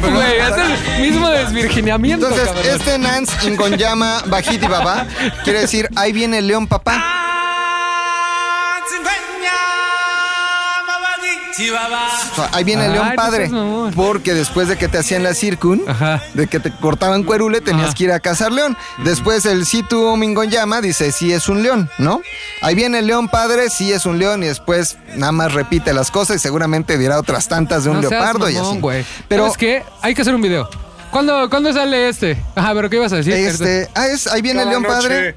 [SPEAKER 2] Güey, es el mismo desvirginamiento,
[SPEAKER 4] Entonces,
[SPEAKER 2] cabrón.
[SPEAKER 4] este Nans Ingonyama Bajiti Baba quiere decir, ahí viene el león papá. O sea, ahí viene el león
[SPEAKER 2] Ay, no
[SPEAKER 4] padre.
[SPEAKER 2] seas mamón.
[SPEAKER 4] Porque después de que te hacían la circun,
[SPEAKER 2] Ajá.
[SPEAKER 4] de que te cortaban cuerule, tenías
[SPEAKER 2] Ajá.
[SPEAKER 4] que ir a cazar león. Después el Situ Ingonyama dice, sí es un león, ¿no? Ahí viene el león padre, sí es un león. Y después nada más repite las cosas y seguramente dirá otras tantas de un
[SPEAKER 2] No seas
[SPEAKER 4] leopardo y
[SPEAKER 2] mamón,
[SPEAKER 4] así.
[SPEAKER 2] güey.
[SPEAKER 4] Pero
[SPEAKER 2] es que hay que hacer un video. ¿Cuándo, ¿Cuándo sale este? Ajá, pero ¿qué ibas a decir?
[SPEAKER 4] Este, ah, es, ahí viene el
[SPEAKER 1] Cada
[SPEAKER 4] león padre.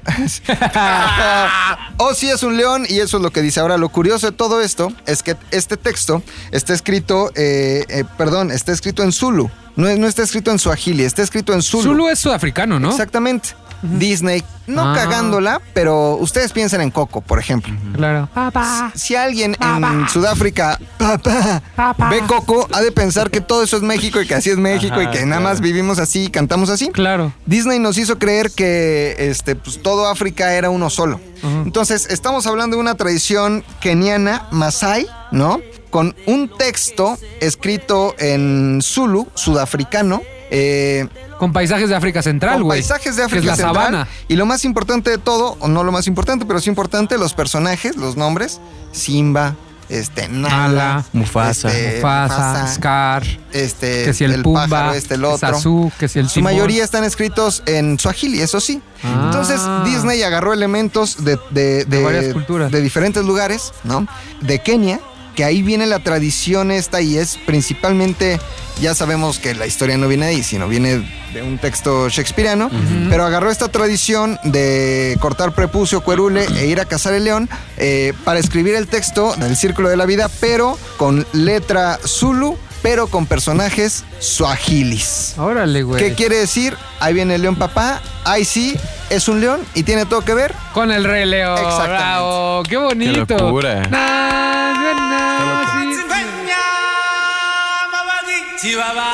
[SPEAKER 4] o sí es un león y eso es lo que dice. Ahora, lo curioso de todo esto es que este texto está escrito, eh, eh, perdón, está escrito en Zulu. No, es- no está escrito en Swahili, está escrito en Zulu.
[SPEAKER 2] Zulu es sudafricano, ¿no?
[SPEAKER 4] Exactamente. Disney, no
[SPEAKER 2] Ah.
[SPEAKER 4] cagándola, pero ustedes piensen en Coco, por ejemplo.
[SPEAKER 2] Claro. Ah, Papá.
[SPEAKER 4] Si alguien en Sudáfrica papá,
[SPEAKER 2] Papá.
[SPEAKER 4] ve Coco, ha de pensar que todo eso es México y que así es México y que nada más vivimos así y cantamos así.
[SPEAKER 2] Claro.
[SPEAKER 4] Disney nos hizo creer que este, pues, todo África era uno solo. Entonces, estamos hablando de una tradición keniana, Masai, ¿no? Con un texto escrito en Zulu, sudafricano, Eh,
[SPEAKER 2] Con paisajes de África Central,
[SPEAKER 4] con
[SPEAKER 2] güey.
[SPEAKER 4] paisajes de
[SPEAKER 2] que
[SPEAKER 4] África
[SPEAKER 2] es la
[SPEAKER 4] Central.
[SPEAKER 2] sabana.
[SPEAKER 4] Y lo más importante de todo, o no lo más importante, pero sí importante, los personajes, los nombres, Simba, este, Nala,
[SPEAKER 2] Nala,
[SPEAKER 3] Mufasa.
[SPEAKER 4] este,
[SPEAKER 2] Mufasa, Scar,
[SPEAKER 4] este,
[SPEAKER 2] que si el, Pumba,
[SPEAKER 4] pájaro, este, el otro.
[SPEAKER 2] Zazú, que si el
[SPEAKER 4] Su
[SPEAKER 2] Timón.
[SPEAKER 4] mayoría están escritos en Swahili, eso sí.
[SPEAKER 2] Ah.
[SPEAKER 4] Entonces, Disney agarró elementos de, de- de-
[SPEAKER 2] varias culturas.
[SPEAKER 4] de diferentes lugares, ¿no? De Kenia, que ahí viene la tradición esta y es principalmente, ya sabemos que la historia no viene de ahí, sino viene de un texto shakespeariano, pero agarró esta tradición de cortar prepucio, cuerule e ir a cazar el león eh, para escribir el texto del Círculo de la Vida, pero con letra Zulu, pero con personajes swahilis.
[SPEAKER 2] Órale, güey.
[SPEAKER 4] ¿Qué quiere
[SPEAKER 2] este,
[SPEAKER 4] decir? Ahí viene el león papá. Ahí sí, es un león y tiene todo que ver.
[SPEAKER 2] Con el Rey León.
[SPEAKER 4] Exactamente.
[SPEAKER 2] Bravo, qué bonito.
[SPEAKER 3] locura.
[SPEAKER 2] Na, na, sí, sí.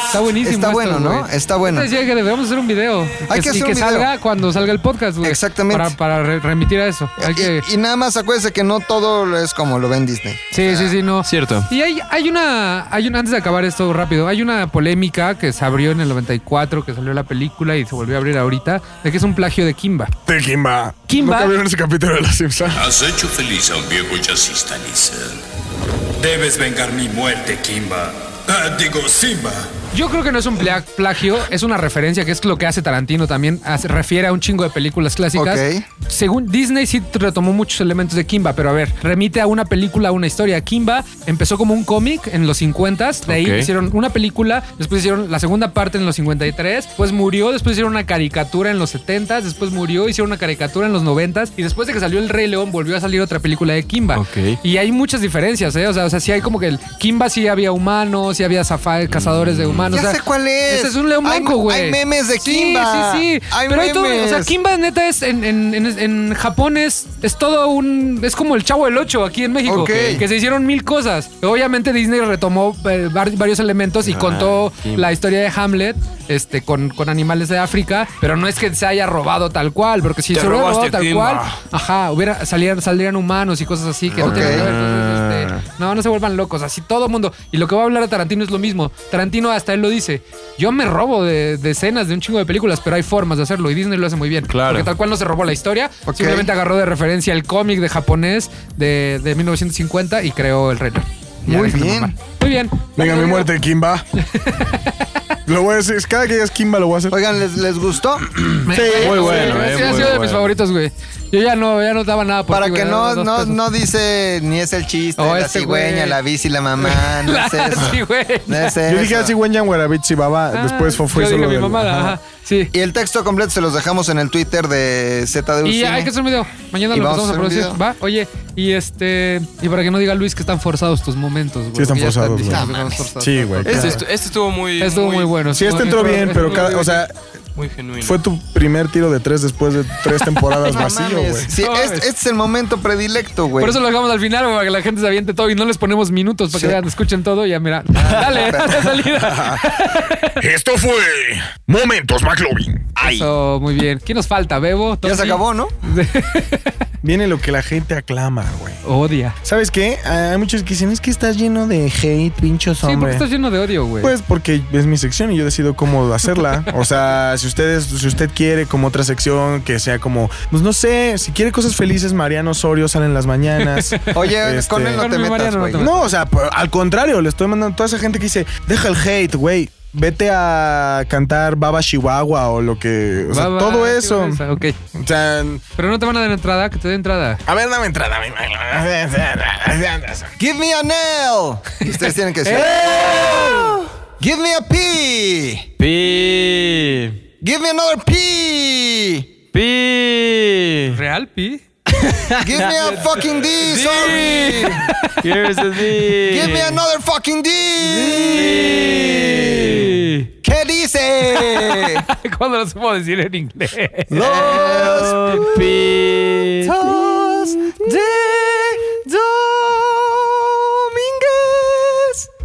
[SPEAKER 2] Está buenísimo.
[SPEAKER 4] Está
[SPEAKER 2] esto,
[SPEAKER 4] bueno, ¿no?
[SPEAKER 2] güey.
[SPEAKER 4] Está bueno.
[SPEAKER 2] Entonces, ya que debemos hacer un video.
[SPEAKER 4] Hay que
[SPEAKER 2] y
[SPEAKER 4] hacer
[SPEAKER 2] que
[SPEAKER 4] un video.
[SPEAKER 2] salga cuando salga el podcast, güey.
[SPEAKER 4] Exactamente.
[SPEAKER 2] Para, para re- remitir a eso. Hay que...
[SPEAKER 4] Y, y nada más acuérdese que no todo es como lo ven Disney.
[SPEAKER 2] Sí, sí, sí, no.
[SPEAKER 3] Cierto.
[SPEAKER 2] Y hay, hay una, hay una, antes de acabar esto rápido, hay una polémica que se abrió en el 94, que salió la película y se volvió a abrir ahorita, de que es un plagio de Kimba.
[SPEAKER 1] De Kimba.
[SPEAKER 2] Kimba.
[SPEAKER 1] ¿Nunca vieron ese capítulo de Los Simpsons?
[SPEAKER 11] Has hecho feliz a un viejo jazzista, Lisa. Debes vengar mi muerte, Kimba. Ah, digo, Simba.
[SPEAKER 2] Yo creo que no es un pla- plagio, es una referencia, que es lo que hace Tarantino también, hace- refiere a un chingo de películas clásicas.
[SPEAKER 4] Ok.
[SPEAKER 2] Según Disney sí retomó muchos elementos de Kimba, pero a ver, remite a una película, a una historia. Kimba empezó como un cómic en los 50s, de ahí
[SPEAKER 3] Ok.
[SPEAKER 2] hicieron una película, después hicieron la segunda parte en los 53, pues murió, después hicieron una caricatura en los 70s, después murió, hicieron una caricatura en los 90s y después de que salió El Rey León volvió a salir otra película de Kimba.
[SPEAKER 3] Ok.
[SPEAKER 2] Y hay muchas diferencias, ¿eh? O sea, o sea, sí hay como que el Kimba sí había humanos, sí había zafa- cazadores de humanos.
[SPEAKER 4] Ya
[SPEAKER 2] o sea,
[SPEAKER 4] sé cuál es.
[SPEAKER 2] Ese es un león
[SPEAKER 4] Hay-
[SPEAKER 2] blanco, güey.
[SPEAKER 4] hay memes de Kimba.
[SPEAKER 2] Sí, sí, sí.
[SPEAKER 4] Hay
[SPEAKER 2] Pero hay todo. O sea,
[SPEAKER 4] memes.
[SPEAKER 2] Kimba neta es en, en- en- en Japón es, es todo un. Es como el chavo del 8 aquí en México.
[SPEAKER 4] Ok.
[SPEAKER 2] Que se hicieron mil cosas. Obviamente Disney retomó eh, var- varios elementos y contó
[SPEAKER 3] Ah, Kimba.
[SPEAKER 2] la historia de Hamlet este, con, con animales de África. Pero no es que se haya robado tal cual, porque si
[SPEAKER 3] Te
[SPEAKER 2] se hubiera robado
[SPEAKER 3] robaste
[SPEAKER 2] tal
[SPEAKER 3] Kimba.
[SPEAKER 2] cual, ajá, hubiera, salían- saldrían humanos y cosas así que no
[SPEAKER 4] Ok.
[SPEAKER 2] tienen que ver. Entonces, este,
[SPEAKER 3] Ah.
[SPEAKER 2] no, no se vuelvan locos. Así todo mundo. Y lo que va a hablar a Tarantino es lo mismo. Tarantino hasta él lo dice. Yo me robo de de escenas de un chingo de películas, pero hay formas de hacerlo. Y Disney lo hace muy bien.
[SPEAKER 3] Claro.
[SPEAKER 2] Porque tal cual no se robó la historia.
[SPEAKER 4] Ok.
[SPEAKER 2] Simplemente agarró de referencia el cómic de japonés de, de 1950 y creó el reloj. Ya,
[SPEAKER 4] Muy
[SPEAKER 2] dejen de
[SPEAKER 4] bien.
[SPEAKER 2] mamar. Muy bien.
[SPEAKER 1] Venga, mi
[SPEAKER 2] Bueno,
[SPEAKER 1] muerte, Kimba. lo voy a decir, cada que digas Kimba lo voy a hacer.
[SPEAKER 4] Oigan, ¿les, les gustó?
[SPEAKER 2] me-
[SPEAKER 1] Sí.
[SPEAKER 2] me-
[SPEAKER 3] Muy
[SPEAKER 2] sí,
[SPEAKER 3] bueno,
[SPEAKER 2] sí,
[SPEAKER 3] eh,
[SPEAKER 2] ha
[SPEAKER 3] muy
[SPEAKER 2] sido de mis
[SPEAKER 3] bueno.
[SPEAKER 2] favoritos, güey. Yo ya no, ya no daba nada por
[SPEAKER 4] Para
[SPEAKER 2] ti,
[SPEAKER 4] que
[SPEAKER 2] güey,
[SPEAKER 4] no,
[SPEAKER 2] daba dos
[SPEAKER 4] no,
[SPEAKER 2] pesos.
[SPEAKER 4] no dice ni es el chiste,
[SPEAKER 2] Oh,
[SPEAKER 4] la
[SPEAKER 2] este
[SPEAKER 4] cigüeña,
[SPEAKER 2] güey.
[SPEAKER 4] la bici, la mamá, no es eso.
[SPEAKER 2] Sí, güey.
[SPEAKER 4] No es
[SPEAKER 1] Yo dije
[SPEAKER 4] eso.
[SPEAKER 1] así, Wenyan Guarabit, si baba.
[SPEAKER 2] Ah,
[SPEAKER 1] Después fue, fue
[SPEAKER 2] yo
[SPEAKER 1] solo.
[SPEAKER 2] dije mi
[SPEAKER 1] del-
[SPEAKER 2] mamada,
[SPEAKER 1] Ajá.
[SPEAKER 2] ajá. Sí.
[SPEAKER 4] Y el texto completo se los dejamos en el Twitter de ZDU
[SPEAKER 2] Y
[SPEAKER 4] Cine.
[SPEAKER 2] hay que hacer un video. Mañana
[SPEAKER 4] Y
[SPEAKER 2] lo empezamos
[SPEAKER 4] vamos a
[SPEAKER 2] a
[SPEAKER 4] hacer un
[SPEAKER 2] producir.
[SPEAKER 4] video.
[SPEAKER 2] Va, oye, y este. Y para que no diga Luis que están forzados tus momentos, güey.
[SPEAKER 1] Sí, están
[SPEAKER 2] que ya
[SPEAKER 1] forzados, güey.
[SPEAKER 2] diciendo que
[SPEAKER 4] No
[SPEAKER 2] son
[SPEAKER 4] mames.
[SPEAKER 2] forzados.
[SPEAKER 1] Sí, güey.
[SPEAKER 3] Este,
[SPEAKER 1] claro.
[SPEAKER 3] estu- este estuvo muy.
[SPEAKER 2] Estuvo muy, bueno.
[SPEAKER 1] Sí, este entró bien, pero cada, o sea,
[SPEAKER 3] Muy genuino.
[SPEAKER 1] fue tu primer tiro de tres después de tres temporadas
[SPEAKER 4] No
[SPEAKER 1] vacío,
[SPEAKER 4] mames.
[SPEAKER 1] güey.
[SPEAKER 4] Sí, este, este es el momento predilecto, güey.
[SPEAKER 2] Por eso lo dejamos al final, güey, para que la gente se aviente todo y no les ponemos minutos para
[SPEAKER 4] Sí.
[SPEAKER 2] que vean, escuchen todo y ya, mira. Dale, dale salida.
[SPEAKER 8] Esto fue Momentos McLovin.
[SPEAKER 2] Eso, muy bien. ¿Quién nos falta? Bebo.
[SPEAKER 4] Ya se
[SPEAKER 2] Tommy?
[SPEAKER 4] acabó, ¿no?
[SPEAKER 1] Viene lo que la gente aclama, güey.
[SPEAKER 2] Odia.
[SPEAKER 1] ¿Sabes qué? Hay muchos que dicen, es que estás lleno de hate, pinchos
[SPEAKER 2] Sí, porque
[SPEAKER 1] hombre.
[SPEAKER 2] estás lleno de odio, güey.
[SPEAKER 1] Pues porque es mi sección y yo decido cómo hacerla. O sea, si ustedes, si usted quiere como otra sección que sea como, pues no sé, si quiere cosas felices, Mariano Osorio sale en las mañanas.
[SPEAKER 4] Oye,
[SPEAKER 1] Este-
[SPEAKER 4] con él no
[SPEAKER 2] Con
[SPEAKER 4] te
[SPEAKER 2] mi
[SPEAKER 4] metas,
[SPEAKER 2] Mariano no
[SPEAKER 4] güey.
[SPEAKER 2] te
[SPEAKER 1] No, o sea, por- al contrario, le estoy mandando a toda esa gente que dice, deja el hate, güey. Vete a cantar Baba Chihuahua o lo que. O sea,
[SPEAKER 2] Va, va,
[SPEAKER 1] todo
[SPEAKER 2] sí,
[SPEAKER 1] eso.
[SPEAKER 2] va, esa, Ok.
[SPEAKER 1] O sea,
[SPEAKER 2] Pero no te van a dar entrada, que te dé entrada.
[SPEAKER 1] a ver, dame entrada, mi Mariano.
[SPEAKER 4] Give me a nail. Y Ustedes tienen que decir. Give me a P.
[SPEAKER 3] Pi.
[SPEAKER 4] Give me another P.
[SPEAKER 3] Pi.
[SPEAKER 2] ¿Real, Pi?
[SPEAKER 4] Give me a fucking D. Sorry.
[SPEAKER 3] Here's the D.
[SPEAKER 4] Give me another fucking D. ¿Qué dice?
[SPEAKER 2] Cuando lo supo decir en inglés.
[SPEAKER 4] Los
[SPEAKER 3] Pi.
[SPEAKER 4] pitos de Domínguez.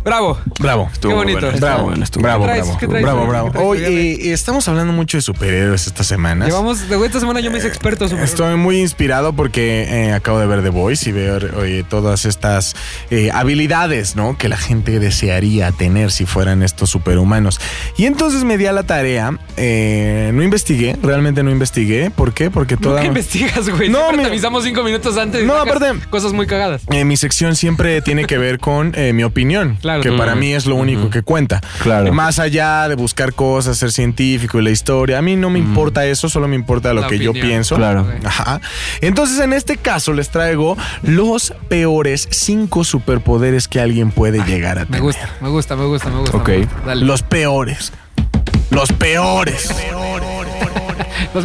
[SPEAKER 3] Bravo.
[SPEAKER 1] Bravo.
[SPEAKER 3] Estuvo
[SPEAKER 1] Qué
[SPEAKER 3] muy
[SPEAKER 1] bonito.
[SPEAKER 3] bueno, estuvo
[SPEAKER 1] Bravo,
[SPEAKER 3] bueno, estuvo
[SPEAKER 1] bravo,
[SPEAKER 3] bueno.
[SPEAKER 1] bravo,
[SPEAKER 3] ¿Qué traes?
[SPEAKER 1] bravo,
[SPEAKER 3] ¿Qué
[SPEAKER 1] bravo.
[SPEAKER 3] traes? ¿Qué traes?
[SPEAKER 1] Hoy eh, estamos hablando mucho de superhéroes estas semanas.
[SPEAKER 2] Llevamos, de güey, esta semana yo
[SPEAKER 1] Eh,
[SPEAKER 2] me hice experto en superhéroes.
[SPEAKER 1] Estoy muy inspirado porque eh, acabo de ver The Voice y ver oye, todas estas eh, habilidades, ¿no? Que la gente desearía tener si fueran estos superhumanos. Y entonces me di a la tarea. eh, no investigué, realmente no investigué. ¿Por qué? Porque toda.
[SPEAKER 2] ¿Qué investigas, güey?
[SPEAKER 1] No,
[SPEAKER 2] No,
[SPEAKER 1] me-
[SPEAKER 2] Te avisamos cinco minutos antes. y
[SPEAKER 1] No,
[SPEAKER 2] sacas
[SPEAKER 1] aparte-
[SPEAKER 2] Cosas muy cagadas.
[SPEAKER 1] Eh, mi sección siempre tiene que ver con eh, mi opinión,
[SPEAKER 2] Claro.
[SPEAKER 1] que para
[SPEAKER 2] Mm.
[SPEAKER 1] mí es lo único que cuenta.
[SPEAKER 3] Claro.
[SPEAKER 1] Más allá de buscar cosas, ser científico y la historia, a mí no me importa eso, solo me importa lo
[SPEAKER 2] La
[SPEAKER 1] que yo
[SPEAKER 2] opinión.
[SPEAKER 1] pienso.
[SPEAKER 3] Claro.
[SPEAKER 1] Ajá. Entonces, en este caso, les traigo los peores cinco superpoderes que alguien puede llegar a
[SPEAKER 2] Ah, Me
[SPEAKER 1] tener.
[SPEAKER 2] gusta, me gusta, me gusta, me gusta.
[SPEAKER 3] Ok.
[SPEAKER 2] me gusta. Dale. Los,
[SPEAKER 1] Los peores. Los peores.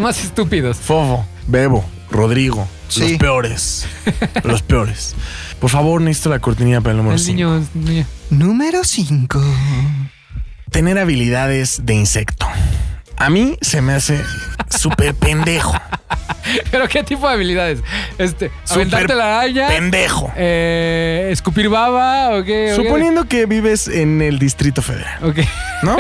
[SPEAKER 2] más estúpidos.
[SPEAKER 1] Fofo, Bebo, Rodrigo.
[SPEAKER 4] Sí.
[SPEAKER 1] Los peores. Los peores. Por favor, necesito la cortinilla para el número
[SPEAKER 2] El
[SPEAKER 1] 5.
[SPEAKER 2] niño, el niño.
[SPEAKER 4] Número 5.
[SPEAKER 1] tener habilidades de insecto. A mí se me hace súper pendejo.
[SPEAKER 2] Pero qué tipo de habilidades? Este, aventarte
[SPEAKER 1] Súper
[SPEAKER 2] la araña,
[SPEAKER 1] Pendejo.
[SPEAKER 2] eh, escupir baba o qué. o qué?
[SPEAKER 1] Suponiendo que vives en el Distrito Federal,
[SPEAKER 2] Ok.
[SPEAKER 1] ¿no?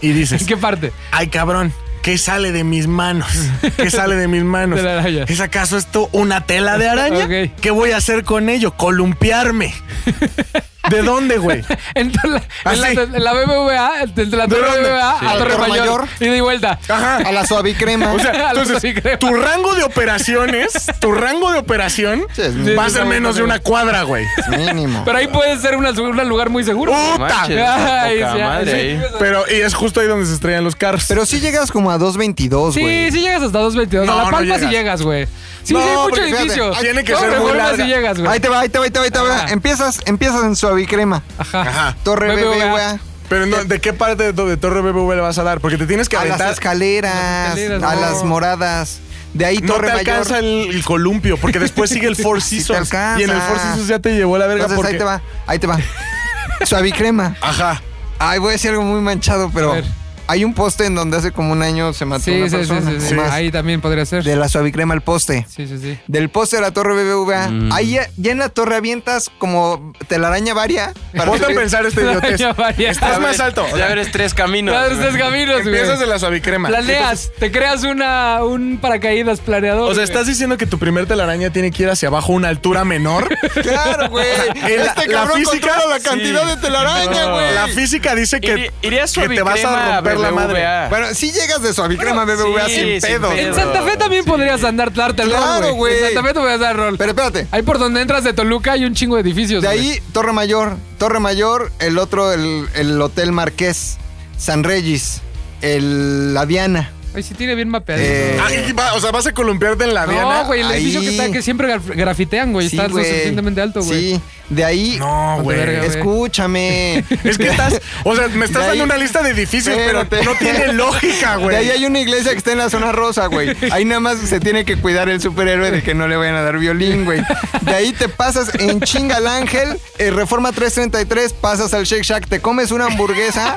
[SPEAKER 1] Y
[SPEAKER 2] ¿En
[SPEAKER 1] dices,
[SPEAKER 2] qué parte?
[SPEAKER 1] ay cabrón, ¿qué sale de mis manos? ¿Qué sale de mis manos?
[SPEAKER 2] De la araña.
[SPEAKER 1] ¿Es acaso esto una tela de araña?
[SPEAKER 2] Ok.
[SPEAKER 1] ¿Qué voy a hacer con ello? Columpiarme. ¿De dónde, güey?
[SPEAKER 2] En, to- la, en, la,
[SPEAKER 1] Así.
[SPEAKER 2] en la BBVA, entre la Torre
[SPEAKER 1] Ah, dónde?
[SPEAKER 2] BBVA
[SPEAKER 4] Sí.
[SPEAKER 2] a Torre
[SPEAKER 4] Torre
[SPEAKER 2] Mayor,
[SPEAKER 4] Mayor.
[SPEAKER 2] ida y vuelta.
[SPEAKER 1] Ajá.
[SPEAKER 4] A la suavicrema.
[SPEAKER 1] O sea,
[SPEAKER 2] A los
[SPEAKER 1] entonces,
[SPEAKER 2] sí creo.
[SPEAKER 1] tu rango de operaciones, tu rango de operación
[SPEAKER 4] Sí, es mínimo.
[SPEAKER 1] va a ser menos de una cuadra, güey.
[SPEAKER 4] mínimo.
[SPEAKER 2] Pero ahí puede ser una- un lugar muy seguro.
[SPEAKER 1] ¡Puta!
[SPEAKER 3] Manches,
[SPEAKER 2] Ay,
[SPEAKER 3] poca
[SPEAKER 2] sí,
[SPEAKER 3] madre
[SPEAKER 2] sí.
[SPEAKER 3] ahí.
[SPEAKER 1] Pero, y es justo ahí donde se estrellan los carros.
[SPEAKER 4] Pero si llegas como a 2.22,
[SPEAKER 2] Sí,
[SPEAKER 4] güey.
[SPEAKER 2] sí llegas hasta 2.22.
[SPEAKER 1] No,
[SPEAKER 2] a La
[SPEAKER 1] no
[SPEAKER 2] Palma sí
[SPEAKER 1] llegas.
[SPEAKER 2] llegas, güey. Sí,
[SPEAKER 1] No,
[SPEAKER 2] sí, hay mucho
[SPEAKER 1] porque
[SPEAKER 4] fíjate,
[SPEAKER 2] edificio.
[SPEAKER 1] tiene que
[SPEAKER 2] No,
[SPEAKER 1] ser muy
[SPEAKER 2] Reforma
[SPEAKER 1] larga.
[SPEAKER 2] sí llegas, güey.
[SPEAKER 4] Ahí te va, ahí te va, ahí te va, ahí te va.
[SPEAKER 2] Ajá.
[SPEAKER 4] Empiezas, empiezas en suavicrema.
[SPEAKER 2] Ajá.
[SPEAKER 1] Ajá.
[SPEAKER 4] Torre
[SPEAKER 2] BBVA.
[SPEAKER 4] BBVA.
[SPEAKER 1] Pero no, ¿de qué parte de, de Torre BBV le vas a dar? Porque te tienes que
[SPEAKER 4] A las
[SPEAKER 1] aventar.
[SPEAKER 4] escaleras,
[SPEAKER 2] Las escaleras,
[SPEAKER 4] a
[SPEAKER 2] no.
[SPEAKER 4] las moradas. De ahí
[SPEAKER 1] No
[SPEAKER 4] Torre
[SPEAKER 1] te
[SPEAKER 4] Mayor.
[SPEAKER 1] alcanza el, el columpio, porque después sigue el Four
[SPEAKER 4] Sí te
[SPEAKER 1] Seasons.
[SPEAKER 4] alcanza.
[SPEAKER 1] y en el Four Seasons ya te llevó la verga
[SPEAKER 4] Entonces
[SPEAKER 1] porque...
[SPEAKER 4] ahí te va, ahí te va. Suavicrema.
[SPEAKER 1] Ajá.
[SPEAKER 4] Ay, voy a decir algo muy manchado, pero
[SPEAKER 2] A ver.
[SPEAKER 4] hay un poste en donde hace como un año se mató
[SPEAKER 2] Sí,
[SPEAKER 4] una
[SPEAKER 2] sí, sí,
[SPEAKER 4] persona.
[SPEAKER 2] sí, sí.
[SPEAKER 4] o más.
[SPEAKER 2] Ahí también podría ser.
[SPEAKER 4] De la suavicrema al poste.
[SPEAKER 2] Sí, sí, sí.
[SPEAKER 4] Del poste a la torre BBVA.
[SPEAKER 3] Mm.
[SPEAKER 4] Ahí ya, ya en la torre avientas como telaraña varia. para
[SPEAKER 1] Ponte a
[SPEAKER 4] subir.
[SPEAKER 1] pensar este idiotez.
[SPEAKER 2] Ya varias.
[SPEAKER 1] Estás más alto.
[SPEAKER 3] Ya eres tres caminos.
[SPEAKER 2] Ya eres tres caminos, güey.
[SPEAKER 1] Empiezas de la suavicrema. Entonces,
[SPEAKER 2] Planeas, te creas una, un paracaídas planeador.
[SPEAKER 1] O sea,
[SPEAKER 2] güey.
[SPEAKER 1] ¿estás diciendo que tu primer telaraña tiene que ir hacia abajo a una altura menor?
[SPEAKER 4] Claro, güey.
[SPEAKER 1] El-
[SPEAKER 4] Este cabrón controla la cantidad de telaraña,
[SPEAKER 3] No.
[SPEAKER 4] güey.
[SPEAKER 1] La física dice que,
[SPEAKER 3] Iría- iría
[SPEAKER 1] que te vas a
[SPEAKER 3] suavicrema
[SPEAKER 1] romper la madre.
[SPEAKER 3] BBVA.
[SPEAKER 4] Bueno, si llegas de suavicrema BBVA
[SPEAKER 3] sí,
[SPEAKER 4] sin
[SPEAKER 3] sin
[SPEAKER 4] pedo.
[SPEAKER 3] pedo.
[SPEAKER 4] güey.
[SPEAKER 2] En Santa Fe también podrías andar, darte el
[SPEAKER 4] Claro,
[SPEAKER 2] rol, güey.
[SPEAKER 4] güey.
[SPEAKER 2] En Santa Fe te podrías dar rol.
[SPEAKER 4] Pero espérate.
[SPEAKER 2] Ahí por donde entras de Toluca hay un chingo de edificios.
[SPEAKER 4] De
[SPEAKER 2] güey.
[SPEAKER 4] ahí, Torre Mayor. Torre Mayor, el otro, el, el Hotel Marqués. San Regis. El, la Diana.
[SPEAKER 2] Ay, sí tiene bien mapeado.
[SPEAKER 4] Eh,
[SPEAKER 1] Ah, y va- o sea, vas a columpiarte en la Diana.
[SPEAKER 2] no, güey, el
[SPEAKER 4] ahí.
[SPEAKER 2] edificio que está que siempre graf- grafitean, güey.
[SPEAKER 4] Sí,
[SPEAKER 2] está lo
[SPEAKER 4] güey.
[SPEAKER 2] suficientemente alto, güey.
[SPEAKER 4] Sí. De ahí.
[SPEAKER 1] No, güey.
[SPEAKER 2] verga, güey.
[SPEAKER 4] Escúchame.
[SPEAKER 1] Es que estás, o sea, me estás
[SPEAKER 4] De ahí-
[SPEAKER 1] dando una lista de edificios, pero
[SPEAKER 4] Espérate.
[SPEAKER 1] no tiene lógica, güey.
[SPEAKER 4] De ahí hay una iglesia que está en la zona rosa, güey. Ahí nada más se tiene que cuidar el superhéroe de que no le vayan a dar violín, güey. De ahí te pasas en chinga al ángel, eh, reforma 333, pasas al Shake Shack, te comes una hamburguesa.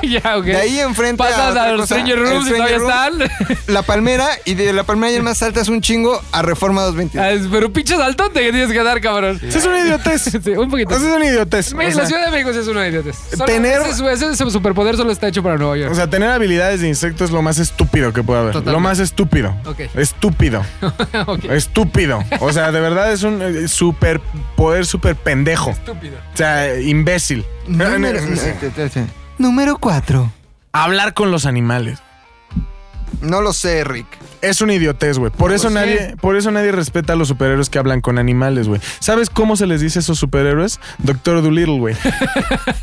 [SPEAKER 2] Ya, ok.
[SPEAKER 4] De ahí enfrente a
[SPEAKER 2] Pasas
[SPEAKER 4] otra
[SPEAKER 2] a los
[SPEAKER 4] cosa,
[SPEAKER 2] Stranger
[SPEAKER 4] el
[SPEAKER 2] Rooms y
[SPEAKER 4] Stranger
[SPEAKER 2] todavía
[SPEAKER 4] Room,
[SPEAKER 2] están.
[SPEAKER 4] La palmera y de la palmera ya más saltas un chingo a reforma 222.
[SPEAKER 2] Ay, Ah, Pero pinche saltote que tienes que dar, cabrón.
[SPEAKER 1] Eso es una idiotez.
[SPEAKER 2] Sí, un poquito.
[SPEAKER 1] Eso es una idiotez.
[SPEAKER 2] Mira,
[SPEAKER 1] O
[SPEAKER 2] la
[SPEAKER 1] sea,
[SPEAKER 2] Ciudad de México sí es una idiotez.
[SPEAKER 4] eh,
[SPEAKER 2] Solo-
[SPEAKER 1] Tener-
[SPEAKER 2] Ese, ese- ese superpoder solo está hecho para Nueva York.
[SPEAKER 1] o sea, tener habilidades de insecto es lo más estúpido que puede haber. Lo
[SPEAKER 2] Totalmente.
[SPEAKER 1] más estúpido.
[SPEAKER 2] Ok.
[SPEAKER 1] Estúpido.
[SPEAKER 2] Ok,
[SPEAKER 1] Estúpido. O sea, de verdad es un eh, super poder super pendejo.
[SPEAKER 2] estúpido.
[SPEAKER 1] O sea, imbécil.
[SPEAKER 4] Número- Número 4.
[SPEAKER 1] Hablar con los animales.
[SPEAKER 4] No lo sé, Rick.
[SPEAKER 1] Es una idiotez, güey.
[SPEAKER 3] Pues
[SPEAKER 1] Por eso
[SPEAKER 2] sé.
[SPEAKER 1] nadie, por eso nadie respeta a los superhéroes que hablan con animales, güey. ¿Sabes cómo se les dice a esos superhéroes? Doctor Dolittle, güey.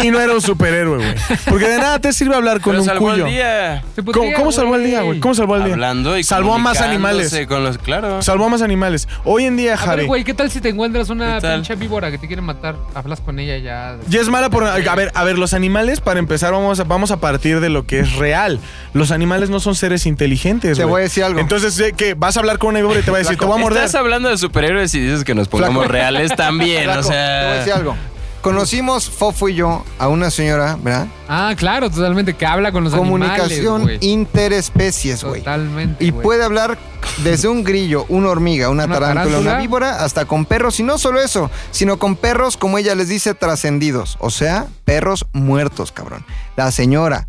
[SPEAKER 1] y no era un superhéroe, güey. Porque de nada te sirve hablar con
[SPEAKER 3] Pero
[SPEAKER 1] un
[SPEAKER 3] salvó el
[SPEAKER 1] cuyo.
[SPEAKER 3] día.
[SPEAKER 2] Se
[SPEAKER 1] ¿Cómo,
[SPEAKER 2] putea,
[SPEAKER 1] cómo salvó el día, güey? ¿Cómo salvó el día?
[SPEAKER 3] Hablando y
[SPEAKER 1] salvó a más
[SPEAKER 3] comunicándose
[SPEAKER 1] animales.
[SPEAKER 3] Con los, claro.
[SPEAKER 1] Salvó a más animales. Hoy en día,
[SPEAKER 2] A ver,
[SPEAKER 1] Javi.
[SPEAKER 2] güey, ¿qué tal si te encuentras una
[SPEAKER 3] ¿Qué tal?
[SPEAKER 2] pinche víbora que te quiere matar? Hablas con ella y ya.
[SPEAKER 1] Ya es mala por. A ver, a ver, los animales, para empezar, vamos a, vamos a partir de lo que es real. Los animales no son seres inteligentes,
[SPEAKER 4] Te
[SPEAKER 1] güey.
[SPEAKER 4] voy a decir algo.
[SPEAKER 1] Entonces, ¿eh, ¿qué? Vas a hablar con una víbora y te va a decir, te voy a morder.
[SPEAKER 3] Estás hablando de superhéroes y dices que nos pongamos
[SPEAKER 4] Flaco.
[SPEAKER 3] reales también,
[SPEAKER 4] Flaco,
[SPEAKER 3] o
[SPEAKER 4] te voy a
[SPEAKER 3] sea.
[SPEAKER 4] decir algo. Conocimos, Fofo y yo, a una señora, ¿verdad?
[SPEAKER 2] Ah, claro, totalmente, que habla con los
[SPEAKER 4] Comunicación
[SPEAKER 2] animales, güey.
[SPEAKER 4] interespecies, güey.
[SPEAKER 2] Totalmente,
[SPEAKER 4] Y
[SPEAKER 2] güey.
[SPEAKER 4] puede hablar desde un grillo, una hormiga, una,
[SPEAKER 2] Una
[SPEAKER 4] tarántula,
[SPEAKER 2] tarántula.
[SPEAKER 4] una víbora, hasta con perros. Y no solo eso, sino con perros, como ella les dice, trascendidos. O sea, perros muertos, cabrón. La señora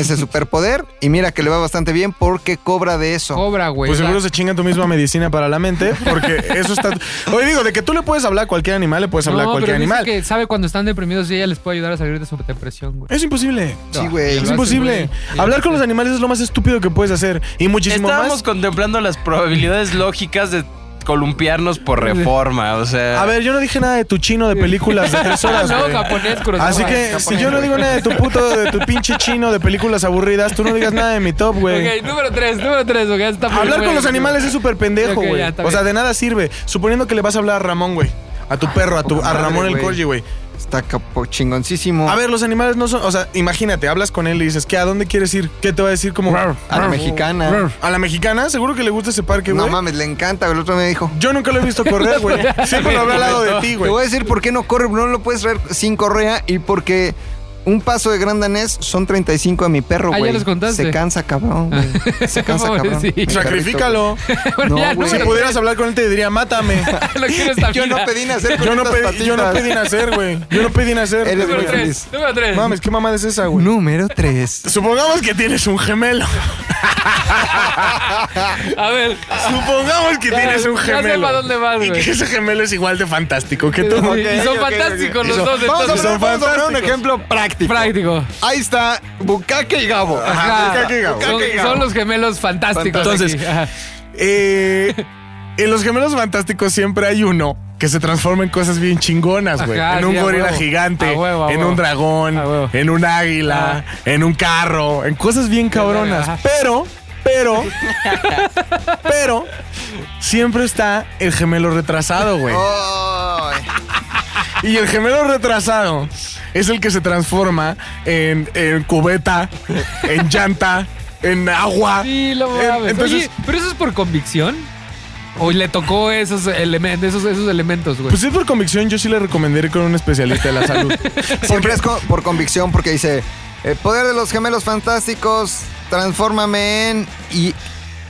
[SPEAKER 4] ese superpoder y mira que le va bastante bien porque cobra de eso.
[SPEAKER 2] Cobra, güey.
[SPEAKER 1] Pues
[SPEAKER 2] o sea,
[SPEAKER 1] seguro se chingan tu misma medicina para la mente, porque eso está. Oye, digo, de que tú le puedes hablar a cualquier animal, le puedes hablar a
[SPEAKER 2] no,
[SPEAKER 1] cualquier
[SPEAKER 2] pero dice
[SPEAKER 1] animal.
[SPEAKER 2] que sabe cuando están deprimidos y ella les puede ayudar a salir de su depresión, güey.
[SPEAKER 1] Es imposible.
[SPEAKER 4] Sí, güey.
[SPEAKER 1] Es
[SPEAKER 2] Lo hace,
[SPEAKER 1] imposible.
[SPEAKER 2] güey.
[SPEAKER 1] Hablar con los animales es lo más estúpido que puedes hacer. Y muchísimo
[SPEAKER 3] Estábamos
[SPEAKER 1] más.
[SPEAKER 3] contemplando las probabilidades lógicas de columpiarnos por reforma, o sea...
[SPEAKER 1] A ver, yo no dije nada de tu chino de películas de tres horas.
[SPEAKER 2] Ah, No,
[SPEAKER 1] güey.
[SPEAKER 2] japonés, cruzado.
[SPEAKER 1] Así que si yo no digo nada de tu puto, de tu pinche chino de películas aburridas, tú no digas nada de mi top, güey.
[SPEAKER 2] Ok, número 3, número 3, ok, está muy
[SPEAKER 1] Hablar
[SPEAKER 2] bueno.
[SPEAKER 1] con los animales es súper pendejo,
[SPEAKER 2] Ok,
[SPEAKER 1] güey.
[SPEAKER 2] ya, está
[SPEAKER 1] o sea,
[SPEAKER 2] bien.
[SPEAKER 1] de nada sirve. Suponiendo que le vas a hablar a Ramón, güey. A tu perro, a, tu,
[SPEAKER 4] poca
[SPEAKER 1] a
[SPEAKER 4] madre,
[SPEAKER 1] Ramón el
[SPEAKER 4] güey.
[SPEAKER 1] Corgi, güey.
[SPEAKER 4] Está capo, chingoncísimo.
[SPEAKER 2] Ah.
[SPEAKER 1] A ver, los animales no son. O sea, imagínate, hablas con él y dices, ¿qué? ¿A dónde quieres ir? ¿Qué te va a decir? Como.
[SPEAKER 4] a la mexicana.
[SPEAKER 1] ¿A la mexicana? Seguro que le gusta ese parque,
[SPEAKER 4] No
[SPEAKER 1] güey.
[SPEAKER 4] mames, le encanta. güey. El otro me dijo.
[SPEAKER 1] Yo nunca lo he visto correr, güey. Siempre lo habrá hablado de ti,
[SPEAKER 4] Te
[SPEAKER 1] güey.
[SPEAKER 4] voy a decir por qué no corre, no lo puedes traer sin correa y porque un paso de gran danés son 35 a mi perro,
[SPEAKER 2] Ah, ya
[SPEAKER 4] güey.
[SPEAKER 2] les contaste.
[SPEAKER 4] Se cansa, cabrón, güey. Se cansa, cabrón.
[SPEAKER 2] Sí.
[SPEAKER 4] Mi perrito,
[SPEAKER 1] Sacrifícalo.
[SPEAKER 4] güey.
[SPEAKER 2] Bueno, ya,
[SPEAKER 4] No, güey.
[SPEAKER 1] Si pudieras hablar con él, te diría, mátame.
[SPEAKER 2] Lo quiero esta
[SPEAKER 4] Yo no
[SPEAKER 2] vida.
[SPEAKER 4] pedí nacer con
[SPEAKER 1] Yo no,
[SPEAKER 4] estas
[SPEAKER 1] pedí, yo no
[SPEAKER 4] patitas.
[SPEAKER 1] pedí nacer, güey. Yo no pedí nacer.
[SPEAKER 4] Él
[SPEAKER 1] güey.
[SPEAKER 4] es
[SPEAKER 2] Número
[SPEAKER 4] muy feliz.
[SPEAKER 2] 3, número 3.
[SPEAKER 1] Mames, ¿qué mamada es esa, güey?
[SPEAKER 4] Número 3.
[SPEAKER 1] Supongamos que tienes un gemelo.
[SPEAKER 2] A ver,
[SPEAKER 1] Supongamos que
[SPEAKER 2] Ya,
[SPEAKER 1] tienes un
[SPEAKER 2] ya sé
[SPEAKER 1] gemelo.
[SPEAKER 2] pa' dónde vas,
[SPEAKER 1] Y
[SPEAKER 2] güey.
[SPEAKER 1] que ese gemelo es igual de fantástico que tú.
[SPEAKER 2] y
[SPEAKER 4] ok,
[SPEAKER 2] son
[SPEAKER 4] ok,
[SPEAKER 2] fantásticos
[SPEAKER 4] ok.
[SPEAKER 2] los
[SPEAKER 1] Y son-
[SPEAKER 2] dos,
[SPEAKER 4] Vamos a,
[SPEAKER 1] Entonces,
[SPEAKER 4] poner,
[SPEAKER 1] son
[SPEAKER 4] vamos a poner un
[SPEAKER 1] fantásticos.
[SPEAKER 4] ejemplo práctico.
[SPEAKER 2] práctico.
[SPEAKER 4] Ahí está Bukake y Gabo.
[SPEAKER 2] Ajá.
[SPEAKER 1] Bukake y Gabo.
[SPEAKER 2] Son,
[SPEAKER 4] Bukake y Gabo.
[SPEAKER 2] son los gemelos fantásticos.
[SPEAKER 3] Entonces,
[SPEAKER 2] aquí. Ajá.
[SPEAKER 1] Eh, en los gemelos fantásticos siempre hay uno que se transforma en cosas bien chingonas, güey.
[SPEAKER 2] Ajá,
[SPEAKER 1] En un
[SPEAKER 2] sí, a
[SPEAKER 1] gorila
[SPEAKER 2] huevo.
[SPEAKER 1] gigante,
[SPEAKER 2] A huevo, a
[SPEAKER 1] en
[SPEAKER 2] huevo.
[SPEAKER 1] un dragón,
[SPEAKER 2] A huevo.
[SPEAKER 1] en un águila, en un carro, en cosas bien cabronas.
[SPEAKER 2] Ajá.
[SPEAKER 1] Pero, pero, pero, siempre está el gemelo retrasado, güey.
[SPEAKER 4] Ay.
[SPEAKER 1] Y el gemelo retrasado es el que se transforma en, en cubeta, en llanta, en agua.
[SPEAKER 2] Sí, lo
[SPEAKER 1] En-
[SPEAKER 2] mames.
[SPEAKER 1] em, entonces-
[SPEAKER 2] Oye, pero eso es por convicción. O le tocó esos elementos, esos, esos elementos, güey.
[SPEAKER 1] Pues si es por convicción, yo sí le recomendaría ir con un especialista de la salud.
[SPEAKER 4] Siempre es co- por convicción, porque dice: El poder de los gemelos fantásticos, transfórmame en. Y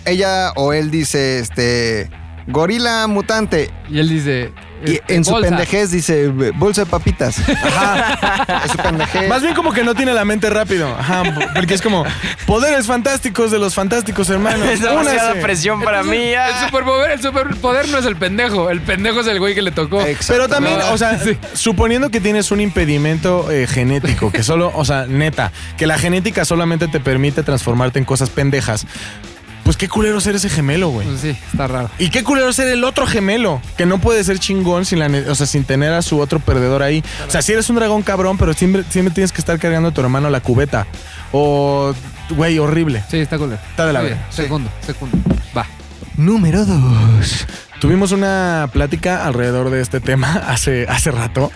[SPEAKER 4] ella o él dice: Este. Gorila mutante.
[SPEAKER 2] y él dice.
[SPEAKER 4] Y
[SPEAKER 2] este,
[SPEAKER 4] en su
[SPEAKER 2] bolsa.
[SPEAKER 4] pendejez dice: Bolsa de papitas. Ajá. En su pendejez.
[SPEAKER 1] Más bien como que no tiene la mente rápido. Ajá, porque es como poderes fantásticos de los fantásticos hermanos.
[SPEAKER 3] Es demasiada
[SPEAKER 1] Únanse.
[SPEAKER 3] presión para mí.
[SPEAKER 2] El
[SPEAKER 3] ah.
[SPEAKER 2] superpoder, el superpoder no es el pendejo. El pendejo es el güey que le tocó.
[SPEAKER 4] Exacto.
[SPEAKER 1] Pero también, o sea, suponiendo que tienes un impedimento eh, genético, que solo, o sea, neta, que la genética solamente te permite transformarte en cosas pendejas, pues qué culero ser ese gemelo, güey.
[SPEAKER 2] Pues sí, está raro.
[SPEAKER 1] Y qué culero ser el otro gemelo, que no puede ser chingón sin, la, ne- o sea, sin tener a su otro perdedor ahí. O sea, si eres un dragón cabrón, pero siempre, siempre tienes que estar cargando a tu hermano la cubeta. O, güey, horrible.
[SPEAKER 2] Sí, está cool.
[SPEAKER 1] Está de la
[SPEAKER 2] Muy
[SPEAKER 1] verga.
[SPEAKER 2] bien, Segundo, segundo. Va.
[SPEAKER 4] Número 2.
[SPEAKER 1] Tuvimos una plática alrededor de este tema hace, hace rato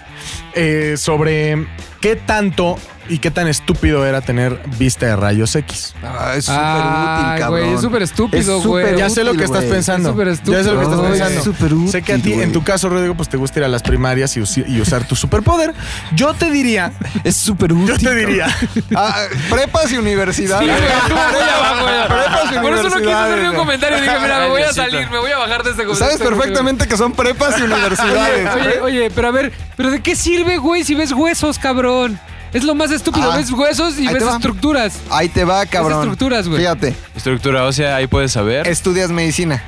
[SPEAKER 1] eh, sobre qué tanto y qué tan estúpido era tener vista de rayos X.
[SPEAKER 4] Ah, es súper
[SPEAKER 2] Ay,
[SPEAKER 4] útil, cabrón.
[SPEAKER 2] güey, es súper estúpido,
[SPEAKER 4] súper
[SPEAKER 2] güey.
[SPEAKER 1] Ya sé lo
[SPEAKER 4] útil,
[SPEAKER 1] que estás
[SPEAKER 4] güey.
[SPEAKER 1] pensando.
[SPEAKER 2] Es súper
[SPEAKER 1] ya sé lo que estás
[SPEAKER 4] estúpido.
[SPEAKER 1] pensando.
[SPEAKER 4] Es súper
[SPEAKER 1] sé que a ti,
[SPEAKER 4] útil,
[SPEAKER 1] en tu
[SPEAKER 4] güey.
[SPEAKER 1] caso, Rodrigo, pues te gusta ir a las primarias y, usi- y usar tu superpoder. Yo te diría,
[SPEAKER 4] Es súper útil.
[SPEAKER 1] yo te diría.
[SPEAKER 4] Ah, prepas y universidades.
[SPEAKER 2] Sí, güey, estuvo muy abajo, güey.
[SPEAKER 4] Prepas y
[SPEAKER 2] Por eso no quise hacerle un
[SPEAKER 4] universidades, güey.
[SPEAKER 2] comentario. Dije, mira, me voy a
[SPEAKER 3] Diosito.
[SPEAKER 2] salir, me voy a bajar de este
[SPEAKER 4] Sabes
[SPEAKER 2] comentario.
[SPEAKER 4] perfectamente que son prepas y universidades.
[SPEAKER 2] Oye, oye,
[SPEAKER 4] güey.
[SPEAKER 2] oye, pero a ver, ¿pero de qué sirve, güey, si ves huesos, cabrón? Es lo más estúpido,
[SPEAKER 4] Ah,
[SPEAKER 2] ves huesos y
[SPEAKER 4] ahí
[SPEAKER 2] ves
[SPEAKER 4] te va.
[SPEAKER 2] estructuras.
[SPEAKER 4] Ahí te va, cabrón.
[SPEAKER 2] estructuras, güey.
[SPEAKER 4] Fíjate,
[SPEAKER 3] Estructura ósea, ahí puedes saber.
[SPEAKER 4] estudias medicina.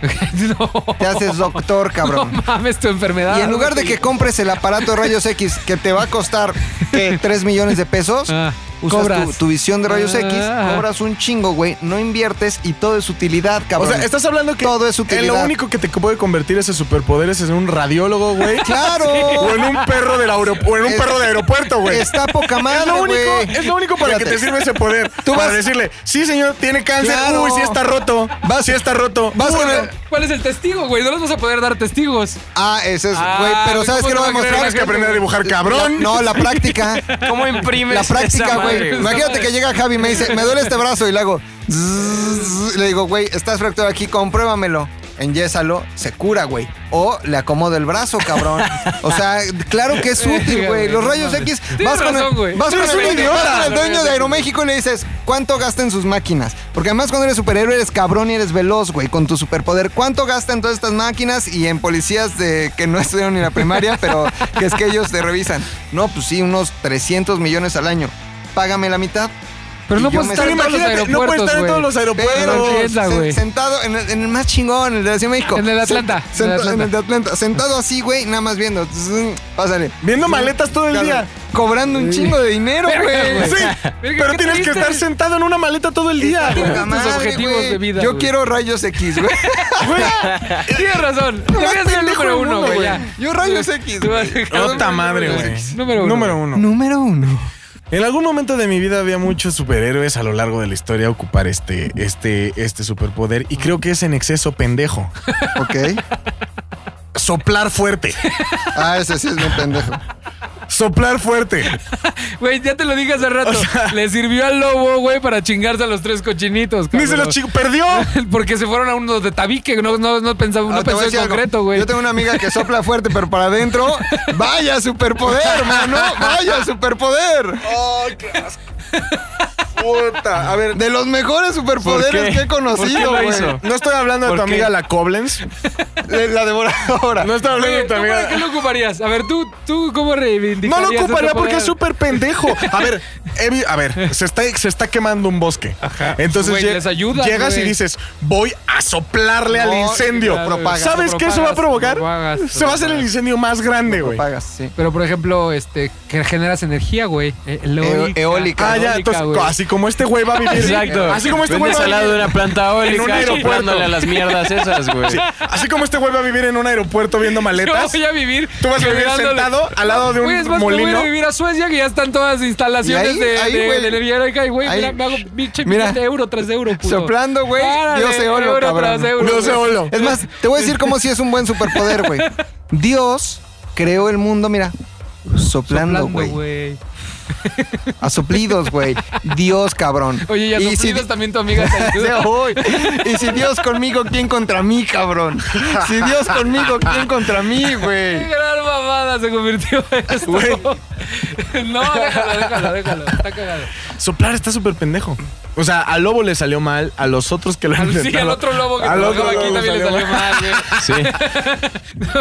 [SPEAKER 2] no,
[SPEAKER 4] Te haces doctor, cabrón.
[SPEAKER 2] no mames tu enfermedad.
[SPEAKER 4] Y en lugar de que compres el aparato de rayos X que te va a costar ¿qué? 3 millones de pesos,
[SPEAKER 2] Ah,
[SPEAKER 4] usas
[SPEAKER 2] cobras.
[SPEAKER 4] Tu, tu visión de rayos X,
[SPEAKER 2] Ah.
[SPEAKER 4] cobras un chingo, güey, no inviertes y todo es utilidad,
[SPEAKER 1] O
[SPEAKER 4] cabrón.
[SPEAKER 1] sea, estás hablando que
[SPEAKER 4] Todo es utilidad.
[SPEAKER 1] en lo único que te puede convertir ese superpoder es en un radiólogo, güey.
[SPEAKER 4] ¡Claro!
[SPEAKER 1] O en un perro del aero- o en un
[SPEAKER 4] Es-
[SPEAKER 1] perro de aeropuerto, güey.
[SPEAKER 4] Está poca madre,
[SPEAKER 1] Es lo único,
[SPEAKER 4] güey.
[SPEAKER 1] es lo único para que
[SPEAKER 4] Fíjate.
[SPEAKER 1] te sirve ese poder.
[SPEAKER 4] Tú
[SPEAKER 1] para
[SPEAKER 4] vas-
[SPEAKER 1] decirle, sí, señor, tiene cáncer.
[SPEAKER 4] Claro.
[SPEAKER 1] Uy, sí está roto.
[SPEAKER 4] Vas-
[SPEAKER 1] sí está roto.
[SPEAKER 4] vas
[SPEAKER 1] Uy,
[SPEAKER 4] con el-
[SPEAKER 1] no.
[SPEAKER 2] ¿Cuál es el testigo, güey? No nos vas a poder dar testigos.
[SPEAKER 4] Ah, ese es, güey,
[SPEAKER 2] Ah,
[SPEAKER 4] pero ¿sabes
[SPEAKER 2] ¿cómo
[SPEAKER 4] qué
[SPEAKER 2] no
[SPEAKER 4] lo
[SPEAKER 2] va a
[SPEAKER 4] va a
[SPEAKER 2] creer
[SPEAKER 4] mostrar?
[SPEAKER 1] Tienes que aprender a dibujar, cabrón.
[SPEAKER 4] No, la práctica.
[SPEAKER 3] ¿Cómo imprimes
[SPEAKER 4] La
[SPEAKER 3] esa
[SPEAKER 4] práctica,
[SPEAKER 3] madre,
[SPEAKER 4] güey. Imagínate que llega Javi y me dice, me duele este brazo y le hago... zzzz, y le digo, güey, estás fracturado aquí, compruébamelo. enyésalo, se cura, güey. O le acomoda el brazo, cabrón. O sea, claro que es
[SPEAKER 2] Eh,
[SPEAKER 4] útil, güey. Los rayos X. Vas con,
[SPEAKER 2] razón,
[SPEAKER 4] el,
[SPEAKER 2] güey.
[SPEAKER 4] vas con
[SPEAKER 2] Tienes
[SPEAKER 4] el-
[SPEAKER 2] razón,
[SPEAKER 4] vas con el
[SPEAKER 2] güey.
[SPEAKER 4] dueño de Aeroméxico y le dices, ¿cuánto gasta en sus máquinas? Porque además, cuando eres superhéroe, eres cabrón y eres veloz, güey, con tu superpoder. ¿Cuánto gasta en todas estas máquinas y en policías de que no estudiaron ni la primaria, pero que es que ellos te revisan? No, pues sí, unos 300 millones al año. Págame la mitad.
[SPEAKER 2] Pero
[SPEAKER 4] Y
[SPEAKER 2] no
[SPEAKER 4] yo
[SPEAKER 2] puedes
[SPEAKER 4] me-
[SPEAKER 2] estar en todos los
[SPEAKER 1] imagínate, no puede
[SPEAKER 2] aeropuertos,
[SPEAKER 1] estar en
[SPEAKER 2] güey.
[SPEAKER 1] todos los
[SPEAKER 4] pero
[SPEAKER 1] aeropuertos.
[SPEAKER 2] entienda,
[SPEAKER 4] sen-
[SPEAKER 2] güey.
[SPEAKER 4] sentado en el, en el más chingón, en el de la Ciudad de México.
[SPEAKER 2] En el Atlanta,
[SPEAKER 4] Sen-
[SPEAKER 2] en el
[SPEAKER 4] senta-
[SPEAKER 2] Atlanta.
[SPEAKER 4] en el de Atlanta. Sentado así, güey, nada más viendo. Zzz, Pásale.
[SPEAKER 1] Viendo maletas todo el
[SPEAKER 4] Claro,
[SPEAKER 1] día.
[SPEAKER 4] Cobrando un chingo de dinero, güey.
[SPEAKER 1] Sí,
[SPEAKER 2] Verga,
[SPEAKER 1] pero
[SPEAKER 2] qué
[SPEAKER 1] tienes que
[SPEAKER 2] triste.
[SPEAKER 1] estar sentado en una maleta todo el día. güey.
[SPEAKER 4] Poca madre,
[SPEAKER 2] objetivos
[SPEAKER 4] güey.
[SPEAKER 2] de vida,
[SPEAKER 4] Yo
[SPEAKER 2] güey.
[SPEAKER 4] quiero rayos X, güey.
[SPEAKER 1] Güey,
[SPEAKER 2] Tienes razón. Te voy a hacer el número uno, güey. ya.
[SPEAKER 4] Yo rayos X,
[SPEAKER 2] Tú vas-
[SPEAKER 4] güey.
[SPEAKER 1] Puta madre, güey.
[SPEAKER 2] Número uno.
[SPEAKER 1] Número uno.
[SPEAKER 4] Número uno.
[SPEAKER 1] En algún momento de mi vida había muchos superhéroes a lo largo de la historia ocupar este, este, este superpoder y creo que es en exceso pendejo.
[SPEAKER 4] Ok.
[SPEAKER 1] Soplar fuerte.
[SPEAKER 4] Ah, ese sí es mi pendejo.
[SPEAKER 1] Soplar fuerte.
[SPEAKER 2] Güey, ya te lo dije hace rato. Le sirvió al lobo, güey, para chingarse a los tres cochinitos.
[SPEAKER 1] Ni se
[SPEAKER 2] cabrón.
[SPEAKER 1] los chico. Perdió.
[SPEAKER 2] Porque se fueron a unos de tabique. No, no, no pensaba,
[SPEAKER 4] Ah,
[SPEAKER 2] no
[SPEAKER 4] te
[SPEAKER 2] pensó
[SPEAKER 4] voy a
[SPEAKER 2] en
[SPEAKER 4] decir algo.
[SPEAKER 2] concreto, güey.
[SPEAKER 4] Yo tengo una amiga que sopla fuerte, pero para adentro. ¡Vaya superpoder, hermano! ¡Vaya superpoder!
[SPEAKER 1] ¡Ay, qué asco! Puta. A ver,
[SPEAKER 4] De los mejores
[SPEAKER 3] ¿Por
[SPEAKER 4] superpoderes
[SPEAKER 3] qué?
[SPEAKER 4] que he
[SPEAKER 3] ¿Por qué
[SPEAKER 4] conocido,
[SPEAKER 3] lo
[SPEAKER 4] güey.
[SPEAKER 3] hizo?
[SPEAKER 1] no estoy hablando de
[SPEAKER 3] ¿Por
[SPEAKER 1] tu
[SPEAKER 3] qué?
[SPEAKER 1] amiga la Koblenz.
[SPEAKER 4] De- La devoradora.
[SPEAKER 1] No estoy hablando de
[SPEAKER 2] Oye,
[SPEAKER 1] tu
[SPEAKER 2] ¿tú para qué
[SPEAKER 1] amiga.
[SPEAKER 2] lo ocuparías? A ver, tú, tú cómo
[SPEAKER 1] No
[SPEAKER 2] reivindicarías.
[SPEAKER 1] lo
[SPEAKER 2] ese
[SPEAKER 1] ocuparía porque
[SPEAKER 2] poder?
[SPEAKER 1] es súper pendejo. A ver, Evi- a ver, se está, se está quemando un bosque. Entonces
[SPEAKER 2] Güey,
[SPEAKER 1] lle-
[SPEAKER 2] les ayuda,
[SPEAKER 1] llegas
[SPEAKER 2] güey.
[SPEAKER 1] y dices, voy a soplarle al
[SPEAKER 4] No,
[SPEAKER 1] incendio.
[SPEAKER 4] claro, propagas,
[SPEAKER 1] ¿Sabes qué eso va a
[SPEAKER 2] propagas,
[SPEAKER 1] provocar?
[SPEAKER 2] propagas,
[SPEAKER 1] se va a hacer el
[SPEAKER 2] propagas.
[SPEAKER 1] incendio más grande, güey.
[SPEAKER 4] Pagas, sí.
[SPEAKER 2] Pero, por ejemplo, este, que generas energía, güey. E- Eólica.
[SPEAKER 4] eólica.
[SPEAKER 1] Ah, ya, entonces,
[SPEAKER 2] güey.
[SPEAKER 1] así como este güey va a vivir.
[SPEAKER 3] Exacto.
[SPEAKER 1] Así como este güey
[SPEAKER 3] Vendes
[SPEAKER 1] va a
[SPEAKER 3] al lado de
[SPEAKER 1] vivir.
[SPEAKER 3] una planta
[SPEAKER 1] En un
[SPEAKER 3] eólica
[SPEAKER 1] aeropuerto.
[SPEAKER 3] soplándole a las mierdas esas, güey.
[SPEAKER 1] Sí, así como este güey va a vivir en un aeropuerto viendo
[SPEAKER 2] Yo
[SPEAKER 1] maletas.
[SPEAKER 2] voy a vivir.
[SPEAKER 1] Tú vas a vivir
[SPEAKER 2] colgándole-
[SPEAKER 1] sentado al lado de un
[SPEAKER 2] Güey, es más, me voy
[SPEAKER 1] molino.
[SPEAKER 2] a vivir a Suecia que ya están todas instalaciones
[SPEAKER 4] Y ahí-
[SPEAKER 2] de,
[SPEAKER 4] ahí,
[SPEAKER 2] de-
[SPEAKER 4] güey.
[SPEAKER 2] de energía eólica. Y, güey,
[SPEAKER 4] Ahí.
[SPEAKER 2] mira, me hago pinche
[SPEAKER 4] Mira.
[SPEAKER 2] millón de euro tras euro, puto.
[SPEAKER 4] Soplando, güey.
[SPEAKER 2] Árale,
[SPEAKER 4] Dios eólico,
[SPEAKER 2] euro
[SPEAKER 4] cabrón.
[SPEAKER 2] tras euro.
[SPEAKER 1] Dios
[SPEAKER 2] güey.
[SPEAKER 1] eólico.
[SPEAKER 4] Es más, te voy a decir cómo sí es un buen superpoder, güey. Dios creó el mundo, mira. Soplando,
[SPEAKER 2] Soplando,
[SPEAKER 4] güey.
[SPEAKER 2] güey.
[SPEAKER 4] A soplidos, güey. Dios, cabrón.
[SPEAKER 2] Oye, ya
[SPEAKER 4] si
[SPEAKER 2] soplidos también tu amiga te
[SPEAKER 4] Sí,
[SPEAKER 2] ayuda.
[SPEAKER 4] uy. Y si Dios conmigo, ¿quién contra mí, cabrón? Si Dios conmigo, ¿quién contra mí,
[SPEAKER 2] ¡Qué
[SPEAKER 4] güey?
[SPEAKER 2] gran mamada se convirtió esto! No, déjalo, déjalo, déjalo. Está cagado.
[SPEAKER 1] Soplar está súper pendejo. O sea, al lobo le salió mal, a los otros que lo han
[SPEAKER 2] Al, sí, al
[SPEAKER 1] intentado-
[SPEAKER 2] otro lobo que
[SPEAKER 1] al otro
[SPEAKER 2] trabajaba aquí
[SPEAKER 1] lobo
[SPEAKER 2] también le
[SPEAKER 1] salió
[SPEAKER 2] salió mal, güey.
[SPEAKER 3] Sí.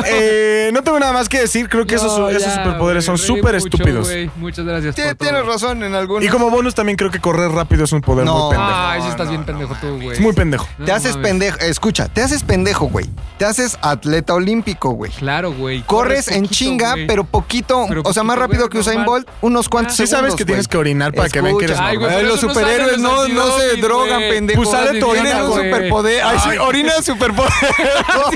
[SPEAKER 1] Eh, no tengo nada más que decir. Creo que esos,
[SPEAKER 2] No,
[SPEAKER 1] esos
[SPEAKER 2] ya,
[SPEAKER 1] superpoderes son
[SPEAKER 2] güey, reí
[SPEAKER 1] súper
[SPEAKER 2] mucho,
[SPEAKER 1] estúpidos.
[SPEAKER 2] güey. Muchas gracias.
[SPEAKER 4] Tie-
[SPEAKER 2] por todo.
[SPEAKER 4] Tienes razón en algunos.
[SPEAKER 1] Y como bonus también creo que correr rápido es un poder
[SPEAKER 4] No.
[SPEAKER 1] muy pendejo.
[SPEAKER 2] Ay, sí
[SPEAKER 4] No,
[SPEAKER 2] estás
[SPEAKER 4] no,
[SPEAKER 2] bien
[SPEAKER 4] no
[SPEAKER 2] pendejo tú, güey.
[SPEAKER 1] Es muy pendejo.
[SPEAKER 2] No,
[SPEAKER 4] te
[SPEAKER 2] no
[SPEAKER 4] haces
[SPEAKER 2] mames.
[SPEAKER 4] pendejo. Escucha, te haces pendejo, güey. Te haces atleta olímpico, güey.
[SPEAKER 2] Claro, güey.
[SPEAKER 4] Corres en
[SPEAKER 2] poquito,
[SPEAKER 4] chinga,
[SPEAKER 2] güey.
[SPEAKER 4] pero poquito.
[SPEAKER 2] Pero
[SPEAKER 4] o sea,
[SPEAKER 2] poquito,
[SPEAKER 4] más rápido
[SPEAKER 2] güey,
[SPEAKER 4] que Usain
[SPEAKER 2] normal.
[SPEAKER 4] Bolt, unos cuantos
[SPEAKER 1] Sí
[SPEAKER 4] segundos.
[SPEAKER 1] sabes que tienes
[SPEAKER 4] güey.
[SPEAKER 1] que orinar para que vean que eres
[SPEAKER 4] Escucha.
[SPEAKER 2] Ay, güey,
[SPEAKER 1] normal.
[SPEAKER 2] pero
[SPEAKER 4] los
[SPEAKER 2] eso no
[SPEAKER 4] superhéroes
[SPEAKER 2] salen
[SPEAKER 4] no,
[SPEAKER 2] los
[SPEAKER 4] no se
[SPEAKER 2] antidoping,
[SPEAKER 4] drogan,
[SPEAKER 2] güey.
[SPEAKER 4] pendejo.
[SPEAKER 2] Pues sale tu orina,
[SPEAKER 4] un
[SPEAKER 2] güey.
[SPEAKER 4] superpoder. Ay, sí, orina es superpoder.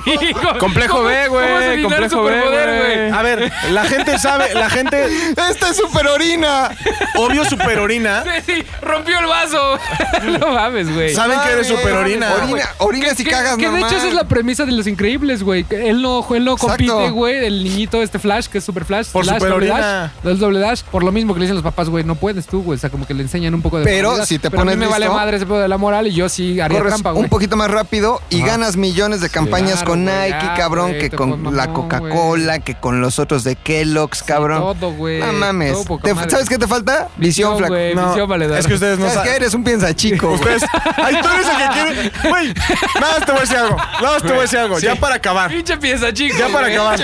[SPEAKER 2] Sí, güey.
[SPEAKER 3] Complejo
[SPEAKER 2] ¿Cómo-
[SPEAKER 3] B, güey,
[SPEAKER 2] cómo se elimina el
[SPEAKER 3] complejo B,
[SPEAKER 2] superpoder, Ah,
[SPEAKER 3] güey.
[SPEAKER 1] A ver, la gente sabe, la gente
[SPEAKER 4] Esta es superorina.
[SPEAKER 1] obvio superorina.
[SPEAKER 2] Sí, sí, rompió el vaso. no mames, güey.
[SPEAKER 1] Saben que eres
[SPEAKER 4] Mames,
[SPEAKER 1] superorina.
[SPEAKER 4] Orina, orinas y
[SPEAKER 2] Que-
[SPEAKER 4] cagas,
[SPEAKER 2] que de
[SPEAKER 4] normal.
[SPEAKER 2] hecho esa es la premisa de Los Increíbles, güey. Que Él no, él no
[SPEAKER 4] Exacto.
[SPEAKER 2] compite, güey. El niñito, este Flash, que es Super Flash.
[SPEAKER 1] Por
[SPEAKER 2] Flash, doble
[SPEAKER 1] superorina.
[SPEAKER 2] dash, doble dash. Por lo mismo que le dicen los papás, güey, no puedes tú, güey. O sea, como que le enseñan un poco de...
[SPEAKER 4] Pero
[SPEAKER 2] moralidad.
[SPEAKER 4] si te
[SPEAKER 2] Pero a mí
[SPEAKER 4] pones
[SPEAKER 2] me vale
[SPEAKER 4] listo,
[SPEAKER 2] madre ese pedo de la moral y yo sí haría
[SPEAKER 4] corres
[SPEAKER 2] trampa, güey.
[SPEAKER 4] un poquito más rápido y ganas millones de campañas
[SPEAKER 2] Claro,
[SPEAKER 4] con
[SPEAKER 2] güey,
[SPEAKER 4] Nike,
[SPEAKER 2] ya,
[SPEAKER 4] cabrón,
[SPEAKER 2] güey,
[SPEAKER 4] que
[SPEAKER 2] te
[SPEAKER 4] con
[SPEAKER 2] pones
[SPEAKER 4] la
[SPEAKER 2] mamón,
[SPEAKER 4] Coca-Cola, que con los otros de Kellogg's, cabrón.
[SPEAKER 2] todo, güey,
[SPEAKER 4] No mames.
[SPEAKER 2] todo poca
[SPEAKER 4] Te-
[SPEAKER 2] madre.
[SPEAKER 4] ¿Sabes qué te falta? Visión,
[SPEAKER 2] Visión,
[SPEAKER 4] flaco.
[SPEAKER 2] güey,
[SPEAKER 1] No,
[SPEAKER 2] visión valedora.
[SPEAKER 1] es que ustedes no
[SPEAKER 4] ¿Sabes qué?
[SPEAKER 1] saben.
[SPEAKER 4] Eres un piensachico, güey.
[SPEAKER 1] Ustedes, Pues, ay, tú eres el que quiere. Güey, nada más te voy a decir algo. Nada más te voy a decir algo. Ya para acabar.
[SPEAKER 2] Pinche piensa chico.
[SPEAKER 1] Ya para
[SPEAKER 2] güey.
[SPEAKER 1] acabar.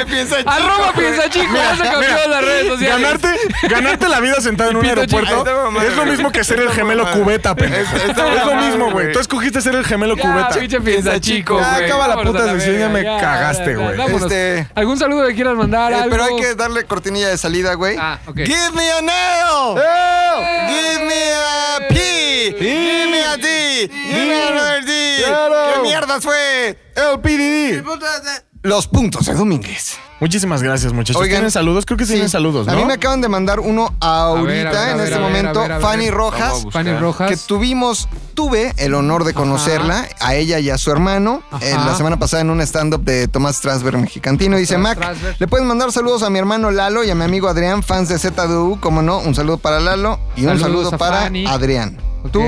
[SPEAKER 2] Arroba piensa chico. Ya se cambió
[SPEAKER 1] mira,
[SPEAKER 2] las redes sociales.
[SPEAKER 1] Ganarte, ganarte la vida sentado en un
[SPEAKER 2] Pito
[SPEAKER 1] aeropuerto
[SPEAKER 4] chico. Ahí está mamada,
[SPEAKER 1] es lo
[SPEAKER 4] güey.
[SPEAKER 1] mismo que ser el
[SPEAKER 4] Está
[SPEAKER 1] gemelo
[SPEAKER 4] mamada.
[SPEAKER 1] cubeta, pendejo.
[SPEAKER 4] Está-
[SPEAKER 1] Es
[SPEAKER 4] está
[SPEAKER 1] lo
[SPEAKER 4] mamada,
[SPEAKER 1] mismo,
[SPEAKER 4] güey.
[SPEAKER 1] güey. Tú escogiste ser el gemelo
[SPEAKER 2] Ya,
[SPEAKER 1] cubeta.
[SPEAKER 2] pinche piensa chico,
[SPEAKER 4] Ya,
[SPEAKER 2] güey.
[SPEAKER 1] acaba la
[SPEAKER 2] Vámonos
[SPEAKER 1] puta
[SPEAKER 2] a
[SPEAKER 1] sesión, ya
[SPEAKER 2] verga,
[SPEAKER 1] me cagaste,
[SPEAKER 2] ya,
[SPEAKER 1] güey.
[SPEAKER 2] vámonos.
[SPEAKER 4] Este-
[SPEAKER 2] ¿Algún saludo que quieras mandar?
[SPEAKER 4] Eh,
[SPEAKER 2] algo?
[SPEAKER 4] pero hay que darle cortinilla de salida, güey.
[SPEAKER 2] Ah, ok.
[SPEAKER 4] Give me a nail.
[SPEAKER 1] Eh.
[SPEAKER 4] Give me
[SPEAKER 2] Eh.
[SPEAKER 4] a P. Give me a D. Give me another D.
[SPEAKER 1] Claro.
[SPEAKER 4] ¿Qué mierdas fue?
[SPEAKER 1] El PDD.
[SPEAKER 4] Los puntos de Domínguez.
[SPEAKER 1] Muchísimas gracias, muchachos. ¿Tienen saludos? Creo que
[SPEAKER 4] sí.
[SPEAKER 1] tienen saludos, ¿no?
[SPEAKER 4] A mí me acaban de mandar uno ahorita,
[SPEAKER 2] ver, a ver, a
[SPEAKER 4] en
[SPEAKER 2] ver,
[SPEAKER 4] este
[SPEAKER 2] a ver,
[SPEAKER 4] momento,
[SPEAKER 2] a ver, a ver.
[SPEAKER 4] Fanny Rojas.
[SPEAKER 3] Vamos
[SPEAKER 2] Fanny
[SPEAKER 3] buscar.
[SPEAKER 2] Rojas.
[SPEAKER 4] que tuvimos, tuve el honor de conocerla, a ella y a su hermano,
[SPEAKER 2] Ajá.
[SPEAKER 4] en la semana pasada en un stand-up de Tomás Trasberg mexicantino. Dice,
[SPEAKER 2] Tomás
[SPEAKER 4] Mac,
[SPEAKER 2] Strasberg.
[SPEAKER 4] le puedes mandar saludos a mi hermano Lalo y a mi amigo Adrián, fans de ZDU, como no, un saludo para Lalo y un
[SPEAKER 2] Saludos
[SPEAKER 4] saludo
[SPEAKER 2] a
[SPEAKER 4] para
[SPEAKER 2] Fanny.
[SPEAKER 4] Adrián.
[SPEAKER 2] Ok.
[SPEAKER 4] Tú,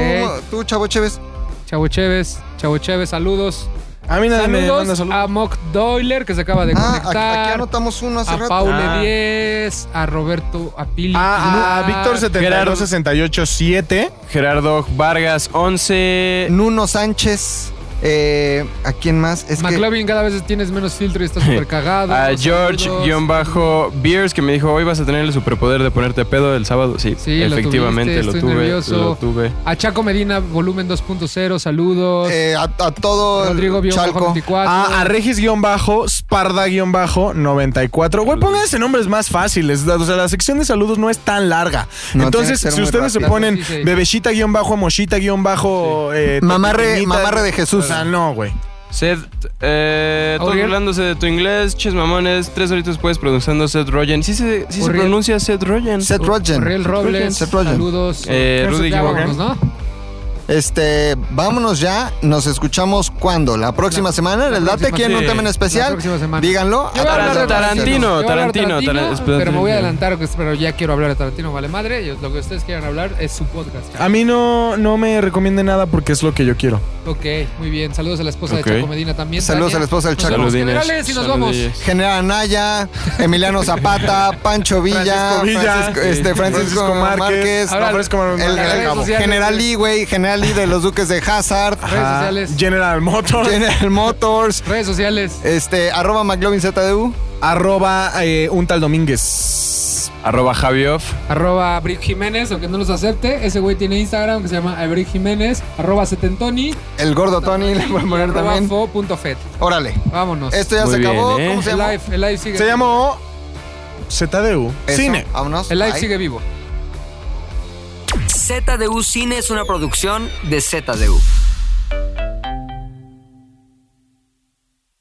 [SPEAKER 4] tú, Chavo Chévez,
[SPEAKER 2] Chavo Chévez, Chavo Chévez, saludos.
[SPEAKER 1] A mí nadie me
[SPEAKER 2] Saludos
[SPEAKER 1] manda saludos.
[SPEAKER 2] a Mock Doyler, que se acaba de
[SPEAKER 4] Ah, aquí,
[SPEAKER 2] conectar.
[SPEAKER 4] aquí anotamos uno hace
[SPEAKER 2] a
[SPEAKER 4] rato.
[SPEAKER 2] Paule
[SPEAKER 4] Ah.
[SPEAKER 2] 10, a Roberto, a Pili.
[SPEAKER 1] A, a Ah,
[SPEAKER 2] Ah,
[SPEAKER 1] Víctor
[SPEAKER 3] Gerardo.
[SPEAKER 1] 72687.
[SPEAKER 3] Gerardo Vargas, 11.
[SPEAKER 4] Nuno Sánchez. eh, ¿A quién más? Es que
[SPEAKER 2] McLovin, cada vez tienes menos filtro y estás súper cagado.
[SPEAKER 3] A
[SPEAKER 2] Saludos.
[SPEAKER 3] George-Beers, que me dijo, hoy vas a tener el superpoder de ponerte pedo el sábado. Sí,
[SPEAKER 2] Sí, lo
[SPEAKER 3] efectivamente,
[SPEAKER 2] tuviste,
[SPEAKER 3] lo,
[SPEAKER 2] estoy
[SPEAKER 3] tuve,
[SPEAKER 2] nervioso.
[SPEAKER 3] lo tuve.
[SPEAKER 2] A Chaco Medina, volumen 2.0, saludos.
[SPEAKER 4] eh, a, a todo el
[SPEAKER 2] Rodrigo Bion,
[SPEAKER 4] Chalco.
[SPEAKER 2] 24.
[SPEAKER 4] ah,
[SPEAKER 1] A, a Regis-Sparda-94. Güey, pónganse nombres más fáciles. O sea, la sección de saludos no es tan larga.
[SPEAKER 4] No,
[SPEAKER 1] Entonces,
[SPEAKER 4] tiene que ser
[SPEAKER 1] si
[SPEAKER 4] muy
[SPEAKER 1] ustedes se
[SPEAKER 4] rápido.
[SPEAKER 1] ponen
[SPEAKER 2] Sí, sí.
[SPEAKER 1] bebellita-mochita-bajo. eh,
[SPEAKER 4] Mamarre-
[SPEAKER 1] Tepeñita.
[SPEAKER 4] mamarre de Jesús.
[SPEAKER 1] O sea, no, güey.
[SPEAKER 3] Seth, eh, todos
[SPEAKER 2] Auriel.
[SPEAKER 3] burlándose de tu inglés, ches mamones, tres horitas después produciendo Seth Rogen. Sí se, sí se
[SPEAKER 2] Auriel.
[SPEAKER 3] pronuncia Seth Rogen.
[SPEAKER 4] Seth
[SPEAKER 2] Riel
[SPEAKER 4] Rogen.
[SPEAKER 2] Robles,
[SPEAKER 4] Seth Rogen.
[SPEAKER 2] saludos.
[SPEAKER 3] Eh, Rudy
[SPEAKER 2] ya
[SPEAKER 3] Givaudan.
[SPEAKER 2] vámonos, ¿no?
[SPEAKER 4] Este, vámonos ya. Nos escuchamos cuando? La próxima semana.
[SPEAKER 2] la
[SPEAKER 4] ¿Les date
[SPEAKER 2] próxima
[SPEAKER 4] aquí en un
[SPEAKER 3] semana.
[SPEAKER 4] tema en
[SPEAKER 2] La
[SPEAKER 4] especial?
[SPEAKER 2] próxima semana.
[SPEAKER 4] Díganlo.
[SPEAKER 2] Yo voy a hablar de
[SPEAKER 3] Tarantino.
[SPEAKER 2] Yo voy a hablar de
[SPEAKER 3] Tarantino, Taran- espera,
[SPEAKER 2] pero me voy a
[SPEAKER 3] Tarantino.
[SPEAKER 2] adelantar, pues, pero ya quiero hablar de Tarantino, vale madre. y Lo que ustedes quieran hablar es su podcast.
[SPEAKER 1] A mí no, no me recomiende nada porque es lo que yo quiero.
[SPEAKER 2] Ok, muy bien. Saludos a la esposa
[SPEAKER 3] Ok.
[SPEAKER 2] de Chaco Medina también.
[SPEAKER 4] Ah. Saludos a la esposa del
[SPEAKER 2] Nos
[SPEAKER 4] Chaco.
[SPEAKER 2] vemos,
[SPEAKER 3] Saludines.
[SPEAKER 2] generales, y nos vamos.
[SPEAKER 3] Saludillos.
[SPEAKER 4] General Anaya, Emiliano Zapata, Pancho Villa,
[SPEAKER 1] Francisco Villa.
[SPEAKER 4] Francisco,
[SPEAKER 1] Sí.
[SPEAKER 4] este, Francisco,
[SPEAKER 1] Francisco Márquez.
[SPEAKER 4] Márquez,
[SPEAKER 1] Ahora, Francisco Márquez.
[SPEAKER 4] el-
[SPEAKER 1] Las
[SPEAKER 4] el-
[SPEAKER 1] redes
[SPEAKER 2] sociales.
[SPEAKER 4] General Lee, güey, General Lee de los Duques de Hazard,
[SPEAKER 2] Redes sociales.
[SPEAKER 1] General Motors.
[SPEAKER 4] General Motors,
[SPEAKER 2] Redes sociales.
[SPEAKER 4] este, arroba McLovinZDU.
[SPEAKER 1] arroba eh, un tal Domínguez.
[SPEAKER 3] Arroba Javioff.
[SPEAKER 2] Arroba Brick Jiménez, aunque no los acepte. Ese güey tiene Instagram que se llama Brick Jiménez. Arroba Setentoni.
[SPEAKER 4] El gordo Tony, le voy a poner
[SPEAKER 2] arroba
[SPEAKER 4] también.
[SPEAKER 2] fo.fet.
[SPEAKER 4] Órale,
[SPEAKER 2] Vámonos.
[SPEAKER 4] esto ya
[SPEAKER 3] Muy
[SPEAKER 4] se
[SPEAKER 3] bien,
[SPEAKER 4] acabó.
[SPEAKER 3] ¿eh?
[SPEAKER 4] ¿Cómo se
[SPEAKER 2] el
[SPEAKER 4] llama?
[SPEAKER 2] live, el live sigue.
[SPEAKER 1] Se llamó ZDU
[SPEAKER 4] Eso,
[SPEAKER 1] Cine.
[SPEAKER 4] Vámonos.
[SPEAKER 2] El live
[SPEAKER 4] Bye.
[SPEAKER 2] sigue vivo.
[SPEAKER 12] ZDU Cine es una producción de ZDU.